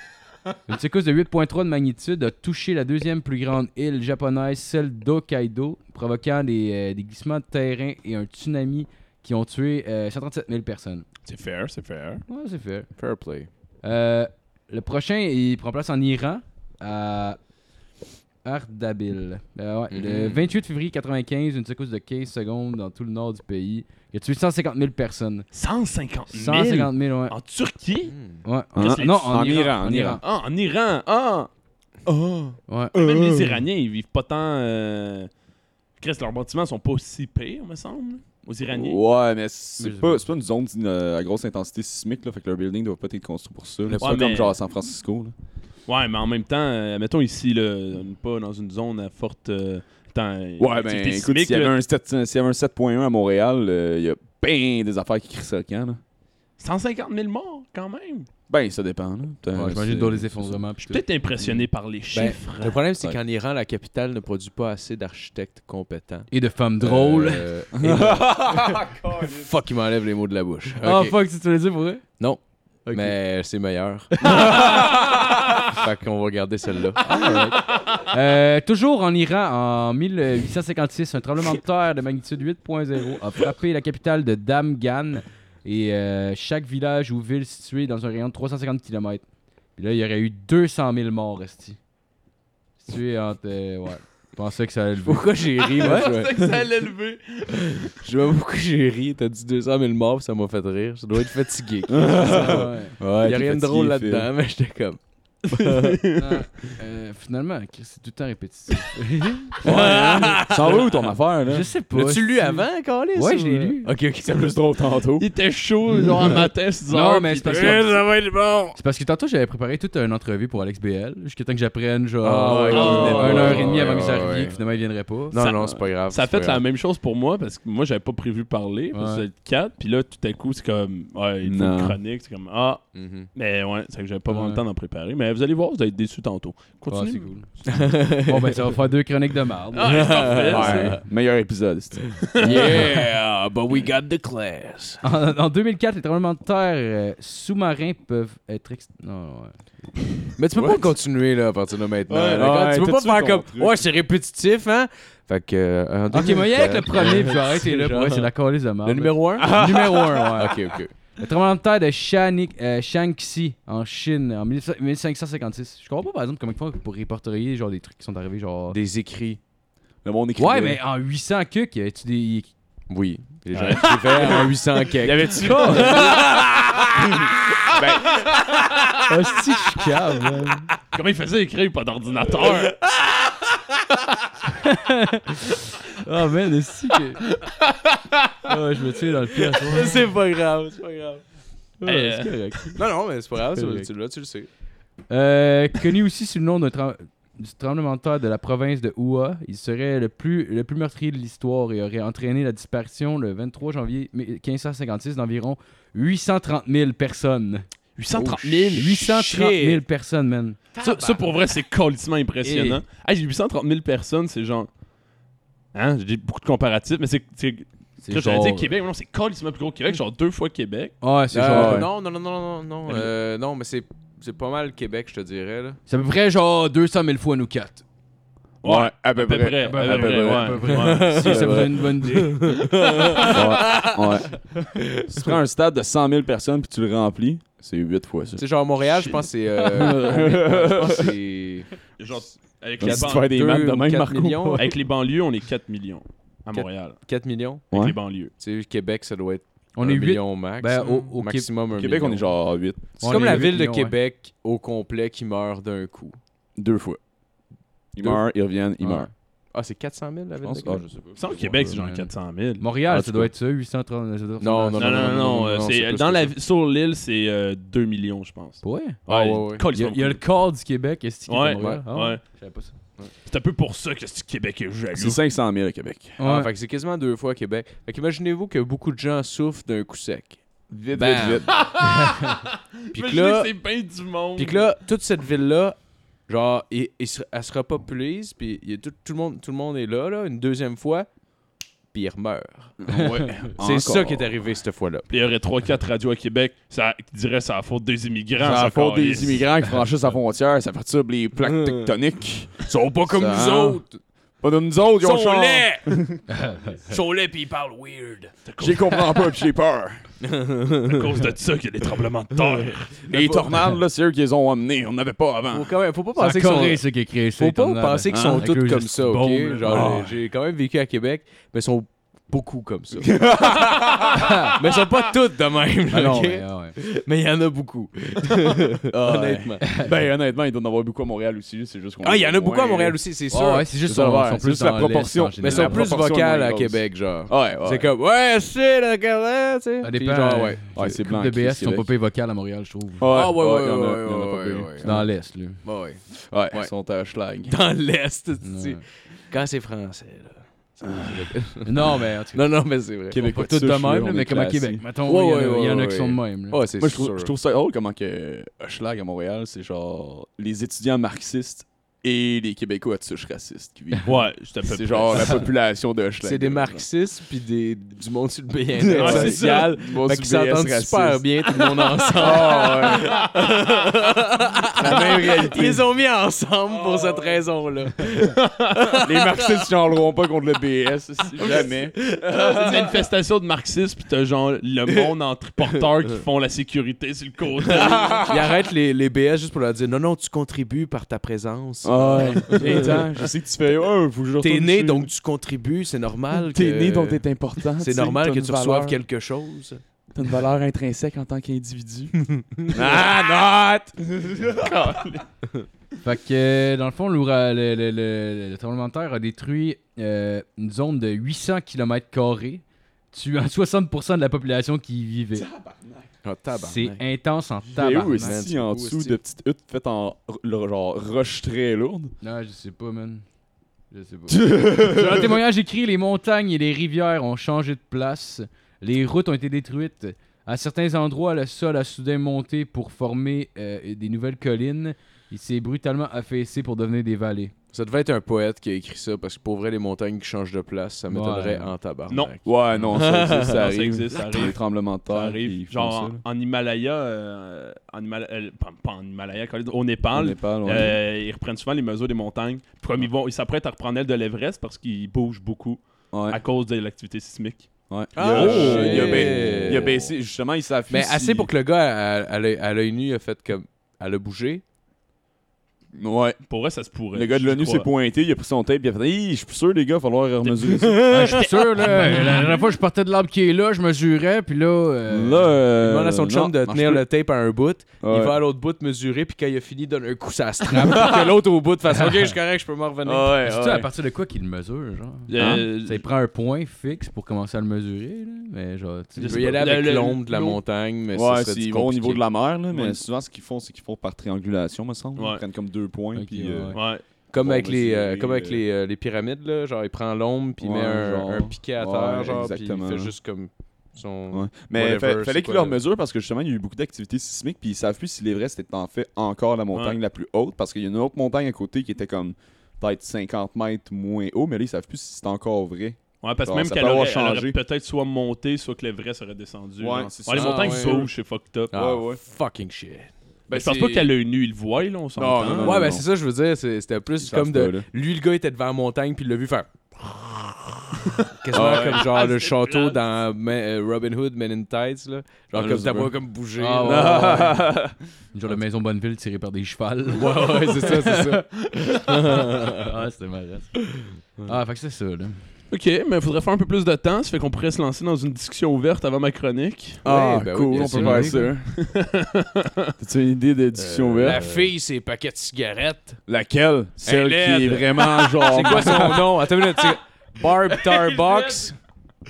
Speaker 5: une secousse de 8.3 de magnitude a touché la deuxième plus grande île japonaise, celle d'Hokkaido, provoquant des, euh, des glissements de terrain et un tsunami qui ont tué euh, 137 000 personnes.
Speaker 1: C'est fair, c'est fair.
Speaker 5: Ouais, c'est fait.
Speaker 6: Fair play.
Speaker 5: Euh, le prochain, il prend place en Iran, à Ardabil. Euh, ouais, Le 28 février 95, une secousse de 15 secondes dans tout le nord du pays. Il a tué 150 000 personnes.
Speaker 1: 150 000.
Speaker 5: 150 000, ouais.
Speaker 1: En Turquie.
Speaker 5: Ouais.
Speaker 1: Qu'est-ce que
Speaker 5: non,
Speaker 1: c'est-
Speaker 5: en,
Speaker 8: en
Speaker 5: Iran,
Speaker 8: Iran,
Speaker 5: En
Speaker 8: en
Speaker 5: Iran.
Speaker 1: Ah, en Iran. Ah.
Speaker 5: Ouais.
Speaker 1: Même
Speaker 5: Ah!
Speaker 1: les Iraniens, ils vivent pas tant. Euh... Chris, leurs bâtiments sont pas si pires, me semble. Aux Iraniens.
Speaker 8: Ouais, mais c'est
Speaker 5: Mais-
Speaker 8: pas, c'est pas une zone euh, à grosse intensité sismique, là, fait que leur building doit pas être construit pour ça. là. C'est pas
Speaker 1: mais-
Speaker 8: comme genre à San Francisco. Là.
Speaker 1: Ouais, mais en même temps, euh, mettons ici, là, on n'est pas dans une zone à forte. euh, temps-
Speaker 8: Ouais, ben
Speaker 1: activité
Speaker 8: écoute,
Speaker 1: sismique,
Speaker 8: s'il y, avait
Speaker 1: là.
Speaker 8: un sept- s'il y avait un 7.1 à Montréal, euh, il y a ben des affaires qui crient ça quand. Là.
Speaker 1: 150 000 morts, quand même.
Speaker 8: Ben, ça dépend. Là. Putain,
Speaker 5: Ouais,
Speaker 8: c'est-
Speaker 5: J'imagine dans les effondrements. puis tout.
Speaker 1: Peut-être impressionné par
Speaker 5: Ben,
Speaker 1: les chiffres.
Speaker 6: Le problème, c'est
Speaker 8: Ouais.
Speaker 6: qu'en Iran, la capitale ne produit pas assez d'architectes compétents.
Speaker 5: Et de femmes drôles.
Speaker 6: Euh, et de- fuck, il m'enlève les mots de la bouche.
Speaker 5: Oh
Speaker 6: Ok.
Speaker 5: fuck, tu te les dis pour vrai?
Speaker 6: Non.
Speaker 5: Ok.
Speaker 6: Mais c'est meilleur. fait qu'on va garder celle-là.
Speaker 5: Euh, toujours en Iran, en 1856, un tremblement de terre de magnitude 8.0 a frappé la capitale de Damgan et euh, chaque village ou ville située dans un rayon de 350 km. Puis là, il y aurait eu 200 000 morts, Esti. Situé entre. euh, ouais. Je pensais que ça allait lever.
Speaker 6: Pourquoi j'ai ri, moi? Je sais que ça
Speaker 1: allait
Speaker 6: lever. Je sais pas pourquoi j'ai ri. T'as dit 200 000 morts, puis ça m'a fait rire. Je dois être fatigué.
Speaker 5: Ouais.
Speaker 8: Ouais,
Speaker 6: Il y
Speaker 8: t'es
Speaker 6: a rien
Speaker 8: fatigué,
Speaker 6: de drôle
Speaker 8: Phil.
Speaker 6: là-dedans, mais j'étais comme.
Speaker 5: Ah, euh, euh, finalement, Chris, c'est tout le temps répétitif.
Speaker 8: hein. Ça va où ton affaire, là?
Speaker 5: je sais pas.
Speaker 6: L'as-tu lu avant, euh, Carlis?
Speaker 5: Ouais, je l'ai lu.
Speaker 6: Ok, ok.
Speaker 8: C'est plus drôle tantôt.
Speaker 1: Il était chaud, genre, à matin, 6
Speaker 5: Mm. Non,
Speaker 1: heures,
Speaker 5: mais
Speaker 1: puis
Speaker 5: c'est parce
Speaker 1: il-
Speaker 5: que-
Speaker 9: va être bon.
Speaker 5: C'est parce que tantôt, j'avais préparé toute une entrevue pour Alex BL, jusqu'à temps que j'apprenne, genre,
Speaker 6: Ah
Speaker 5: une
Speaker 6: ouais,
Speaker 1: qu'il venait pas.
Speaker 5: heure et demie avant
Speaker 6: Ouais,
Speaker 5: que ça arrive,
Speaker 6: ouais, ouais.
Speaker 5: que finalement, il viendrait pas. Ah,
Speaker 6: Non,
Speaker 1: Ça-
Speaker 6: non, c'est pas grave.
Speaker 1: Ça a
Speaker 6: c'est pas
Speaker 1: fait la
Speaker 6: grave.
Speaker 1: même chose pour moi parce que moi j'avais pas prévu parler parce que
Speaker 5: Ouais.
Speaker 1: c'est 4 puis là tout à coup c'est comme ouais il faut
Speaker 8: Non.
Speaker 1: une chronique c'est comme ah
Speaker 6: Mhm.
Speaker 1: mais ouais c'est que j'avais pas vraiment le
Speaker 5: Ouais.
Speaker 1: temps d'en préparer mais vous allez voir vous allez être déçus tantôt.
Speaker 5: Ah, c'est
Speaker 1: Continue.
Speaker 5: cool. bon, ben, ça va faire deux chroniques de marde.
Speaker 1: Ah, c'est parfait,
Speaker 8: Ouais, meilleur épisode. c'est-
Speaker 2: Yeah, but we got the class.
Speaker 5: En, en 2004, les tremblements de terre euh, sous-marins peuvent être... ex- Non, ouais.
Speaker 6: Mais tu peux
Speaker 8: What?
Speaker 6: pas continuer là, à partir de maintenant.
Speaker 8: Ouais,
Speaker 6: d'accord?
Speaker 8: ouais,
Speaker 6: tu peux
Speaker 8: tout
Speaker 6: pas
Speaker 8: de suite,
Speaker 6: faire comme.
Speaker 8: ton truc.
Speaker 6: Ouais, c'est répétitif, hein? Fait que. euh, en
Speaker 5: Ok, mais il y a avec le
Speaker 6: 2004,
Speaker 5: premier, puis je vais arrêter là.
Speaker 6: genre-
Speaker 5: pour vrai, c'est la colise de marde.
Speaker 6: Le numéro 1?
Speaker 5: Numéro un, ouais.
Speaker 6: Ok, ok.
Speaker 5: Le tremblement de terre de Shanik- euh, Shaanxi en Chine en 19- 1556. Je comprends pas par exemple comment ils font pour répertorier genre des trucs qui sont arrivés genre.
Speaker 6: Des écrits.
Speaker 8: Le monde écrit.
Speaker 5: Ouais, mais en 800 cucs, y avait-tu des.
Speaker 6: Oui. Les gens écrivaient en 800 cakes.
Speaker 1: Y avait-tu
Speaker 5: Ah, si, je suis cave, man.
Speaker 1: comment il faisait écrire pas d'ordinateur
Speaker 5: Ah, man, si que. Ah, ouais, je me tire dans le pied à toi.
Speaker 6: C'est pas grave, c'est pas grave.
Speaker 5: Ouais, c'est correct.
Speaker 6: Non, non, mais c'est pas grave,
Speaker 5: C'est
Speaker 6: tu
Speaker 5: correct.
Speaker 6: tu l'as, tu le sais.
Speaker 5: Euh, connu aussi sous le nom de trem- du tremblement de terre de la province de Hua, il serait le plus, le plus meurtrier de l'histoire et aurait entraîné la disparition le 23 janvier 1556 d'environ 830 000 personnes.
Speaker 1: 830
Speaker 6: Oh,
Speaker 1: 000
Speaker 9: Oh,
Speaker 5: 830 000 personnes, man.
Speaker 1: ça, ça, pour vrai c'est colissement impressionnant. Ah j'ai 830 000 personnes c'est genre hein j'ai dit beaucoup de comparatifs mais c'est c'est
Speaker 5: C'est euh,
Speaker 1: que j'allais dire Québec mais non c'est colissement plus gros que Québec genre deux fois Québec.
Speaker 5: Ah, Ouais, c'est
Speaker 6: Euh,
Speaker 5: genre.
Speaker 6: Non, non, non, non, non, non. euh, non, mais c'est c'est pas mal Québec, je te dirais, là.
Speaker 5: C'est à peu près genre 200 000 fois nous quatre.
Speaker 8: Ouais, à peu
Speaker 1: À peu
Speaker 8: près.
Speaker 1: près, à peu
Speaker 5: à peu
Speaker 1: près,
Speaker 5: près,
Speaker 1: ouais.
Speaker 5: à peu près.
Speaker 1: Ouais.
Speaker 5: Si ça vous donne une bonne idée.
Speaker 8: Ouais. ouais. Si tu prends un stade de 100 000 personnes puis tu le remplis, c'est 8 fois ça.
Speaker 6: Tu sais, genre Montréal, je pense que c'est. euh, je pense que c'est.
Speaker 1: Genre avec
Speaker 8: Si
Speaker 1: la
Speaker 8: tu
Speaker 1: ban-
Speaker 8: fais des
Speaker 6: deux
Speaker 8: maths de
Speaker 6: ou
Speaker 8: même,
Speaker 6: quatre
Speaker 8: Marco.
Speaker 6: millions.
Speaker 1: avec les banlieues on est 4 millions à
Speaker 6: Quatre-
Speaker 1: Montréal
Speaker 6: 4 millions.
Speaker 1: avec
Speaker 8: Ouais.
Speaker 1: les banlieues.
Speaker 6: Tu sais, Québec, ça doit être.
Speaker 5: On
Speaker 6: un
Speaker 5: est 8.
Speaker 6: million max.
Speaker 5: Ben, au- au
Speaker 6: maximum un
Speaker 8: Au Québec, on
Speaker 6: million.
Speaker 8: est genre 8.
Speaker 6: C'est
Speaker 5: on
Speaker 6: comme
Speaker 5: est
Speaker 6: la
Speaker 5: huit
Speaker 6: ville de
Speaker 5: millions, ouais.
Speaker 6: Québec au complet qui meurt d'un coup.
Speaker 8: Deux fois. Ils
Speaker 6: Deux-
Speaker 8: meurent, ils reviennent, ils
Speaker 6: Ouais.
Speaker 8: meurent.
Speaker 6: Ah, c'est 400 000 la
Speaker 8: Je
Speaker 6: ville
Speaker 8: pense-
Speaker 6: de
Speaker 8: ah,
Speaker 6: Québec?
Speaker 8: je sais pas.
Speaker 1: Ça, au Québec, c'est genre 400 000.
Speaker 5: Montréal,
Speaker 6: Ah,
Speaker 5: ça
Speaker 6: tu
Speaker 5: doit
Speaker 6: peux-
Speaker 5: être ça, 830 ça doit-
Speaker 6: Non,
Speaker 1: Non, non, non, non, euh,
Speaker 6: non, c'est
Speaker 1: c'est,
Speaker 6: plus
Speaker 1: dans
Speaker 6: que
Speaker 1: la,
Speaker 6: ça.
Speaker 1: sur l'île, c'est euh, 2 millions, je pense.
Speaker 5: Ouais.
Speaker 6: Ah, ouais, ouais.
Speaker 1: colle,
Speaker 5: Il y a,
Speaker 1: c'est
Speaker 5: il y a le corps du Québec, est-ce qu'il est
Speaker 1: Ouais,
Speaker 5: à Montréal? Ah
Speaker 1: ouais.
Speaker 5: Je savais pas ça.
Speaker 1: C'est un peu pour ça que ce Québec est jaloux.
Speaker 8: C'est 500 000 au Québec.
Speaker 6: Ah,
Speaker 5: Ouais.
Speaker 6: fait que c'est quasiment deux fois Québec. Fait qu'imaginez-vous que beaucoup de gens souffrent d'un coup sec.
Speaker 8: Vite,
Speaker 6: Bam.
Speaker 8: vite, vite.
Speaker 6: Puis que là,
Speaker 1: c'est bien du monde.
Speaker 6: puis que là, toute cette ville-là, genre, il- il se- elle se repopulise, puis il y a tout, tout le monde, tout le monde est là, là, une deuxième fois, puis il meurt. C'est
Speaker 8: Ah, Encore.
Speaker 6: ça qui est arrivé cette fois-là.
Speaker 1: Puis il y aurait 3-4 radios à Québec ça, qui diraient c'est la faute des immigrants.
Speaker 8: C'est la
Speaker 1: ça,
Speaker 8: faute
Speaker 1: calisse.
Speaker 8: des immigrants qui franchissent la frontière, ça perturbe les
Speaker 6: Hmm.
Speaker 8: plaques tectoniques.
Speaker 9: Ils sont pas comme
Speaker 8: Ça-
Speaker 9: nous autres.
Speaker 8: Pas de nous autres,
Speaker 9: Ils
Speaker 8: ils ont le
Speaker 9: sont
Speaker 8: char.
Speaker 9: laids. Ils sont laids pis ils parlent weird.
Speaker 8: J'y comprends pas, puis j'ai peur.
Speaker 1: C'est à cause de ça qu'il y a des tremblements de terre.
Speaker 8: Les tornades, là, c'est eux qui les ont amenés. On n'avait pas avant.
Speaker 6: Faut quand même, faut pas
Speaker 5: C'est
Speaker 6: penser
Speaker 5: en
Speaker 6: que sont-
Speaker 5: Corée, ça qui a créé ça.
Speaker 6: Faut pas
Speaker 5: étonnamment.
Speaker 6: penser qu'ils
Speaker 5: Hein?
Speaker 6: sont
Speaker 8: Ah,
Speaker 5: Avec
Speaker 6: tous
Speaker 5: le
Speaker 6: comme
Speaker 5: juste
Speaker 6: ça, ok?
Speaker 5: bombe, là.
Speaker 6: Genre, j'ai j'ai quand même vécu à Québec, mais ils sont beaucoup comme ça. mais ils sont pas toutes de même,
Speaker 5: Ah
Speaker 6: là,
Speaker 5: non,
Speaker 6: ok?
Speaker 5: ouais, ouais.
Speaker 6: Mais il y en a beaucoup. Honnêtement.
Speaker 8: Ben, honnêtement, il doit en avoir beaucoup à Montréal aussi. C'est juste qu'on.
Speaker 6: Ah, il y en a beaucoup à Montréal aussi, c'est sûr.
Speaker 5: Ah Ouais, ouais, c'est juste
Speaker 8: C'est
Speaker 5: son-
Speaker 8: vrai,
Speaker 5: son
Speaker 8: c'est
Speaker 5: plus
Speaker 8: juste la
Speaker 5: dans l'Est,
Speaker 8: proportion.
Speaker 5: en
Speaker 8: Mais
Speaker 6: mais
Speaker 5: général.
Speaker 6: ils
Speaker 8: la
Speaker 6: sont plus
Speaker 8: proportion
Speaker 6: vocales
Speaker 8: est
Speaker 6: à
Speaker 8: grosse.
Speaker 6: Québec, genre.
Speaker 8: Ouais, ouais.
Speaker 6: C'est comme, ouais, c'est le Canada, tu sais.
Speaker 5: Ça
Speaker 6: Puis
Speaker 5: dépend.
Speaker 6: genre, ouais.
Speaker 8: Ouais, c'est blanc.
Speaker 5: Les
Speaker 8: Chris,
Speaker 5: BS sont pas
Speaker 8: Québec.
Speaker 5: payés vocales à Montréal, je trouve.
Speaker 6: Ah, ouais,
Speaker 8: il y en
Speaker 6: ouais,
Speaker 8: a- il
Speaker 6: ouais,
Speaker 8: y en a pas
Speaker 6: ouais,
Speaker 8: payé.
Speaker 6: ouais,
Speaker 5: C'est dans l'Est, là.
Speaker 6: Bah ouais.
Speaker 8: Ouais,
Speaker 6: Ouais.
Speaker 8: ils sont à Schlag.
Speaker 6: Dans l'Est, tu sais.
Speaker 5: Ouais.
Speaker 6: Quand c'est français, là.
Speaker 5: Non, mais en tout cas,
Speaker 6: Non, non, mais c'est vrai.
Speaker 8: Québec,
Speaker 5: pas toutes
Speaker 8: souche,
Speaker 5: de
Speaker 8: là,
Speaker 5: même,
Speaker 8: on
Speaker 5: là,
Speaker 8: est
Speaker 5: mais comme à
Speaker 8: classé.
Speaker 5: Québec. Mettons,
Speaker 6: Ouais,
Speaker 5: il y en a-
Speaker 6: ouais,
Speaker 5: il y en a
Speaker 6: ouais,
Speaker 5: qui
Speaker 6: ouais.
Speaker 5: sont de même. là.
Speaker 6: Ah, Ouais, c'est
Speaker 8: Moi, je
Speaker 6: sûr.
Speaker 8: trouve, je trouve ça drôle comment que euh, Schlag à Montréal, c'est genre les étudiants marxistes et les Québécois de souche raciste qui vivent.
Speaker 1: Ouais, je te
Speaker 8: C'est genre la population de Schlag.
Speaker 6: C'est des marxistes puis des, du monde sur le
Speaker 8: Ouais,
Speaker 6: bien-être
Speaker 8: c'est
Speaker 6: social. Fait qu'ils s'entendent super bien tout le monde ensemble.
Speaker 8: La même réalité.
Speaker 6: Ah Ils les ont mis ensemble pour cette raison-là.
Speaker 8: Les marxistes chialeront pas contre le BS, si jamais.
Speaker 1: C'est une manifestation de marxisme, pis t'as genre le monde entre porteurs qui font la sécurité sur le côté.
Speaker 6: Ils arrêtent les, les BS juste pour leur dire non, non, tu contribues par ta présence.
Speaker 8: Ouais. Ah, je sais que tu fais. Oh, faut que je
Speaker 6: T'es
Speaker 8: retourne
Speaker 6: né,
Speaker 8: chez-
Speaker 6: donc tu contribues, c'est normal.
Speaker 8: T'es
Speaker 6: que-
Speaker 8: né, donc t'es important.
Speaker 6: C'est
Speaker 8: sais,
Speaker 6: normal
Speaker 8: t'as
Speaker 6: que
Speaker 8: une
Speaker 6: tu
Speaker 8: valeur.
Speaker 6: reçoives quelque chose.
Speaker 8: T'as une valeur intrinsèque en tant qu'individu.
Speaker 6: Ah,
Speaker 5: Fait que, euh, dans le fond, l'oura- le, le, le- le tremblement de terre a détruit euh, une zone de 800 km, tuant 60% de la population qui y vivait.
Speaker 8: Ah,
Speaker 6: not!
Speaker 5: C'est intense en
Speaker 8: Et où
Speaker 5: tabarnak.
Speaker 8: est-ce en
Speaker 6: Où
Speaker 8: dessous
Speaker 6: est-ce-tu?
Speaker 8: de petites huttes faites en r- le- genre roche très lourde?
Speaker 5: Non, je sais pas, man. Je sais pas. Sur un témoignage écrit, les montagnes et les rivières ont changé de place. Les routes ont été détruites. À certains endroits, le sol a soudain monté pour former euh, des nouvelles collines. Il s'est brutalement affaissé pour devenir des vallées.
Speaker 6: Ça devait être un poète qui a écrit ça parce que pour vrai, les montagnes qui changent de place, ça m'étonnerait
Speaker 5: Ouais.
Speaker 6: en tabarnak.
Speaker 1: Non.
Speaker 8: Ouais, non, ça existe, ça
Speaker 1: Ça
Speaker 8: arrive.
Speaker 1: existe, ça
Speaker 8: Les
Speaker 1: arrive.
Speaker 8: tremblements de terre.
Speaker 1: Ça
Speaker 8: ils
Speaker 1: arrive.
Speaker 8: font
Speaker 1: Genre,
Speaker 8: ça, là.
Speaker 1: en, en Himalaya, euh, en Himala- euh, pas, pas en Himalaya, au
Speaker 8: Au
Speaker 1: Népal, Ah.
Speaker 8: Népal, ouais.
Speaker 1: euh, ils reprennent souvent les mesures des montagnes. Puis comme ils vont, ils s'apprêtent à reprendre l'aile de l'Everest parce qu'ils bougent beaucoup
Speaker 8: Ouais.
Speaker 1: à cause de l'activité sismique.
Speaker 8: Ouais.
Speaker 6: Ah,
Speaker 8: il, a, euh,
Speaker 6: shit.
Speaker 8: il a ba- il a baissé, justement, il s'affiche.
Speaker 6: Mais assez pour que le gars, à, à l'œil- à l'œil nu, a fait comme. Elle a bougé.
Speaker 8: Ouais.
Speaker 1: Pour eux, ça se pourrait.
Speaker 8: Le gars de
Speaker 1: Je
Speaker 8: l'ONU
Speaker 1: crois.
Speaker 8: s'est pointé, il a pris son tape, il a fait Hey, Je suis plus sûr, les gars, il va falloir remesurer ça.
Speaker 5: Ah, je suis sûr, là. La dernière fois, je partais de l'arbre qui est là, je mesurais, puis là. euh,
Speaker 8: Là,
Speaker 6: Il
Speaker 8: euh,
Speaker 6: demande à son
Speaker 8: non,
Speaker 6: chum de
Speaker 8: marche
Speaker 6: tenir
Speaker 8: plus.
Speaker 6: le tape à un bout.
Speaker 8: Ouais.
Speaker 6: Il va à l'autre bout mesurer, puis quand il a fini, donne un coup, ça se trappe. que l'autre au bout fasse Ok, je suis correct, je peux me revenir.
Speaker 8: Ouais,
Speaker 5: C'est-tu
Speaker 8: ouais.
Speaker 5: à partir de quoi qu'il mesure, genre?
Speaker 1: Euh,
Speaker 5: Ça, il prend un point fixe pour commencer à le mesurer, là. Mais genre, tu
Speaker 1: Je
Speaker 6: Il
Speaker 1: sais
Speaker 6: peut y
Speaker 1: pas.
Speaker 6: aller avec
Speaker 1: Le- le-
Speaker 6: l'ombre de la
Speaker 1: l'eau.
Speaker 6: montagne, mais
Speaker 8: Ouais,
Speaker 6: ça,
Speaker 8: c'est-
Speaker 6: c'est
Speaker 8: ils vont au niveau de la mer, là, mais
Speaker 1: Ouais.
Speaker 8: souvent, ce qu'ils font, c'est qu'ils font par triangulation, me semble.
Speaker 1: Ouais.
Speaker 8: Ils prennent comme deux points,
Speaker 5: Ok,
Speaker 8: puis. euh,
Speaker 5: ouais.
Speaker 1: Ouais.
Speaker 6: Comme
Speaker 8: Bon,
Speaker 6: avec,
Speaker 8: ben,
Speaker 6: les,
Speaker 8: c'est-
Speaker 6: euh, comme avec
Speaker 8: euh,
Speaker 6: les, euh, les pyramides, là, genre il prend l'ombre puis il
Speaker 8: Ouais,
Speaker 6: met un,
Speaker 8: genre.
Speaker 6: un piquet à
Speaker 8: Ouais,
Speaker 6: terre, genre, puis il
Speaker 8: exactement.
Speaker 6: fait juste comme son.
Speaker 8: Ouais. Mais
Speaker 6: Whatever,
Speaker 8: fa-
Speaker 6: c'est
Speaker 8: fallait qu'ils
Speaker 6: quoi,
Speaker 8: leur
Speaker 6: là.
Speaker 8: mesurent parce que justement, il y a eu beaucoup d'activités sismiques, puis ils savent plus si l'Everest était en fait encore la montagne la plus haute, parce qu'il y a une autre montagne à côté qui était comme peut-être 50 mètres moins haut, mais là, ils savent plus si c'est encore vrai.
Speaker 1: Ouais, parce que
Speaker 8: Bon,
Speaker 1: même
Speaker 8: ça
Speaker 1: qu'elle
Speaker 8: peut avoir
Speaker 1: aurait, elle aurait
Speaker 8: changé.
Speaker 1: peut-être soit monté, soit que l'Everest aurait descendu.
Speaker 8: Ouais,
Speaker 1: là.
Speaker 8: c'est
Speaker 1: les
Speaker 8: ça.
Speaker 1: montagnes
Speaker 6: Ah, ouais. Ben,
Speaker 1: bougent, c'est fucked up.
Speaker 6: Ah,
Speaker 8: Ouais, ouais.
Speaker 6: fucking shit.
Speaker 1: Mais je pense pas qu'elle a une nu, il le voit, là, on s'entend.
Speaker 8: non, non,
Speaker 6: ouais,
Speaker 8: non,
Speaker 6: ben
Speaker 8: non.
Speaker 6: c'est ça, je veux dire, c'est- c'était plus
Speaker 8: savent
Speaker 6: comme de.
Speaker 8: pas, là.
Speaker 6: Lui, le gars, était devant la montagne, puis il l'a vu faire. Quasiment comme genre le château dans Ma- euh, Robin Hood, Men in Tights, là. Genre
Speaker 8: Ah, je
Speaker 6: comme
Speaker 8: sais
Speaker 6: t'as
Speaker 8: pas.
Speaker 6: pas comme bougé.
Speaker 5: Ah,
Speaker 6: là.
Speaker 5: Une genre de maison Bonneville tirée par des chevals.
Speaker 6: ouais, ouais, c'est ça, c'est ça.
Speaker 5: ah, c'était marrant. ça. Ah, fait que c'est ça, là.
Speaker 1: Ok, mais il faudrait faire un peu plus de temps, ça fait qu'on pourrait se lancer dans une discussion ouverte avant ma chronique.
Speaker 8: Ah,
Speaker 6: ben oui,
Speaker 8: cool,
Speaker 6: bien
Speaker 8: on
Speaker 6: sûr.
Speaker 8: peut faire ça. T'as-tu une idée de discussion
Speaker 6: Euh,
Speaker 9: La
Speaker 8: ouverte
Speaker 9: fille, ses paquets de cigarettes.
Speaker 8: Laquelle Celle qui
Speaker 9: laide.
Speaker 8: est vraiment genre.
Speaker 6: C'est quoi son nom? Attends une minute. c'est- Barb Tarbox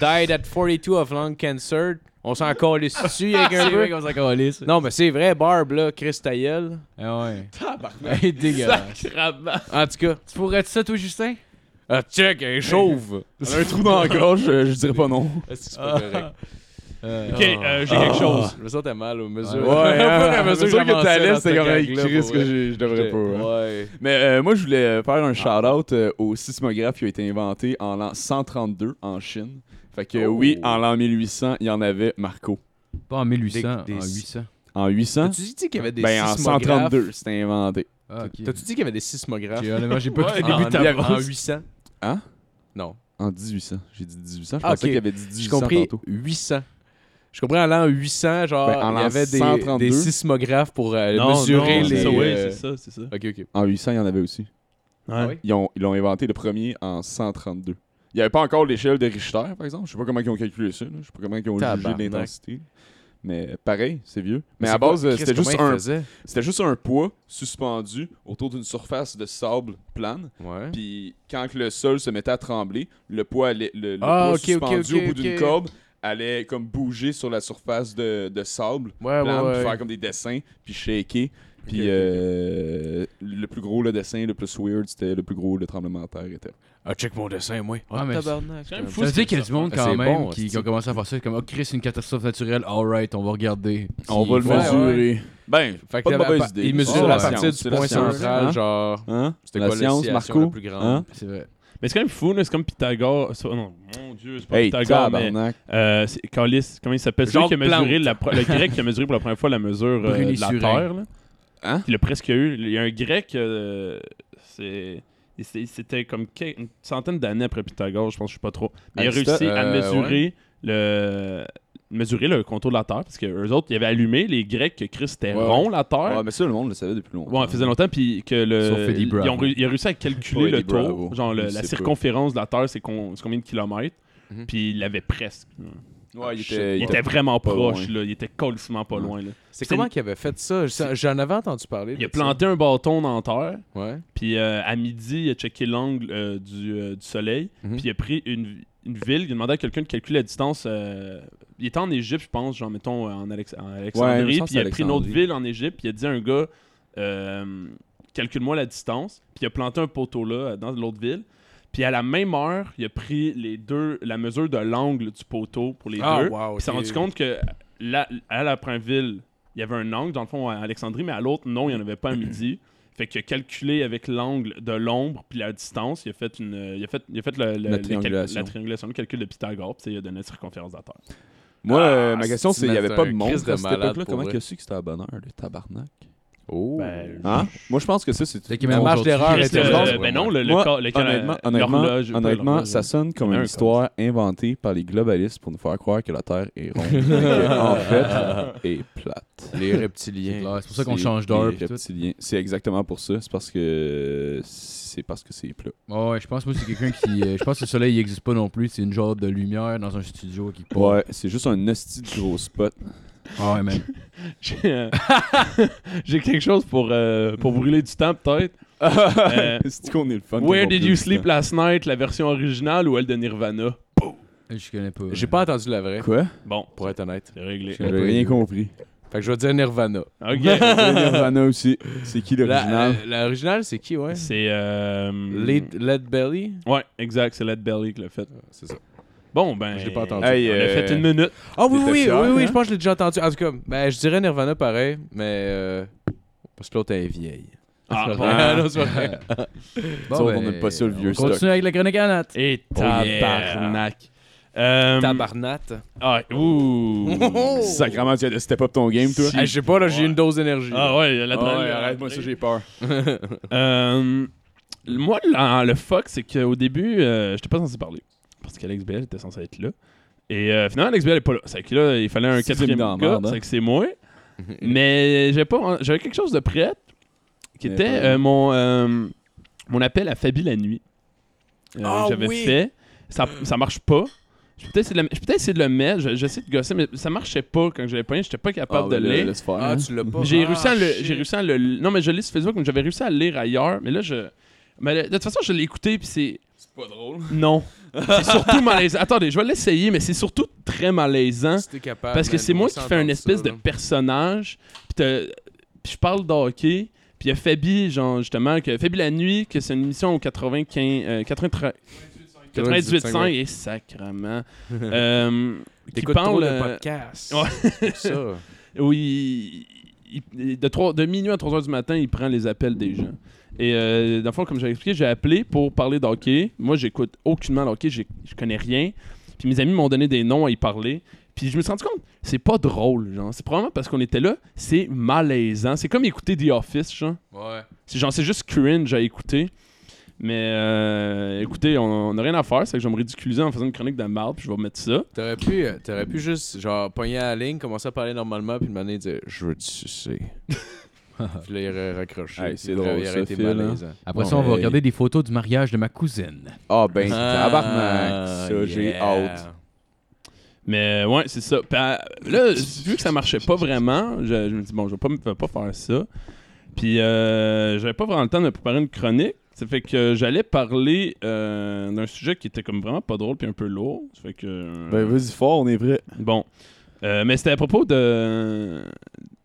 Speaker 6: died at 42 of lung cancer. On s'en calisse dessus avec un peu.
Speaker 5: qu'on s'en calisse.
Speaker 6: Non, mais c'est vrai, Barb, là, Chris ta gueule.
Speaker 5: Ah ouais. Tabarnak. Hey, dégueulasse.
Speaker 6: En tout cas,
Speaker 5: Tu pourrais être ça, toi, Justin?
Speaker 6: ah, check, elle est chauve.
Speaker 8: Elle a un trou dans la gorge, euh, je, je dirais pas non.
Speaker 6: Est-ce que c'est pas correct? Ah.
Speaker 5: Euh,
Speaker 8: Ah.
Speaker 2: oh.
Speaker 1: Ok, euh, j'ai quelque chose.
Speaker 6: Je me sentais mal aux mesures.
Speaker 8: Ouais, hein, à mesure
Speaker 6: j'avançais
Speaker 8: que t'allais,
Speaker 6: dans ce
Speaker 8: c'était comme hey,
Speaker 6: gag-là,
Speaker 8: Chris
Speaker 6: pour
Speaker 8: que
Speaker 6: vrai.
Speaker 8: je, je devrais pas. hein.
Speaker 6: Ouais. Ah.
Speaker 8: Mais euh, moi, je voulais euh, faire un shout-out euh, au sismographe qui a été inventé en l'an 132 en Chine. Fait que euh,
Speaker 6: Oh.
Speaker 8: oui, en l'an 1800, il y en avait Marco.
Speaker 5: Pas en 1800,
Speaker 6: Des-
Speaker 5: en
Speaker 6: des-
Speaker 5: 800.
Speaker 8: En 800,
Speaker 6: T'as-tu dit qu'il y avait des
Speaker 8: ben en
Speaker 6: sismographes?
Speaker 8: 132, c'était inventé.
Speaker 5: Ah, ok.
Speaker 6: T'as-tu dit qu'il y avait des sismographes?
Speaker 5: J'ai- honnêtement, j'ai pas
Speaker 6: En-
Speaker 5: vu
Speaker 6: en, en 800?
Speaker 8: Hein?
Speaker 6: Non.
Speaker 8: En 1800, j'ai dit 1800, je
Speaker 6: Ah,
Speaker 8: pensais
Speaker 6: ok.
Speaker 8: qu'il y avait dit 1800
Speaker 6: J'ai compris
Speaker 8: tantôt.
Speaker 6: 800. Je comprends, en l'an 800, genre,
Speaker 8: Ben, en
Speaker 6: il
Speaker 8: l'an
Speaker 6: y avait des,
Speaker 8: 132.
Speaker 6: des sismographes pour euh,
Speaker 1: Non,
Speaker 6: mesurer les...
Speaker 1: non, C'est ça, ouais,
Speaker 6: euh,
Speaker 1: c'est ça, c'est ça.
Speaker 6: Ok, ok.
Speaker 8: En 800, il y en avait aussi.
Speaker 1: Ouais.
Speaker 6: Ah oui?
Speaker 8: Ils ont- ils l'ont inventé le premier en 132. Il n'y avait pas encore l'échelle de Richter, par exemple. Je sais pas comment ils ont calculé ça. là. Je sais pas comment ils ont jugé
Speaker 6: Tabarnak.
Speaker 8: l'intensité. Mais pareil, c'est vieux. Mais,
Speaker 6: C'est
Speaker 8: à base,
Speaker 6: quoi-
Speaker 8: euh,
Speaker 6: Chris,
Speaker 8: c'était juste
Speaker 6: comment ils
Speaker 8: un
Speaker 6: faisaient?
Speaker 8: C'était juste un poids suspendu autour d'une surface de sable plane.
Speaker 6: Ouais.
Speaker 8: Puis quand que le sol se mettait à trembler, le poids allait, le, le poids
Speaker 6: Ah, ok, ok,
Speaker 8: suspendu
Speaker 6: ok,
Speaker 8: au bout d'une
Speaker 6: ok.
Speaker 8: corde allait comme bouger sur la surface de, de sable
Speaker 6: Ah, Ouais,
Speaker 8: plane,
Speaker 6: ouais,
Speaker 8: puis
Speaker 6: ouais.
Speaker 8: faire comme des dessins, puis shaker. Puis
Speaker 6: Ok, ok, ok.
Speaker 8: euh, le plus gros le dessin, le plus weird, c'était le plus gros le tremblement de terre était.
Speaker 9: Ah, check mon dessin, moi.
Speaker 5: Ah, mais
Speaker 6: Tabarnak.
Speaker 1: C'est quand même fou,
Speaker 5: Ça veut
Speaker 1: ce
Speaker 5: dire
Speaker 1: que
Speaker 5: qu'il y a du monde
Speaker 6: fait.
Speaker 5: quand
Speaker 6: Ah, C'est
Speaker 5: même
Speaker 6: bon,
Speaker 5: qui, qui
Speaker 6: c'est-
Speaker 5: ont commencé à faire ça comme oh Chris une catastrophe naturelle alright on va regarder
Speaker 8: On va le
Speaker 6: Ouais, ouais.
Speaker 8: mesurer. Ben, pas
Speaker 6: Fait que
Speaker 8: de
Speaker 6: t'avais-
Speaker 8: mauvaise idée.
Speaker 6: Il
Speaker 5: C'est
Speaker 6: mesure
Speaker 5: la
Speaker 6: la partie
Speaker 8: science,
Speaker 6: du
Speaker 8: c'est la
Speaker 6: point
Speaker 8: science.
Speaker 6: central,
Speaker 8: Hein?
Speaker 6: genre.
Speaker 8: hein?
Speaker 6: C'était
Speaker 8: la
Speaker 6: quoi
Speaker 8: science,
Speaker 6: l'oscillation
Speaker 8: Marco?
Speaker 6: la plus grande?
Speaker 8: Hein?
Speaker 5: c'est vrai
Speaker 1: Mais c'est quand même fou, là, c'est comme Pythagore. ça- non, mon dieu, c'est pas
Speaker 8: Hey,
Speaker 1: Pythagore, mais.
Speaker 8: tabarnak.
Speaker 1: Euh, c'est- Calis, comment il s'appelle Celui
Speaker 6: Jacques
Speaker 1: qui a mesuré
Speaker 6: Plante.
Speaker 1: la pro- le grec qui a mesuré pour la première fois la mesure euh,
Speaker 5: Brûlé
Speaker 1: de la
Speaker 5: surin.
Speaker 1: Terre. Là.
Speaker 8: Hein?
Speaker 1: Il a presque eu. Il y a un grec, euh, c'est. il s'est- C'était comme que- une centaine d'années après Pythagore, je pense, je sais pas trop. Mais il a
Speaker 8: Aristote,
Speaker 1: réussi à
Speaker 6: euh,
Speaker 1: mesurer le mesurer le contour de la Terre parce que eux autres, ils avaient allumé les Grecs que Christ était
Speaker 8: Ouais.
Speaker 1: rond la Terre.
Speaker 8: Ouais, mais ça, le monde le savait depuis longtemps.
Speaker 1: Ouais, ça faisait longtemps, puis que
Speaker 5: Sauf
Speaker 1: le.
Speaker 5: Eddie
Speaker 1: ils
Speaker 5: Bravo.
Speaker 1: ont ru- il a réussi à calculer
Speaker 8: Pas
Speaker 1: le
Speaker 8: Eddie
Speaker 1: tour,
Speaker 8: Bravo.
Speaker 1: genre le-
Speaker 8: Je sais
Speaker 1: la
Speaker 8: pas.
Speaker 1: circonférence de la Terre, c'est con- c'est combien de kilomètres,
Speaker 6: Mhm.
Speaker 1: puis il l'avait presque.
Speaker 7: Ouais, il
Speaker 1: Shit.
Speaker 7: était,
Speaker 1: il était vraiment
Speaker 7: pas
Speaker 1: proche,
Speaker 7: loin.
Speaker 1: là. Il était colissement pas loin, là.
Speaker 6: C'est
Speaker 1: C'était-
Speaker 6: comment qu'il avait fait ça? Je- J'en avais entendu parler.
Speaker 1: Il a
Speaker 6: de ça.
Speaker 1: planté un bâton dans la terre.
Speaker 6: Ouais.
Speaker 1: Puis euh, à midi, il a checké l'angle euh, du, euh, du soleil.
Speaker 6: Mhm.
Speaker 1: Puis il a pris une, une ville. Il a demandé à quelqu'un de calculer la distance. euh, il était en Égypte, je pense, genre, mettons, euh, en, Alex-
Speaker 6: il
Speaker 1: en
Speaker 6: me
Speaker 1: Alexandrie.
Speaker 6: semble
Speaker 1: puis il a
Speaker 6: que c'est
Speaker 1: pris une autre
Speaker 6: Alexandrie.
Speaker 1: ville en Égypte. Puis il a dit à un gars, euh, calcule-moi la distance. Puis il a planté un poteau là, euh, dans l'autre ville. Puis à la même heure, il a pris les deux, la mesure de l'angle du poteau pour les
Speaker 5: Ah,
Speaker 1: deux.
Speaker 6: Ah, wow,
Speaker 1: Puis il s'est
Speaker 6: ok.
Speaker 1: rendu compte que là, à la première ville, il y avait un angle, dans le fond, à Alexandrie, mais à l'autre, non, il n'y en avait pas à midi. Fait qu'il a calculé avec l'angle de l'ombre puis la distance, il a fait une, euh, il a fait, il a fait le- le-
Speaker 6: La
Speaker 1: le cal-
Speaker 6: triangulation.
Speaker 1: la triangulation, le calcul de Pythagore, puis tu sais, il a donné la circonférence de la Terre.
Speaker 8: Moi, euh, ma
Speaker 6: Ah, c'est
Speaker 8: question, c'est il
Speaker 6: une-
Speaker 8: n'y avait
Speaker 6: c'est
Speaker 8: pas
Speaker 6: un
Speaker 8: de montre à
Speaker 6: crise de
Speaker 8: cette
Speaker 6: malade,
Speaker 8: époque-là.
Speaker 6: pour
Speaker 8: Comment
Speaker 6: vrai.
Speaker 8: qu'il a su que c'était à bonheur, le tabarnak
Speaker 6: Oh.
Speaker 1: Ben,
Speaker 8: Hein Moi, je pense que ça, c'est.
Speaker 5: C'est
Speaker 8: une
Speaker 5: qu'il y a même
Speaker 8: marge
Speaker 5: aujourd'hui.
Speaker 8: d'erreur
Speaker 1: Parce
Speaker 5: Reste
Speaker 1: que,
Speaker 8: était
Speaker 5: le-
Speaker 8: forte.
Speaker 1: euh, ben non, le, le
Speaker 8: Moi,
Speaker 1: corps- le corps-
Speaker 8: honnêtement,
Speaker 1: euh, l'horloge,
Speaker 8: honnêtement,
Speaker 1: pas
Speaker 8: honnêtement
Speaker 1: l'horloge.
Speaker 8: ça sonne comme
Speaker 1: Mais
Speaker 8: une
Speaker 1: un
Speaker 8: histoire inventée par les globalistes pour nous faire croire que la Terre est ronde. mais que, en fait, est plate.
Speaker 6: Les
Speaker 5: C'est
Speaker 6: reptiliens.
Speaker 5: clair, c'est pour ça qu'on
Speaker 8: C'est
Speaker 5: change d'heure.
Speaker 8: les
Speaker 5: pis tout.
Speaker 8: reptiliens. C'est exactement pour ça. C'est parce que c'est parce que c'est plat.
Speaker 5: Ouais, ouais, je pense moi c'est quelqu'un qui. euh, je pense que le soleil il existe pas non plus. C'est une genre de lumière dans un studio qui part.
Speaker 8: Ouais, c'est juste un hostie de gros spot.
Speaker 5: Ah ouais, man.
Speaker 1: J'ai euh, j'ai quelque chose pour, euh, pour brûler du temps, peut-être. Euh,
Speaker 8: c'est qu'on est le fun.
Speaker 1: Where
Speaker 8: qu'on
Speaker 1: did
Speaker 8: brûle
Speaker 1: you
Speaker 8: du
Speaker 1: sleep last night, la version originale ou elle de Nirvana?
Speaker 5: Je connais pas.
Speaker 6: J'ai
Speaker 5: ouais.
Speaker 6: pas entendu la vraie,
Speaker 8: temps. Quoi
Speaker 1: Bon,
Speaker 6: pour être honnête.
Speaker 1: c'est réglé.
Speaker 5: Je
Speaker 8: J'ai
Speaker 5: l'ai pas
Speaker 8: rien
Speaker 5: aidé.
Speaker 8: compris.
Speaker 6: Fait que je vais dire Nirvana.
Speaker 1: OK.
Speaker 8: Et Nirvana aussi. C'est qui l'original
Speaker 6: La- euh, L'original, c'est qui, ouais?
Speaker 1: c'est... euh,
Speaker 6: Lead, Lead Belly?
Speaker 1: Ouais, exact, c'est Led Belly qui l'a fait.
Speaker 6: C'est ça.
Speaker 1: Bon, ben.
Speaker 6: Je l'ai pas entendu.
Speaker 8: Hey,
Speaker 1: On a
Speaker 8: euh,
Speaker 1: fait une minute.
Speaker 6: Ah oui,
Speaker 8: T'étais
Speaker 6: oui,
Speaker 8: fier,
Speaker 6: oui, oui,
Speaker 8: hein?
Speaker 6: je pense que je l'ai déjà entendu. En tout cas, ben, je dirais Nirvana pareil, mais. euh, parce que l'autre elle est vieille.
Speaker 1: Ah, Oh, bon.
Speaker 6: Ah, non, c'est pas vrai.
Speaker 5: Bon, ben,
Speaker 8: Ça, on a pas ça, le vieux
Speaker 5: on Continue avec la chronique à Nat.
Speaker 1: Et
Speaker 6: yeah.
Speaker 1: tabarnak. Oh Euh,
Speaker 6: Tabarnate.
Speaker 1: ah, ouh.
Speaker 8: Sacrement, tu as de step up ton game, toi.
Speaker 1: Si.
Speaker 6: Hey, je sais pas, là, j'ai
Speaker 1: Ouais.
Speaker 6: une dose d'énergie.
Speaker 1: Ah ouais, la
Speaker 8: Ah ouais, arrête-moi ça, j'ai peur.
Speaker 1: Euh, moi, la- le fuck, c'est qu'au début, euh, j'étais pas censé parler. Parce qu'Alex Bell était censé être là. Et euh, finalement, Alex Bell est pas là. C'est que là, il fallait un
Speaker 8: Sixième
Speaker 1: quatrième
Speaker 8: dans
Speaker 1: gars.
Speaker 8: la merde, hein.
Speaker 1: C'est que c'est moi. Mais j'avais pas, j'avais quelque chose de prêt qui
Speaker 8: Mais
Speaker 1: était
Speaker 8: pas-
Speaker 1: euh, mon, euh, mon appel à Fabi la nuit. Euh,
Speaker 6: Ah
Speaker 1: j'avais
Speaker 6: oui!
Speaker 1: fait. Ça, ça marche pas. Je peux peut-être essayer de le, je peux peut-être essayer de le mettre. je- J'essaie de gosser, mais ça marchait pas quand je l'avais pogné. J'étais pas capable de lire.
Speaker 8: Laisse faire.
Speaker 6: Ah, tu l'as pas.
Speaker 1: J'ai
Speaker 6: Ah,
Speaker 1: réussi à le.
Speaker 6: shit.
Speaker 1: J'ai réussi à le. Non, mais je lis sur Facebook, mais j'avais réussi à le lire ailleurs. Mais là, je. Mais de toute façon, je l'ai écouté, puis c'est.
Speaker 6: C'est pas drôle.
Speaker 1: Non. c'est surtout malaisant. Attendez, je vais l'essayer, mais c'est surtout très malaisant.
Speaker 6: Si t'es capable.
Speaker 1: Hein? Parce que
Speaker 6: man,
Speaker 1: c'est
Speaker 6: on
Speaker 1: moi
Speaker 6: va
Speaker 1: qui fais un
Speaker 6: s'entendre
Speaker 1: espèce
Speaker 6: ça,
Speaker 1: de
Speaker 6: là.
Speaker 1: personnage. Puis t'as- puis je parle de hockey. Puis il y a Fabi, genre, justement, que Fabi la nuit, que c'est une émission au 95. euh, 93 98.5 et sacrement. euh, qui
Speaker 6: T'écoutes trop
Speaker 1: parle.
Speaker 6: de
Speaker 1: euh,
Speaker 6: podcast.
Speaker 1: Ouais.
Speaker 6: C'est pour ça.
Speaker 1: où il- il- il- de, trois- de minuit à 3 heures du matin, il prend les appels des gens. Et euh, dans le fond, comme j'avais expliqué, j'ai appelé pour parler d'hockey. Moi, j'écoute aucunement le hockey, j'ai- je connais rien. Puis mes amis m'ont donné des noms à y parler. Puis je me suis rendu compte, c'est pas drôle, genre. C'est probablement parce qu'on était là, c'est malaisant. C'est comme écouter The Office, genre.
Speaker 6: Ouais.
Speaker 1: C'est genre, c'est juste cringe à écouter. Mais euh, écoutez, on n'a rien à faire, c'est que je vais me ridiculiser en faisant une chronique de marde, puis je vais mettre ça.
Speaker 6: T'aurais pu, euh, t'aurais pu juste, genre, pogner à la ligne, commencer à parler normalement, puis demander, dire, je veux te sucer. puis là, il aurait raccroché.
Speaker 8: Hey,
Speaker 6: puis
Speaker 8: c'est
Speaker 6: il aurait-
Speaker 8: drôle,
Speaker 6: il aurait
Speaker 8: ça,
Speaker 6: été
Speaker 8: Phil, hein.
Speaker 6: malaisant.
Speaker 5: Après
Speaker 8: Bon,
Speaker 1: Ah,
Speaker 5: ça, on va
Speaker 8: hey.
Speaker 5: regarder des photos du mariage de ma cousine.
Speaker 8: Ah ben,
Speaker 6: Ah,
Speaker 8: tabarnak. Ça, j'ai
Speaker 6: yeah.
Speaker 8: hâte.
Speaker 1: Mais euh, ouais, c'est ça. Puis, euh, là, vu que ça marchait pas vraiment, je, je me dis, bon, je vais pas, me- vais pas faire ça. Puis euh, j'avais pas vraiment le temps de me préparer une chronique. Ça fait que j'allais parler euh, d'un sujet qui était comme vraiment pas drôle puis un peu lourd. Ça fait que.
Speaker 8: Ben, vas-y fort, on est vrai.
Speaker 1: Bon. Euh, mais c'était à propos de.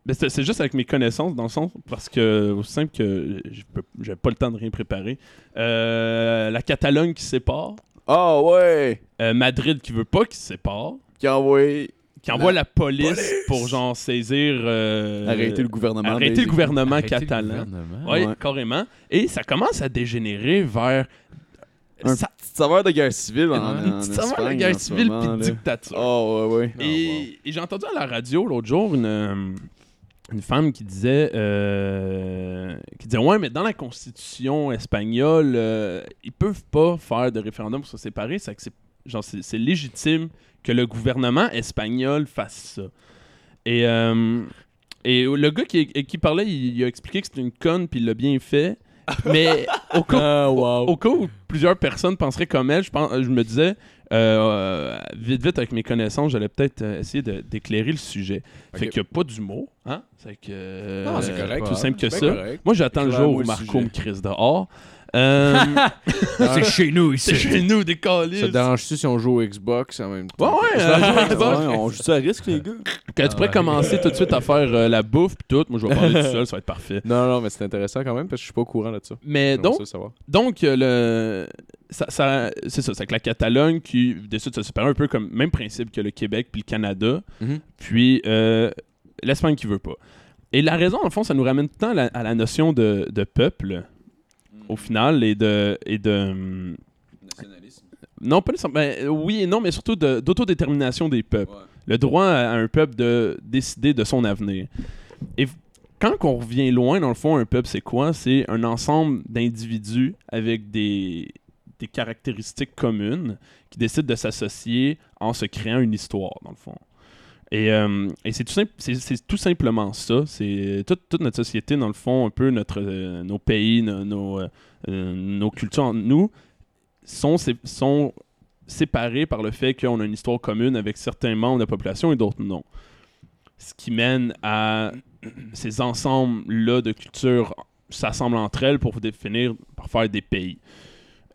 Speaker 1: mais c'était- c'est juste avec mes connaissances, dans le sens, parce que, aussi simple que je peux- j'avais pas le temps de rien préparer. Euh, la Catalogne qui se sépare,
Speaker 8: Ah ouais,
Speaker 1: euh, Madrid qui veut pas qu'il se sépare,
Speaker 8: qui a envoyé
Speaker 1: qui envoie la, police, pour genre saisir euh,
Speaker 8: arrêter le gouvernement.
Speaker 1: arrêter le gouvernement
Speaker 5: Arrêtez le
Speaker 1: catalan.
Speaker 5: gouvernement.
Speaker 1: Oui,
Speaker 8: Ouais.
Speaker 1: carrément. Et ça commence à dégénérer vers
Speaker 8: Un
Speaker 1: ça,
Speaker 8: Petite saveur de guerre civile en, en
Speaker 1: une petite saveur de
Speaker 8: Espagne
Speaker 1: guerre
Speaker 8: en ce
Speaker 1: civile
Speaker 8: moment,
Speaker 1: puis
Speaker 8: là.
Speaker 1: dictature.
Speaker 8: Ah ouais, ouais.
Speaker 1: Et, et j'ai entendu à la radio l'autre jour une, euh, une femme qui disait euh, qui disait ouais mais dans la constitution espagnole euh, ils peuvent pas faire de référendum pour se séparer c'est que c'est genre c'est c'est légitime que le gouvernement espagnol fasse ça et euh, et le gars qui, qui parlait il, il a expliqué que c'était une conne puis il l'a bien fait mais au cours
Speaker 6: Ah, wow.
Speaker 1: au cas où plusieurs personnes penseraient comme elle, je, pense, je me disais, euh, vite, vite, avec mes connaissances, j'allais peut-être euh, essayer de- d'éclairer le sujet. Fait qu'il n'y a pas d'humour. Hein? C'est que, euh,
Speaker 6: Non, c'est correct.
Speaker 1: Tout simple que
Speaker 6: C'est
Speaker 1: ça.
Speaker 6: bien correct.
Speaker 1: Moi, j'attends le jour
Speaker 6: Éclaire-moi
Speaker 1: où
Speaker 6: le
Speaker 1: Marco
Speaker 6: sujet.
Speaker 1: me crise dehors. Euh,
Speaker 5: C'est chez nous
Speaker 1: c'est
Speaker 5: ici.
Speaker 1: chez nous, des câlisses.
Speaker 6: Ça te dérange-tu si on joue au Xbox en même
Speaker 1: Ouais,
Speaker 6: temps?
Speaker 1: ouais, euh, Xbox.
Speaker 8: on joue ça à risque, les gars.
Speaker 1: Que tu pourrais commencer tout de suite à faire euh, la bouffe pis tout. Moi, je vais parler tout seul, ça va être parfait.
Speaker 6: Non, non, mais c'est intéressant quand même parce que je suis pas au courant de ça.
Speaker 1: Mais
Speaker 6: J'aimerais
Speaker 1: donc,
Speaker 6: ça savoir.
Speaker 1: donc euh, le ça, ça- c'est ça, c'est que la Catalogne qui décide de se séparer un peu comme même principe que le Québec puis le Canada,
Speaker 6: Mhm.
Speaker 1: puis euh, l'Espagne qui veut pas. Et la raison, en fond, ça nous ramène tout le temps à la, à la notion de, de peuple, au final, et de. Et de hum, non, pas nécessairement. ben, euh, oui et non, mais surtout de- d'autodétermination des peuples. Le droit à, à un peuple de décider de son avenir. Et v- quand on revient loin, dans le fond, un peuple, c'est quoi C'est un ensemble d'individus avec des, des caractéristiques communes qui décident de s'associer en se créant une histoire, dans le fond. Et, euh, et c'est tout, simple- c'est- c'est tout simplement ça. C'est toute, toute notre société, dans le fond, un peu notre, euh, nos pays, no- nos, euh, euh, nos cultures entre nous, sont, sé- sont séparés par le fait qu'on a une histoire commune avec certains membres de la population et d'autres non. Ce qui mène à ces ensembles-là de cultures s'assemblent entre elles pour définir, pour faire des pays.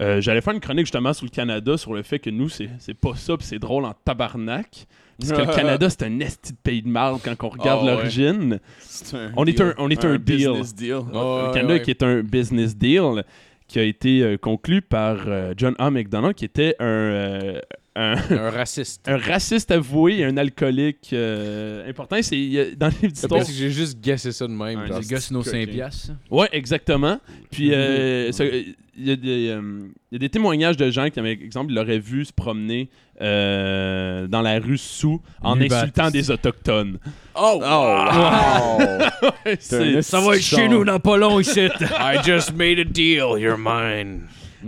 Speaker 1: Euh, J'allais faire une chronique justement sur le Canada, sur le fait que nous, c'est c'est pas ça, puis c'est drôle en tabarnak. Parce que le Canada, c'est un esti de pays de marde quand on regarde
Speaker 7: Ah ouais.
Speaker 1: l'origine.
Speaker 7: C'est un
Speaker 1: On est
Speaker 7: deal.
Speaker 1: un, on est un, deal.
Speaker 7: business deal.
Speaker 1: Le Canada qui est un business deal qui a été euh, conclu par euh, John A. McDonald, qui était un, euh, un,
Speaker 6: Un raciste.
Speaker 1: un raciste avoué et un alcoolique euh, important. C'est il y a- dans les
Speaker 6: C'est
Speaker 1: d'histoire.
Speaker 6: parce que j'ai juste gassé ça de même.
Speaker 1: Un
Speaker 6: genre.
Speaker 5: Les gars, c'est nos 5 piastres. hein.
Speaker 1: Ouais, exactement. Puis
Speaker 7: Mm-hmm.
Speaker 1: euh, ça, euh, il y, a des, euh, il y a des témoignages de gens qui, par exemple, l'auraient vu se promener euh, dans la rue sous en
Speaker 5: Nubat.
Speaker 1: insultant des autochtones.
Speaker 6: Oh!
Speaker 8: Ah,
Speaker 1: C'est-
Speaker 8: Ça va être chez nous,
Speaker 5: dans pas long ici.
Speaker 9: I just made a deal. You're mine.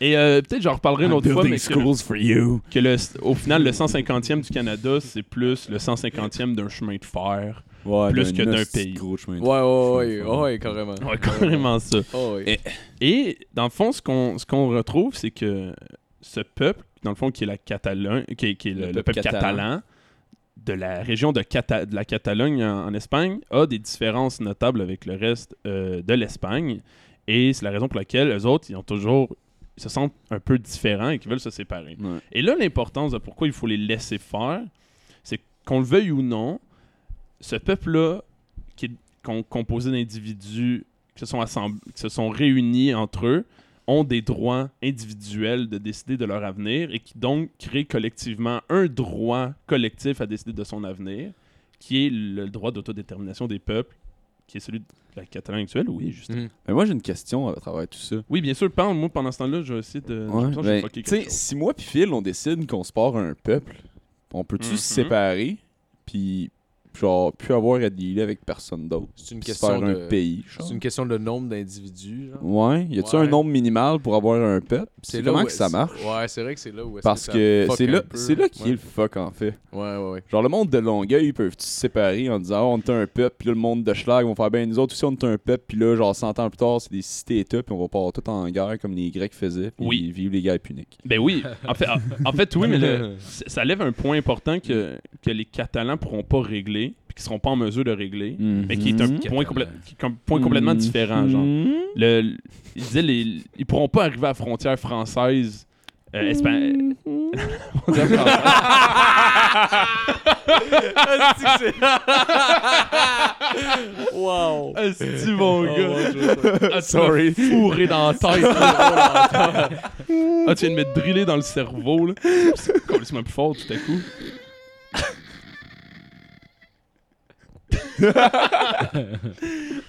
Speaker 1: Et euh, peut-être j'en reparlerai une autre fois, mais que-
Speaker 8: for you.
Speaker 1: que le, au final, le 150e du Canada, c'est plus le 150e d'un chemin de fer.
Speaker 8: Ouais,
Speaker 1: Plus
Speaker 8: d'un
Speaker 1: que d'un
Speaker 8: hostie
Speaker 1: pays.
Speaker 8: gros chemin de-
Speaker 6: Ouais, ouais, ouais, ouais, ouais, carrément.
Speaker 1: Ouais, carrément ça.
Speaker 6: Oh, ouais.
Speaker 1: Et dans le fond, ce qu'on ce qu'on retrouve, c'est que ce peuple, dans le fond, qui est, la Catalogne, qui est, qui est le, le peuple catalan, de la région de, Cata- de la Catalogne en, en Espagne, a des différences notables avec le reste euh, de l'Espagne. Et c'est la raison pour laquelle les autres, ils ont toujours ils se sentent un peu différents et qu'ils veulent se séparer.
Speaker 8: Ouais.
Speaker 1: Et là, l'importance de pourquoi il faut les laisser faire, c'est qu'on le veuille ou non, ce peuple-là, qui est com- composé d'individus qui se sont assemb- qui se sont réunis entre eux, ont des droits individuels de décider de leur avenir et qui donc créent collectivement un droit collectif à décider de son avenir, qui est le droit d'autodétermination des peuples, qui est celui de la Catalogne actuelle, oui, juste.
Speaker 8: Mais moi, j'ai une question à travers tout ça.
Speaker 1: Oui, bien sûr, parle-moi pendant ce temps-là, je vais essayer de.
Speaker 8: Ouais,
Speaker 1: je pense que j'ai
Speaker 8: ben,
Speaker 1: fucké
Speaker 8: tu sais,
Speaker 1: quelque chose.
Speaker 8: si moi puis Phil, on décide qu'on se part un peuple, on peut-tu
Speaker 1: Mhm.
Speaker 8: se séparer, puis genre, plus avoir à dealer avec personne d'autre?
Speaker 6: C'est une
Speaker 8: Puis se faire
Speaker 6: question
Speaker 8: un
Speaker 6: de.
Speaker 8: pays, genre.
Speaker 6: C'est une question de nombre d'individus. genre.
Speaker 8: Ouais, y a-tu
Speaker 6: Ouais.
Speaker 8: un nombre minimal pour avoir un peuple?
Speaker 6: là
Speaker 8: C'est comment
Speaker 6: où-
Speaker 8: que ça marche?
Speaker 6: Ouais, c'est vrai que c'est là où est-ce
Speaker 8: Parce
Speaker 6: ça
Speaker 8: que
Speaker 6: fuck
Speaker 8: c'est
Speaker 6: un
Speaker 8: là,
Speaker 6: peu.
Speaker 8: c'est là qui
Speaker 6: Ouais.
Speaker 8: est le fuck en fait.
Speaker 6: Ouais, ouais, ouais.
Speaker 8: Genre le monde de Longueuil, ils peuvent se séparer en disant Ah, on est un peuple, puis là le monde de Schlag vont faire ben nous autres aussi on est un peuple, puis là genre 100 ans plus tard c'est des cités-états, puis on va partir tout en guerre comme les Grecs faisaient, puis
Speaker 1: Oui.
Speaker 8: ils vivent les guerres puniques.
Speaker 1: Ben oui, en fait, en fait oui, mais le- c- ça lève un point important que, que les Catalans pourront pas régler, puis qu'ils seront pas en mesure de régler, mais qui est un
Speaker 8: Mhm.
Speaker 1: point, complè- qui est un point complètement différent. Genre. Le, le- il disait les, ils pourront pas arriver à la frontière française. euh, espa- la frontière française.
Speaker 6: Wow!
Speaker 1: Asti, mon gars. Ah, tu m'as
Speaker 8: Sorry.
Speaker 1: fourré dans la tête. là. ah, tu viens de me driller dans le cerveau. là. C'est complètement plus fort tout à coup.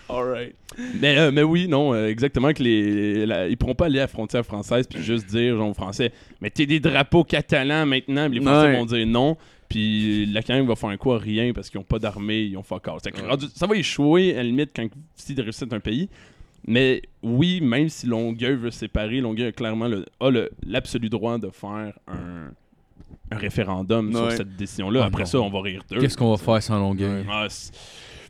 Speaker 8: Alright.
Speaker 1: Mais, euh, mais oui, non, euh, exactement. que les, la- Ils pourront pas aller à la frontière française puis juste dire genre, aux Français Mettez des drapeaux catalans maintenant. Puis les Français
Speaker 8: Ouais.
Speaker 1: vont dire non. Puis la Canadienne va faire un quoi Rien parce qu'ils ont pas d'armée, ils ont fuck all. Fait que, rendu- Ça va échouer à la limite quand s'ils réussissent un pays. Mais oui, même si Longueuil veut se séparer, Longueuil a clairement le- a le- l'absolu droit de faire un, un référendum sur
Speaker 8: Ouais.
Speaker 1: cette décision-là.
Speaker 5: Oh
Speaker 1: Après
Speaker 5: non.
Speaker 1: ça, on va rire d'eux.
Speaker 5: Qu'est-ce qu'on va faire sans longueur?
Speaker 1: Ah, c'est-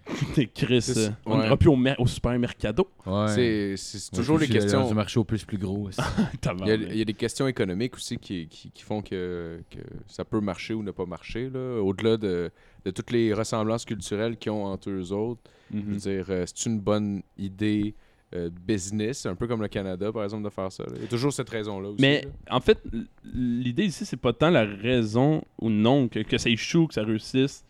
Speaker 1: T'es Chris.
Speaker 6: C'est-
Speaker 1: euh, On
Speaker 6: ouais.
Speaker 1: n'ira plus au, mer- au super mercado.
Speaker 6: C'est- C'est
Speaker 5: Ouais,
Speaker 6: toujours les
Speaker 5: je suis allé dans
Speaker 6: questions. Ah,
Speaker 5: un marché au plus plus gros. aussi.
Speaker 6: Il y, a, il y a des questions économiques aussi qui, qui, qui font que, que ça peut marcher ou ne pas marcher, là, au-delà de, de toutes les ressemblances culturelles qu'ils ont entre eux autres.
Speaker 1: mhm.
Speaker 6: Je veux
Speaker 8: Mm.
Speaker 6: dire, euh, c'est une bonne idée euh, de business, un peu comme le Canada, par exemple, de faire ça. là. Il y a toujours cette raison-là aussi.
Speaker 1: Mais
Speaker 6: là.
Speaker 1: en fait, l- l'idée ici, c'est pas tant la raison ou non que, que ça échoue, que ça réussisse.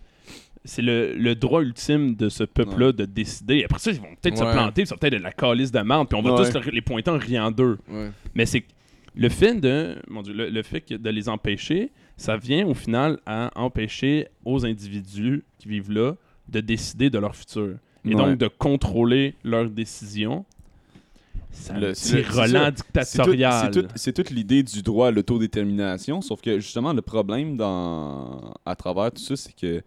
Speaker 1: C'est le, le droit ultime de ce peuple-là de décider. Après ça, ils vont peut-être
Speaker 6: Ouais.
Speaker 1: se planter, ça va peut-être être de la calice de merde, puis on va
Speaker 8: Ouais.
Speaker 1: tous leur- les pointer en riant d'eux.
Speaker 6: Ouais.
Speaker 1: Mais c'est que le fait de mon Dieu, le, le fait que de les empêcher, ça vient au final à empêcher aux individus qui vivent là de décider de leur futur et
Speaker 8: Ouais.
Speaker 1: donc de contrôler leurs décisions. Ça-
Speaker 8: Le- c'est-
Speaker 1: C'est
Speaker 8: c'est
Speaker 1: relent
Speaker 8: ça. C'est tout-
Speaker 1: dictatorial.
Speaker 8: c'est tout- C'est toute l'idée du droit à l'autodétermination, sauf que justement, le problème dans... à travers tout ça, c'est que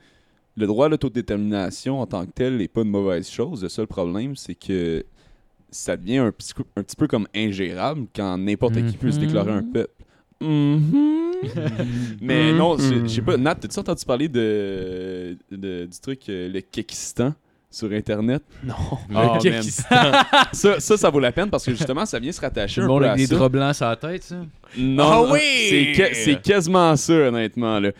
Speaker 8: le droit à l'autodétermination en tant que tel n'est pas une mauvaise chose. Le seul problème, c'est que ça devient un, petit coup- un petit peu comme ingérable quand n'importe qui peut se déclarer un peuple. Mais non,
Speaker 1: Mhm.
Speaker 8: c'est- je sais pas. Nat, t'as-tu entendu parler de, de- du truc, euh, le Kekistan sur Internet?
Speaker 1: Non.
Speaker 8: Ah,
Speaker 6: Le
Speaker 8: man.
Speaker 6: Kekistan.
Speaker 8: ça, ça, ça vaut la peine parce que justement, ça vient se rattacher
Speaker 5: Tout
Speaker 8: un
Speaker 5: le monde
Speaker 8: peu à
Speaker 5: avec des
Speaker 8: ça.
Speaker 6: hein.
Speaker 5: draps blancs sur la tête, ça.
Speaker 8: Non,
Speaker 6: Ah
Speaker 8: non,
Speaker 6: oui!
Speaker 8: c'est que- c'est quasiment ça, honnêtement. là.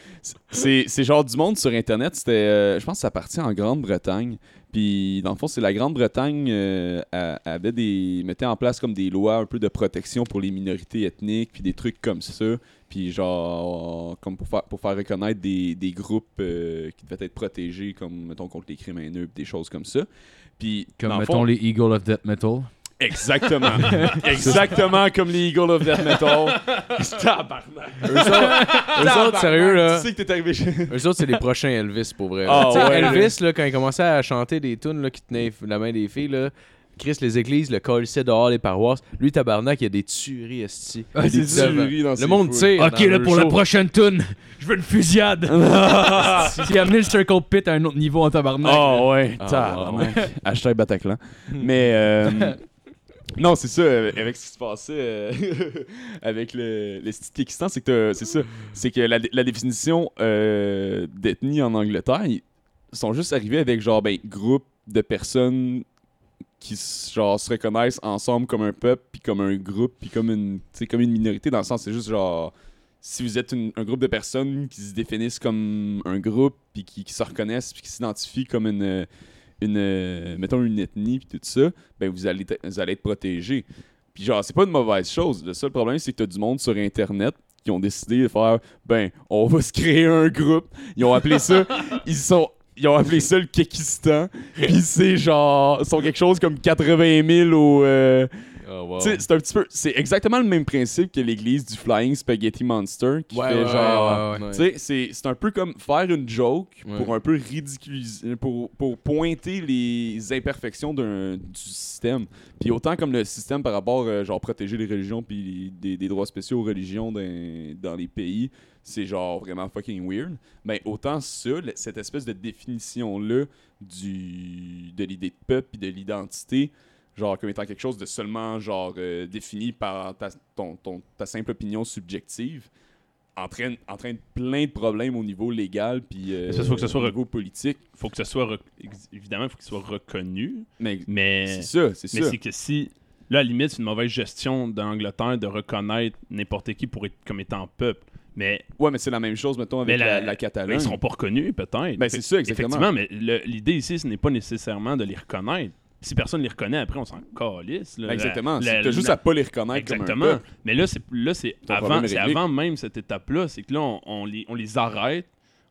Speaker 8: C'est c'est genre du monde sur Internet. C'était, euh, je pense que ça partit en Grande-Bretagne. Puis, dans le fond, c'est la Grande-Bretagne euh, a- avait des mettait en place comme des lois un peu de protection pour les minorités ethniques, puis des trucs comme ça. Puis, genre, comme pour faire, pour faire reconnaître des, des groupes euh, qui devaient être protégés, comme, mettons, contre les crimes haineux, puis des choses comme ça. Puis,
Speaker 5: Comme,
Speaker 8: dans le
Speaker 5: mettons,
Speaker 8: fond-
Speaker 5: les Eagles of Death Metal.
Speaker 8: Exactement. Exactement comme les Eagles of Death Metal. Tabarnak.
Speaker 6: Eux autres, eux autres, sérieux, là.
Speaker 8: Tu sais que t'es arrivé chez
Speaker 6: Eux autres, c'est les prochains Elvis, pour vrai.
Speaker 8: Ah,
Speaker 6: Tu sais,
Speaker 8: ouais,
Speaker 6: Elvis, là, quand il commençait à chanter des tunes là, qui tenaient la main des filles, là, Chris les églises, le colissait dehors les paroisses. Lui, tabarnak, il y a des tueries, esti.
Speaker 5: Ah,
Speaker 8: des
Speaker 6: ça.
Speaker 8: tueries dans
Speaker 6: Le monde
Speaker 8: tire.
Speaker 6: tire. dans le show.
Speaker 5: prochaine tune, je veux une fusillade. J'ai amené le Circle Pit à un autre niveau en tabarnak.
Speaker 8: Oh ouais,
Speaker 6: Ah,
Speaker 8: tabarnak. Hashtag Bataclan. Mais euh, non, c'est ça, euh, avec ce qui se passait euh, avec le, le style Kyrgyzstan, c'est que t'as- c'est ça. C'est que la, la définition euh, d'ethnie en Angleterre, ils sont juste arrivés avec genre ben groupe de personnes qui s- genre se reconnaissent ensemble comme un peuple puis comme un groupe puis comme une tu sais, comme une minorité dans le sens c'est juste genre si vous êtes une- un groupe de personnes qui se définissent comme un groupe puis qui, qui se reconnaissent puis qui s'identifient comme une une euh, mettons une ethnie puis tout ça ben vous allez t- vous allez être protégés puis genre c'est pas une mauvaise chose le seul problème c'est que t'as du monde sur internet qui ont décidé de faire ben on va se créer un groupe ils ont appelé ça ils sont ils ont appelé ça le Kékistan. Puis c'est genre. Ils sont quelque chose comme 80 000 au. euh,
Speaker 6: Ah, wow.
Speaker 8: tu sais, c'est un petit peu. C'est exactement le même principe que l'église du Flying Spaghetti Monster. Qui
Speaker 6: Ouais,
Speaker 8: fait
Speaker 6: ouais,
Speaker 8: genre.
Speaker 6: ouais, ouais, ouais.
Speaker 8: Tu sais, c'est- c'est un peu comme faire une joke
Speaker 6: Ouais.
Speaker 8: pour un peu ridiculiser, pour, pour pointer les imperfections d'un- du système. Puis autant comme le système par rapport, euh, genre, protéger les religions puis les- des, des droits spéciaux aux religions dans, dans les pays, c'est genre vraiment fucking weird. Mais autant ça, le- cette espèce de définition-là du de l'idée de peuple puis de l'identité, genre comme étant quelque chose de seulement, genre, euh, défini par ta, ton- ton- ta simple opinion subjective, entraîne, entraîne plein de problèmes au niveau légal puis euh,
Speaker 1: Parce qu'il faut que ce soit
Speaker 8: au
Speaker 1: re-
Speaker 8: niveau politique.
Speaker 1: faut que ce soit rec- ex- évidemment faut qu'il soit reconnu
Speaker 8: Mais
Speaker 1: mais
Speaker 8: c'est ça, c'est
Speaker 1: mais
Speaker 8: ça.
Speaker 1: c'est que si là à la limite c'est une mauvaise gestion de l'Angleterre de reconnaître n'importe qui pour être comme étant peuple mais
Speaker 8: Ouais, mais c'est la même chose, mettons,
Speaker 1: Mais
Speaker 8: avec
Speaker 1: la-
Speaker 8: la, la Catalogne.
Speaker 1: ils seront pas reconnus peut-être
Speaker 8: Ah Ben, c'est ça, exactement.
Speaker 1: effectivement mais le- l'idée ici ce n'est pas nécessairement de les reconnaître si personne les reconnaît après on s'en calisse là.
Speaker 8: Ben, Exactement.
Speaker 1: La-
Speaker 8: c'est-
Speaker 1: la-
Speaker 8: T'as juste à pas les reconnaître comme un
Speaker 1: Exactement.
Speaker 8: peuple.
Speaker 1: Mais là, c'est là, c'est
Speaker 8: Ton problème
Speaker 1: avant,
Speaker 8: est
Speaker 1: c'est
Speaker 8: réglé.
Speaker 1: avant même cette étape-là. C'est que là, on, on les, on les arrête,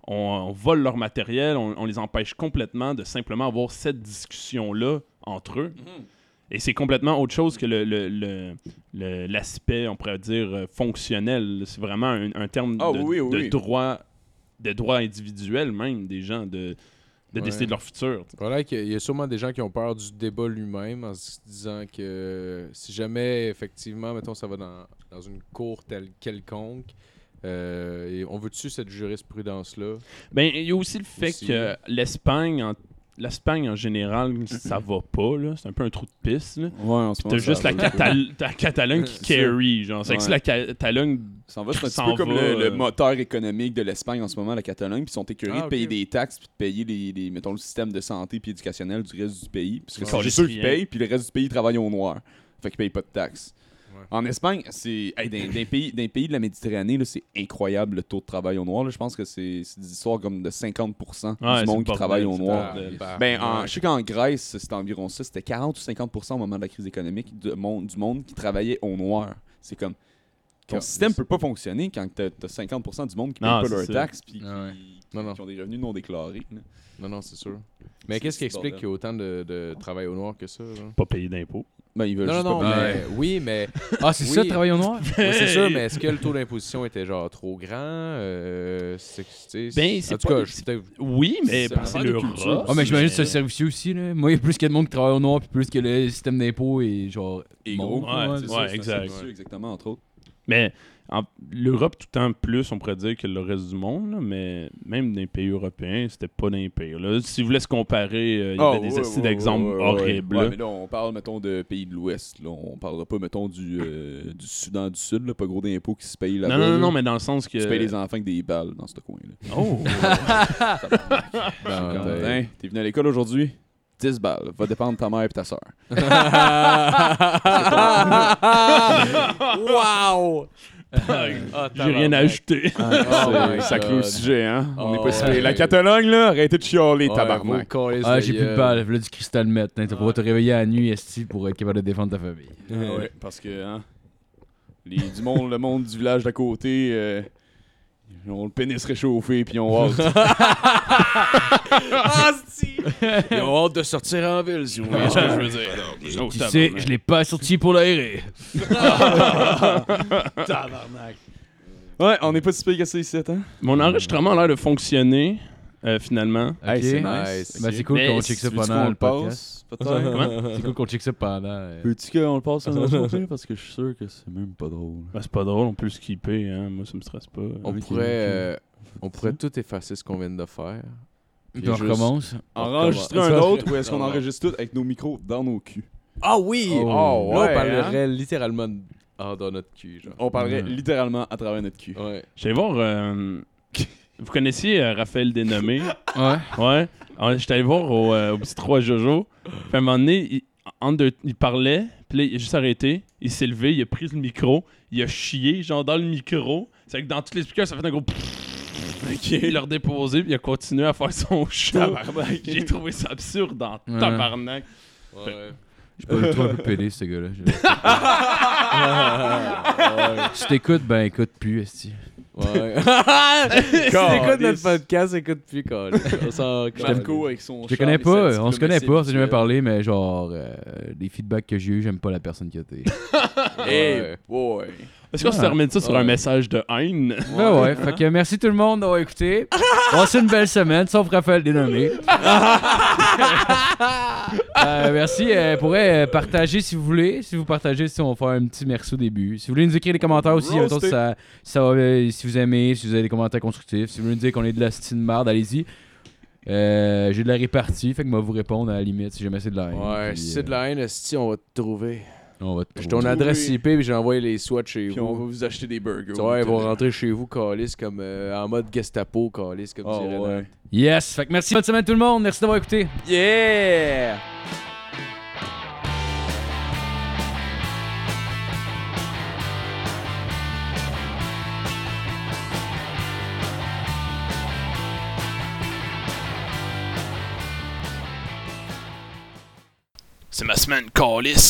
Speaker 1: on, on vole leur matériel, on, on les empêche complètement de simplement avoir cette discussion-là entre eux.
Speaker 8: Mm-hmm.
Speaker 1: Et c'est complètement autre chose que le, le- le- le- l'aspect, on pourrait dire, euh, fonctionnel. C'est vraiment un, un terme
Speaker 8: Ah
Speaker 1: de,
Speaker 8: oui, oui,
Speaker 1: de
Speaker 8: oui.
Speaker 1: droit de droit individuel même des gens de, de décider de leur futur. tu sais.
Speaker 6: Voilà qu'il y a- il y a sûrement des gens qui ont peur du débat lui-même en se disant que si jamais, effectivement, mettons, ça va dans, dans une cour telle quelconque, euh, et on veut-tu cette jurisprudence-là?
Speaker 1: Ben, il y a aussi le fait
Speaker 6: Aussi.
Speaker 1: que l'Espagne, en l'Espagne en général, ça va pas, là. C'est un peu un trou de piste, là.
Speaker 8: Ouais, en ce moment,
Speaker 1: T'as
Speaker 8: ça
Speaker 1: juste
Speaker 8: va.
Speaker 1: la, Catal- la Catalogne qui
Speaker 8: C'est ça.
Speaker 1: carry, genre. C'est que si
Speaker 8: Ouais.
Speaker 1: la Catalogne
Speaker 8: Ça en va, c'est un
Speaker 1: Ça
Speaker 8: petit peu
Speaker 1: en
Speaker 8: comme
Speaker 1: va,
Speaker 8: le, le
Speaker 1: euh.
Speaker 8: moteur économique de l'Espagne en ce moment, la Catalogne, puis ils sont écœurés
Speaker 6: Ah,
Speaker 8: de
Speaker 6: ok.
Speaker 8: payer des taxes, puis de payer les, les- mettons, le système de santé puis éducationnel du reste du pays, parce que
Speaker 1: Ouais.
Speaker 8: c'est
Speaker 1: Calisse
Speaker 8: juste eux qui
Speaker 1: rien.
Speaker 8: payent, puis le reste du pays travaille au noir, fait qu'ils payent pas de taxes.
Speaker 6: Ouais.
Speaker 8: En Espagne, c'est hey, d'un pays, d'un pays de la Méditerranée, là, c'est incroyable le taux de travail au noir. là. Je pense que c'est c'est des histoires comme de 50%
Speaker 1: Ouais, c'est
Speaker 8: du
Speaker 1: le
Speaker 8: monde qui
Speaker 1: bordel,
Speaker 8: travaille au
Speaker 1: c'est
Speaker 8: noir.
Speaker 6: Ah,
Speaker 1: le bordel.
Speaker 6: bah,
Speaker 8: Ben, en- je sais qu'en Grèce, c'était environ ça. C'était 40 ou 50 au moment de la crise économique du monde, du monde qui travaillait au noir. C'est comme. Ton
Speaker 6: Quand-
Speaker 8: système peut pas fonctionner quand t'as as 50 du monde qui paye
Speaker 1: Non,
Speaker 8: pas
Speaker 1: c'est
Speaker 8: leurs
Speaker 1: ça.
Speaker 8: taxes puis qui,
Speaker 6: Ah ouais. Non, non.
Speaker 8: qui ont des revenus non déclarés. là.
Speaker 6: Non, non, c'est sûr. Mais
Speaker 8: C'est-
Speaker 6: qu'est-ce qui
Speaker 8: c'est
Speaker 6: explique
Speaker 8: bordel.
Speaker 6: qu'il y a autant de, de travail au noir que ça? Là?
Speaker 1: pas payer d'impôts.
Speaker 8: Ben, ils veulent
Speaker 6: Non, non,
Speaker 8: juste
Speaker 6: non,
Speaker 8: pas payer.
Speaker 6: mais oui, mais
Speaker 5: Ah, c'est
Speaker 6: Oui.
Speaker 5: ça, le travail au noir?
Speaker 6: oui, c'est sûr, mais est-ce que le taux d'imposition était genre trop grand? Euh, c'est, c'est,
Speaker 1: Ben, c'est
Speaker 6: en tout
Speaker 1: pas-
Speaker 6: cas, je suis peut-être-
Speaker 1: Oui, mais
Speaker 6: C'est
Speaker 1: parce que
Speaker 6: un
Speaker 1: c'est
Speaker 6: affaire de
Speaker 1: l'Europe.
Speaker 6: culture.
Speaker 5: Ah, mais j'imagine que c'est servicieux aussi, là. Moi, il y a plus qu'il y a de monde qui travaille au noir, puis plus que le système d'impôt est genre.
Speaker 8: Et
Speaker 5: bon.
Speaker 8: gros.
Speaker 1: Ouais,
Speaker 8: c'est ça,
Speaker 1: ouais,
Speaker 8: c'est un
Speaker 1: exact.
Speaker 8: service, Exactement, entre autres.
Speaker 1: Mais en- l'Europe, tout en plus, on pourrait dire que le reste du monde, là, mais même dans les pays européens, c'était pas dans les pires. Là. Si vous voulez se comparer, euh, il y avait des essais d'exemples horribles.
Speaker 8: Ah, Ouais,
Speaker 1: là.
Speaker 8: mais là, on parle, mettons, de pays de l'Ouest. là. On parlera pas, mettons, du, euh, du Soudan du Sud, là, pas gros d'impôts qui se payent là-bas.
Speaker 1: non, non, non,
Speaker 8: là.
Speaker 1: non, mais dans le sens que.
Speaker 8: Tu payes les enfants avec des balles dans ce coin-là.
Speaker 1: Oh!
Speaker 6: Ben,
Speaker 8: Quentin,
Speaker 6: ben,
Speaker 8: t'es venu à l'école aujourd'hui? 10 balles. Va dépendre de ta mère et ta soeur.
Speaker 6: wow!
Speaker 1: J'ai rien à ajouter.
Speaker 8: Ah, ça clôt le sujet, hein?
Speaker 6: On
Speaker 1: Oh.
Speaker 6: est pas si pire.
Speaker 8: La Catalogne, là, arrêtez de chialer, tabarnak.
Speaker 5: Ah, j'ai plus de balles, là, du cristal mètre. T'as pas te réveiller à la nuit, esti, pour être capable de défendre ta famille.
Speaker 8: ouais, parce que, hein, les, du monde, le monde du village d'à côté, euh, ils ont le pénis réchauffé puis ils ont hâte.
Speaker 6: Ils ont hâte de sortir en ville, si vous voulez.
Speaker 1: C'est ça que je veux dire. Oh,
Speaker 5: Tu
Speaker 1: tabarnak.
Speaker 5: sais, je l'ai pas sorti pour l'aérer.
Speaker 8: ouais, on est pas si pire que ça ici, hein?
Speaker 1: Mon enregistrement a l'air de fonctionner, euh, finalement.
Speaker 5: Ok.
Speaker 6: nice.
Speaker 5: Ben, c'est cool
Speaker 1: Mais
Speaker 5: qu'on
Speaker 1: si
Speaker 5: check ça
Speaker 8: Tu veux
Speaker 5: pendant
Speaker 8: qu'on
Speaker 5: le
Speaker 8: le
Speaker 5: podcast.
Speaker 8: passe,
Speaker 1: Comment?
Speaker 8: peut-être?
Speaker 5: C'est cool qu'on check ça pendant. euh,
Speaker 8: Veux-tu qu'on le passe à notre côté? Parce que je suis sûr que c'est même pas drôle.
Speaker 1: Ben, c'est pas drôle, on peut le skipper. Hein. Moi, ça me stresse pas.
Speaker 6: On pourrait, euh, on pourrait tout effacer ce qu'on vient de faire. Puis
Speaker 5: Puis on
Speaker 6: juste-
Speaker 5: recommence.
Speaker 8: Enregistrer un autre ou est-ce qu'on enregistre tout avec nos micros dans nos culs?
Speaker 6: Ah hein? oui!
Speaker 5: Oh,
Speaker 6: Là, on
Speaker 8: ouais,
Speaker 6: parlerait littéralement de- ah, dans notre cul, genre.
Speaker 8: On parlerait
Speaker 1: Ouais.
Speaker 8: littéralement à travers notre cul.
Speaker 6: Ouais.
Speaker 1: J'allais voir. euh, vous connaissiez euh, Raphaël Dénommé?
Speaker 5: Ouais.
Speaker 1: Ouais. Alors, J'étais allé voir au, euh, au petit 3 Jojo. Puis à un moment donné, il, en deux- il parlait, puis là, il a juste arrêté, il s'est levé, il a pris le micro, il a chié, genre dans le micro. C'est que dans tous les speakers, ça fait un gros. Il l'a redéposé, puis il a continué à faire son show. J'ai trouvé ça absurde en
Speaker 5: Ouais.
Speaker 1: tabarnak.
Speaker 6: Ouais.
Speaker 5: Je peux le trouver un peu pédé, ce gars-là. Je- Si t'écoutes, ben écoute plus, esti.
Speaker 6: Ouais. si t'écoutes notre podcast, écoute plus, Carl. On s'en
Speaker 8: Marco avec son
Speaker 5: Je te connais pas, on se connaît pas, on s'est jamais parlé, mais genre, euh, les feedbacks que j'ai eu, j'aime pas la personne que t'es.
Speaker 8: Hey boy.
Speaker 1: Est-ce qu'on se termine ça sur un message de haine?
Speaker 5: Ben ouais, fait que merci tout le monde d'avoir écouté. Passez une belle semaine, sauf Raphaël Dénommé. Euh, merci. Euh, pourrait euh, partager si vous voulez. Si vous partagez, si on va faire un petit merci au début. Si vous voulez nous écrire des commentaires aussi, mettons, si ça, ça va, euh, si vous aimez, si vous avez des commentaires constructifs, si vous voulez nous dire qu'on est de la stine marde, allez-y. Euh, J'ai de la répartie, fait que moi vous répondre à la limite si jamais c'est de la haine.
Speaker 6: Ouais,
Speaker 5: Puis,
Speaker 6: si c'est de la haine, esti, on va te trouver.
Speaker 5: euh, on va te
Speaker 6: J'ai ton
Speaker 5: trouver.
Speaker 6: adresse IP puis j'ai envoyé les SWAT chez
Speaker 8: Puis on va
Speaker 6: vous.
Speaker 8: vous acheter des burgers.
Speaker 6: Tu vois, ils vont rentrer chez vous, Calis, comme euh, en mode Gestapo, Calis, comme
Speaker 8: Oh,
Speaker 6: dirait
Speaker 8: ouais.
Speaker 6: Nat.
Speaker 5: Yes, fait que merci. Bonne semaine tout le monde. Merci d'avoir écouté.
Speaker 6: Yeah!
Speaker 9: C'est ma semaine, Calis.